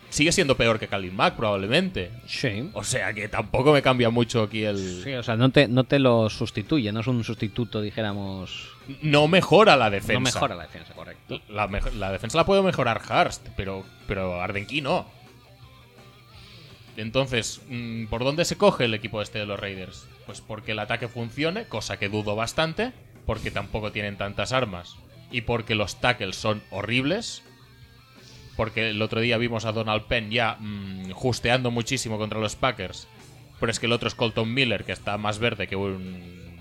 S2: sigue siendo peor que Khalil Mack, probablemente.
S1: Sí.
S2: O sea que tampoco me cambia mucho aquí el.
S1: Sí, o sea, no te, no te lo sustituye, no es un sustituto, dijéramos.
S2: No mejora la defensa.
S1: No mejora la defensa, correcto.
S2: La, mejo- la defensa la puede mejorar Harst, pero, pero Ardenki no. Entonces, mm, ¿por dónde se coge el equipo este de los Raiders? Pues porque el ataque funcione, cosa que dudo bastante, porque tampoco tienen tantas armas, y porque los tackles son horribles, porque el otro día vimos a Donald Penn ya mm, justeando muchísimo contra los Packers, pero es que el otro es Colton Miller, que está más verde que un...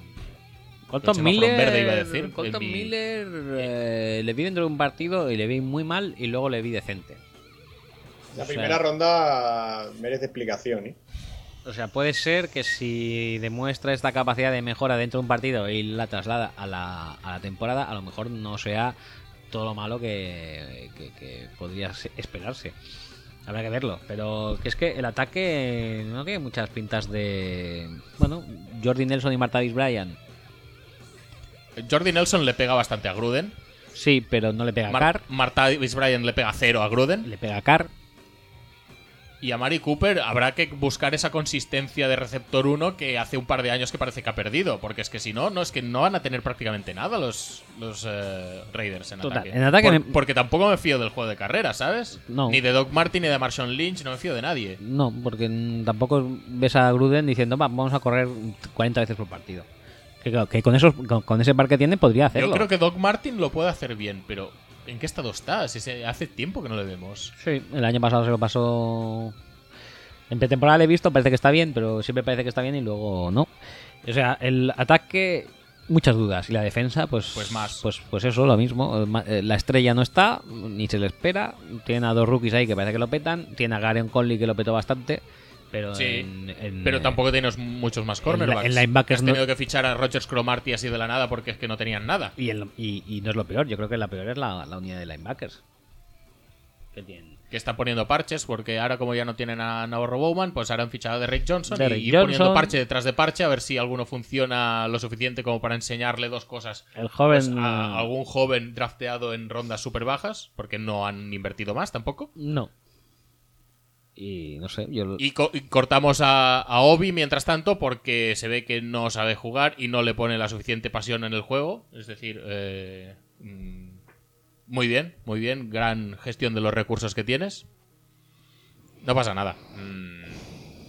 S2: El
S1: Colton
S2: semáforo
S1: Miller,
S2: verde iba a decir,
S1: Colton
S2: en mi-
S1: Miller eh, le vi dentro de un partido y le vi muy mal y luego le vi decente.
S3: La
S1: O sea-
S3: primera ronda merece explicación, ¿eh?
S1: O sea, puede ser que si demuestra esta capacidad de mejora dentro de un partido y la traslada a la, a la temporada, a lo mejor no sea todo lo malo que, que- que podría se- esperarse. Habrá que verlo. Pero que es que el ataque no tiene muchas pintas de... Bueno, Jordi Nelson y Martavis Bryan.
S2: Jordi Nelson le pega bastante a Gruden.
S1: Sí, pero no le pega a Carr.
S2: Mar- Marta Davis Bryant le pega cero a Gruden.
S1: Le pega a Carr.
S2: Y a Mari Cooper habrá que buscar esa consistencia de receptor 1 que hace un par de años que parece que ha perdido. Porque es que si no, no es que no van a tener prácticamente nada los, los eh, Raiders en
S1: Total,
S2: ataque.
S1: en ataque
S2: Por-
S1: me-
S2: Porque tampoco me fío del juego de carrera, ¿sabes?
S1: No.
S2: Ni de Doc Martin ni de Marshawn Lynch, no me fío de nadie.
S1: No, porque mm, tampoco ves a Gruden diciendo, "Va, vamos a correr 40 veces por partido. Que, claro, que con, esos, con, con ese par que tiene podría hacerlo.
S2: Yo creo que Doc Martin lo puede hacer bien, pero ¿en qué estado está? Si se- hace tiempo que no le vemos.
S1: Sí, el año pasado se lo pasó. En pretemporada le he visto, parece que está bien, pero siempre parece que está bien y luego no. O sea, el ataque, muchas dudas. Y la defensa, pues.
S2: Pues más.
S1: Pues, pues eso, lo mismo. Eh, ma- eh, La estrella no está, ni se le espera. Tienen a dos rookies ahí que parece que lo petan. Tiene a Garen Conley que lo petó bastante. Pero.
S2: Sí,
S1: en- en-
S2: Pero
S1: eh,
S2: tampoco tienes muchos más cornerbacks.
S1: en linebackers
S2: Has
S1: no-
S2: tenido que fichar a Rogers Cromarty así de la nada porque es que no tenían nada.
S1: Y, en lo- y, y no es lo peor, yo creo que la peor es la, la unidad de linebackers. Que tienen.
S2: que están poniendo parches, porque ahora como ya no tienen a Navarro Bowman, pues ahora han fichado a Derrick Johnson
S1: Derrick
S2: y ir
S1: Johnson.
S2: poniendo parche detrás de parche a ver si alguno funciona lo suficiente como para enseñarle dos cosas
S1: El
S2: pues,
S1: joven.
S2: a algún joven drafteado en rondas super bajas, porque no han invertido más tampoco.
S1: No. Y no sé, yo.
S2: Y, co- y cortamos a, a Obi mientras tanto porque se ve que no sabe jugar y no le pone la suficiente pasión en el juego. Es decir, eh, mm, muy bien, muy bien. Gran gestión de los recursos que tienes. No pasa nada. Mm,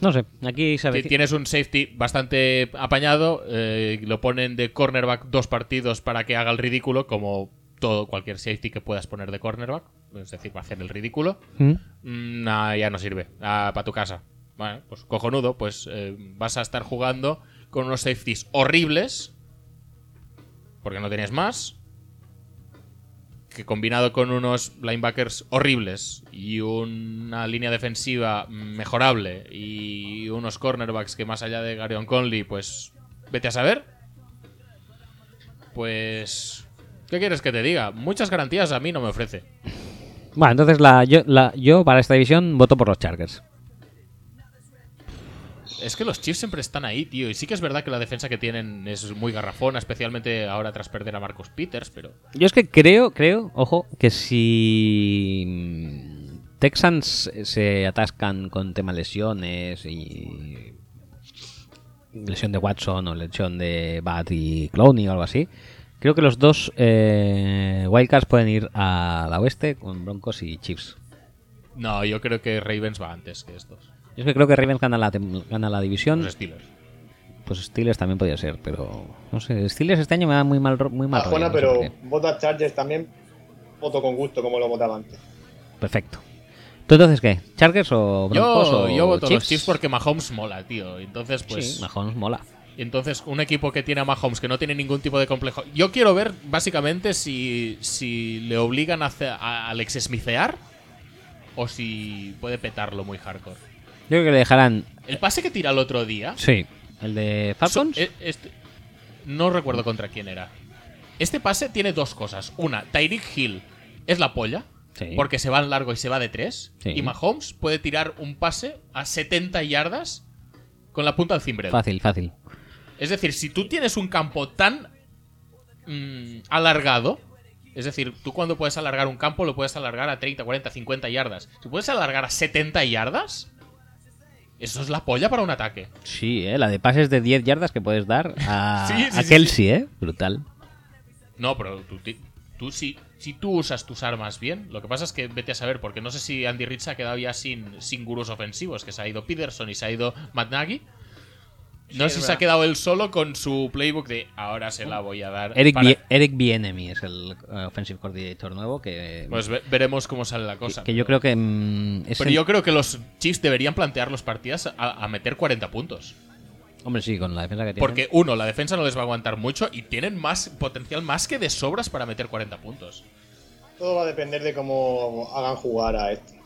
S1: No sé, aquí se
S2: Ti-
S1: avecina-
S2: Tienes un safety bastante apañado, eh, lo ponen de cornerback dos partidos para que haga el ridículo, como todo cualquier safety que puedas poner de cornerback, es decir, va a hacer el ridículo.
S1: ¿Mm?
S2: Mm, nah, ya no sirve, para tu casa. Bueno, pues cojonudo, pues eh, vas a estar jugando con unos safeties horribles, porque no tienes más, que combinado con unos linebackers horribles y una línea defensiva mejorable y unos cornerbacks que más allá de Garion Conley, pues vete a saber. Pues, ¿qué quieres que te diga? Muchas garantías a mí no me ofrece.
S1: Bueno, entonces la, yo, la- yo para esta división voto por los Chargers.
S2: Es que los Chiefs siempre están ahí, tío. Y sí que es verdad que la defensa que tienen es muy garrafona, especialmente ahora tras perder a Marcus Peters, pero.
S1: Yo es que creo, creo, ojo, que si mm, Texans se atascan con tema lesiones y lesión de Watson o lesión de Bat y Clowney o algo así, creo que los dos eh, Wildcards pueden ir a la oeste con Broncos y Chiefs.
S2: No, yo creo que Ravens va antes que estos.
S1: Yo es que creo que Ravens gana la, tem- gana la división,
S2: Los Steelers.
S1: pues Steelers también podría ser, pero no sé, Steelers este año me da muy mal, ro- muy mal
S2: Ah,
S1: rollo,
S3: Juana,
S1: no sé
S3: pero
S1: por qué.
S3: voto a Chargers también. Voto con gusto como lo votaba antes.
S1: Perfecto. ¿Tú entonces qué? ¿Chargers o Broncos
S2: Yo,
S1: o
S2: yo voto
S1: Chiefs?
S2: los Chiefs porque Mahomes mola, tío. Entonces, pues.
S1: Sí, Mahomes mola.
S2: Entonces, un equipo que tiene a Mahomes, que no tiene ningún tipo de complejo. Yo quiero ver, básicamente, si, si le obligan a, hacer- a Alex Smithear o si puede petarlo muy hardcore.
S1: Yo creo que le dejarán...
S2: El pase que tira el otro día.
S1: Sí. ¿El de Falcons?
S2: so- e- este- no recuerdo contra quién era. Este pase tiene dos cosas. Una, Tyreek Hill es la polla,
S1: Sí.
S2: porque se va en largo y se va de tres.
S1: Sí.
S2: Y Mahomes puede tirar un pase a 70 yardas con la punta del cimbrero.
S1: Fácil, fácil.
S2: Es decir, si tú tienes un campo tan mm, alargado, es decir, tú cuando puedes alargar un campo lo puedes alargar a 30, 40, 50 yardas. Si puedes alargar a 70 yardas, eso es la polla para un ataque.
S1: Sí, ¿eh? la de pases de 10 yardas que puedes dar a,
S2: Sí, sí,
S1: a
S2: sí,
S1: Kelsey, ¿eh? Brutal.
S2: No, pero tú, ti- tú si, si tú usas tus armas bien, lo que pasa es que vete a saber, porque no sé si Andy Reid se ha quedado ya sin, sin gurús ofensivos, que se ha ido Peterson y se ha ido Matt Nagy. No sé si se ha quedado él solo con su playbook de ahora se la voy a dar.
S1: Eric,
S2: para-
S1: Bie- Eric Bienemy es el eh, offensive coordinator nuevo que,
S2: Pues ve- veremos cómo sale la cosa.
S1: que yo creo que... mm, es
S2: Pero
S1: el-
S2: yo creo que los Chiefs deberían plantear los partidas a, a meter 40 puntos.
S1: Hombre, sí, con la defensa que tiene.
S2: Porque, uno, la defensa no les va a aguantar mucho y tienen más potencial más que de sobras para meter 40 puntos.
S3: Todo va a depender de cómo hagan jugar a este.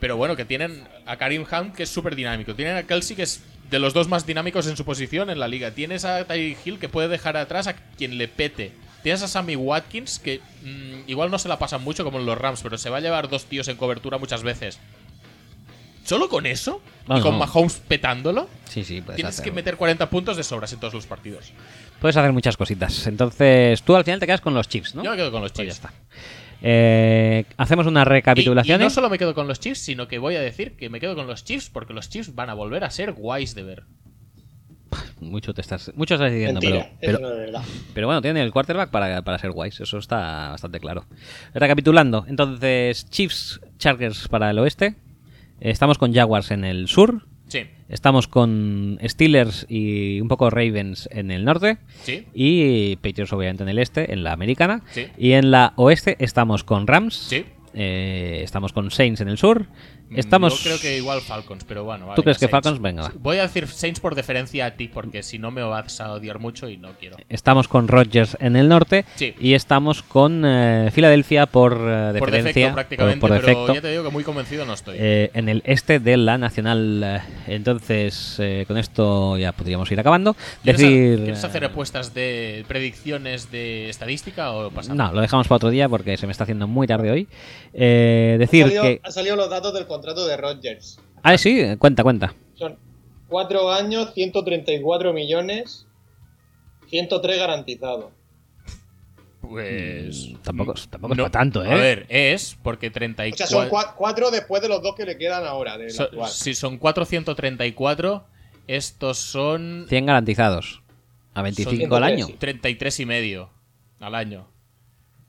S2: Pero bueno, que tienen a Karim Hunt, que es súper dinámico. Tienen a Kelsey, que es de los dos más dinámicos en su posición en la liga. Tienes a Tyreek Hill, que puede dejar atrás a quien le pete. Tienes a Sammy Watkins, que mm, igual no se la pasan mucho como en los Rams, pero se va a llevar dos tíos en cobertura muchas veces. Solo con eso,
S1: No,
S2: y con
S1: Ah, no.
S2: Mahomes petándolo,
S1: Sí, sí, puedes
S2: Tienes
S1: hacer-
S2: que meter 40 puntos de sobras en todos los partidos.
S1: Puedes hacer muchas cositas. Entonces, tú al final te quedas con los chips, ¿no?
S2: Yo me quedo con los
S1: Pues ya
S2: Chiefs.
S1: está. Eh, Hacemos una recapitulación.
S2: Y, y no solo me quedo con los Chiefs, sino que voy a decir que me quedo con los Chiefs porque los Chiefs van a volver a ser guays de ver.
S1: Mucho te estás, mucho estás diciendo, pero,
S3: Mentira,
S1: pero,
S3: eso no es verdad.
S1: pero bueno, tiene el quarterback para, para ser guays. Eso está bastante claro. Recapitulando, entonces, Chiefs, Chargers para el oeste. Estamos con Jaguars en el sur.
S2: Sí,
S1: Estamos con Steelers y un poco Ravens en el norte.
S2: sí.
S1: Y Patriots, obviamente, en el este, en la americana.
S2: Sí.
S1: Y en la oeste estamos con Rams.
S2: Sí. Mm,
S1: Eh, estamos con Saints en el sur. Estamos.
S2: Yo creo que igual Falcons, pero bueno. vale,
S1: ¿Tú crees que
S2: Saints.
S1: Falcons? Venga, va.
S2: Voy a decir Saints por deferencia a ti porque si no me vas a odiar mucho y no quiero.
S1: Estamos con Rodgers en el norte
S2: Sí.
S1: y estamos con eh, Filadelfia por eh,
S2: Por
S1: deferencia,
S2: defecto prácticamente,
S1: por- por defecto,
S2: pero ya te digo que muy convencido no estoy.
S1: eh, en el este de la nacional. eh, Entonces, eh, con esto ya podríamos ir acabando.
S2: ¿Quieres,
S1: Decir,
S2: ha- quieres hacer
S1: eh,
S2: apuestas de predicciones de estadística o pasado?
S1: no, lo dejamos para otro día porque se me está haciendo muy tarde hoy. Eh, decir
S3: han, salido,
S1: que.
S3: han salido los datos del contrato de Rodgers.
S1: Ah, sí, cuenta, cuenta.
S3: Son 4 años, 134 millones, 103 garantizados.
S2: Pues.
S1: Mm, Tampoco, es- tampoco es
S2: No,
S1: para tanto, ¿eh?
S2: A ver, es porque
S3: O sea, son
S2: 34.
S3: 4 después de los dos que le quedan ahora. del
S2: so-
S3: actual.
S2: si son 434, estos son.
S1: 100 garantizados. A 25 al año.
S3: 113.
S2: 33 y medio al año.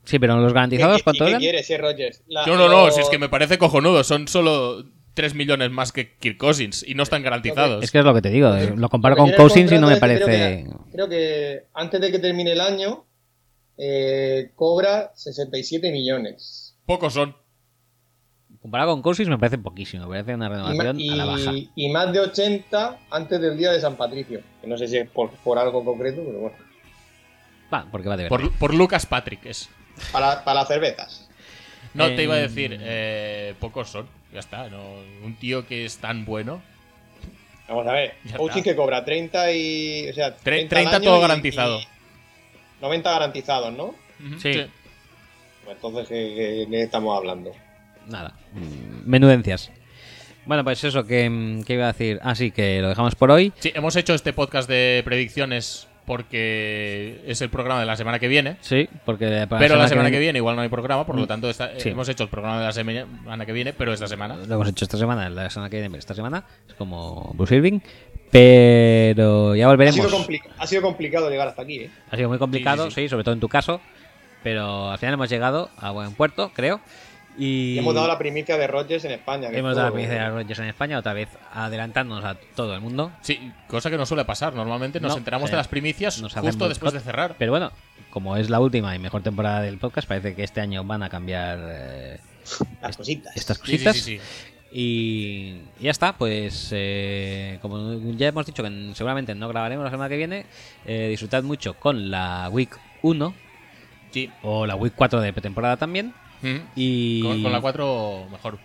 S1: Sí, pero los
S3: ¿Qué-
S1: garantizados,
S3: qué-
S1: ¿cuánto
S3: qué
S1: eran?
S3: quiere, Sir Rodgers? La-
S2: No, no, no,
S3: los-
S2: si es que me parece cojonudo, son solo 3 millones más que Kirk Cousins y no están garantizados.
S1: Es que es lo que te digo, eh, lo comparo
S3: Lo que
S1: con
S3: quiere el
S1: Cousins y no me
S3: contrato es que
S1: parece.
S3: Creo que, creo que antes de que termine el año, eh, cobra 67 millones.
S2: Pocos son.
S1: Comparado con Cousins me parece poquísimo, me parece una
S3: Y ma-
S1: renovación
S3: y,
S1: a la baja.
S3: y más de 80 antes del día de San Patricio. Que no sé si es por, por algo concreto, pero bueno.
S1: Va, porque va de verdad.
S2: Por, por Lucas Patrick es.
S3: Para, para las cervezas.
S2: No,
S1: Eh,
S2: te
S3: Em,
S2: iba a decir, eh, pocos son. Ya está, no, un tío que es tan bueno.
S3: Vamos a ver.
S2: Ya
S3: Coaching
S2: está.
S3: que cobra 30 y. O sea,
S2: Tre- 30,
S3: al año
S2: todo
S3: y-
S2: garantizado.
S3: y 90 garantizados, ¿no?
S2: Ujú,
S1: Sí.
S3: Pues entonces, ¿qué, qué- qué estamos hablando?
S1: Nada. mm, Menudencias. Bueno, pues eso, que, mm, que iba a decir. Así que lo dejamos por hoy.
S2: Sí, hemos hecho este podcast de predicciones porque es el programa de la semana que viene.
S1: Sí, porque para
S2: Pero la semana que viene igual no hay programa, por lo tanto esta-
S1: Sí.
S2: hemos hecho el programa de la semana que viene, pero esta semana.
S1: Lo hemos hecho esta semana, la semana que viene, pero esta semana. Es como Bruce Irving. Pero ya
S3: Ha
S1: volveremos.
S3: sido, compli- ha sido complicado llegar hasta aquí, ¿eh?
S1: Ha sido muy complicado, sí,
S2: Sí, sí,
S1: sobre todo en tu caso. Pero al final hemos llegado a buen puerto, creo. Y
S3: Y hemos dado la primicia de Rogers en España. que
S1: hemos
S3: es
S1: dado la
S3: todo-
S1: primicia de Rogers en España, otra vez adelantándonos a todo el mundo.
S2: Sí, cosa que no suele pasar. Normalmente nos
S1: No,
S2: enteramos
S1: eh,
S2: de las primicias
S1: nos hacen
S2: justo después
S1: boicot.
S2: de cerrar.
S1: Pero bueno, como es la última y mejor temporada del podcast, parece que este año van a cambiar eh,
S3: Las cositas.
S1: estas
S2: Sí,
S1: cositas.
S2: sí, sí, sí.
S1: Y y ya está, pues eh, como ya hemos dicho que en- seguramente no grabaremos la semana que viene, eh, disfrutad mucho con la Week 1
S2: Sí.
S1: o la Week 4 de pretemporada también.
S2: Mm.
S1: Y
S2: Con, con la 4 mejor.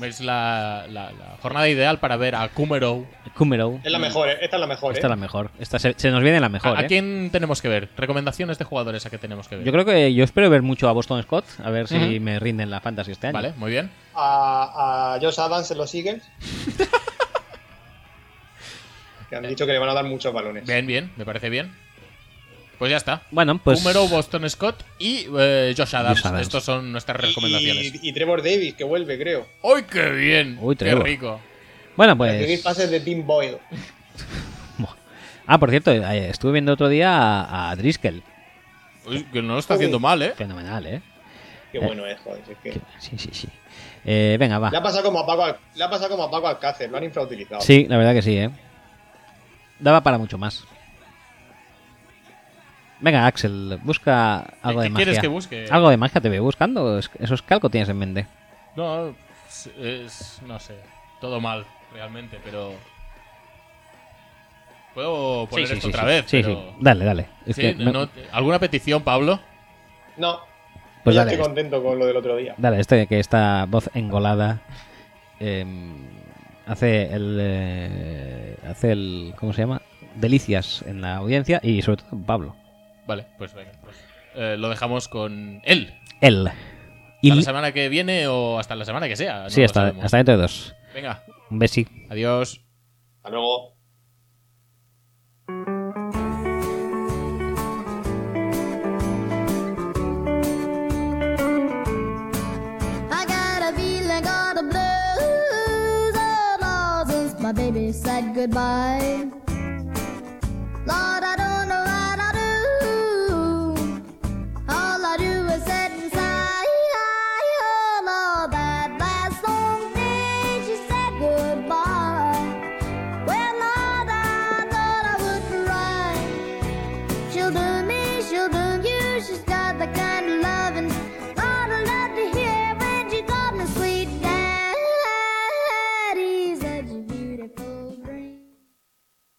S2: Es la, la- la jornada ideal para ver a Kumero.
S1: Kummerow.
S3: Es la mejor, ¿eh? esta es la mejor.
S1: Esta es
S3: ¿eh?
S1: la mejor. Esta se, se nos viene la mejor.
S2: ¿A, a
S1: ¿eh?
S2: quién tenemos que ver? Recomendaciones de jugadores a que tenemos que ver.
S1: Yo creo que yo espero ver mucho a Boston Scott, a ver si
S2: Ujú.
S1: me rinden la fantasy este año.
S2: Vale, muy bien.
S3: A, a Josh Adams en los Eagles. que han dicho que le van a dar muchos balones.
S2: Bien, bien, me parece bien. Pues ya está.
S1: Bueno, pues
S2: Kumero, Boston Scott y eh, Josh, Adams.
S1: Josh Adams.
S2: Estos son nuestras
S3: Y-
S2: recomendaciones.
S3: Y, y Trevor Davis, que vuelve, creo.
S2: ¡Uy, qué bien!
S1: Uy,
S2: ¡Qué
S1: Trevor.
S2: rico!
S1: bueno,
S3: Para seguir
S1: pues
S3: pases de Tim Boyle.
S1: Ah, por cierto, eh, estuve viendo otro día a, a Driscoll.
S2: Uy, que no lo está haciendo mal, ¿eh?
S1: Fenomenal, ¿eh?
S3: Qué bueno es, joder. si es que-
S1: Sí, sí, sí. Eh, venga, va.
S3: Le ha pasado como a Paco, Al- le ha pasado como a Paco Alcácer, lo han infrautilizado.
S1: Sí, la verdad que sí, ¿eh? Daba para mucho más. Venga, Axel, busca algo
S2: ¿Qué
S1: de magia. Ah,
S2: quieres que busque?
S1: Algo de magia te veo buscando. es- Esos calcos tienes en mente.
S2: No, es, es- no sé. Todo mal, realmente, pero. Puedo poner
S1: sí,
S2: esto
S1: sí,
S2: otra
S1: sí.
S2: vez,
S1: Sí,
S2: pero-
S1: sí. Dale, dale. Es
S2: Sí,
S1: que me-
S2: no- ¿Alguna petición, Pablo?
S3: No,
S1: Pues
S3: yo
S1: dale,
S3: estoy contento con lo del otro día.
S1: dale, este que esta voz engolada em, hace el eh, hace el ¿cómo se llama? Delicias en la audiencia y sobre todo en Pablo.
S2: Vale, pues venga. pues, eh, lo dejamos con él.
S1: Él. Y
S2: Hasta la semana que viene o hasta la semana que sea. no
S1: sí,
S2: lo
S1: hasta,
S2: sabemos.
S1: hasta dentro de dos.
S2: Venga,
S1: Un besi.
S2: adiós.
S3: Hasta luego.
S5: I got a feeling, got a blues. Oh, no, since my baby said goodbye.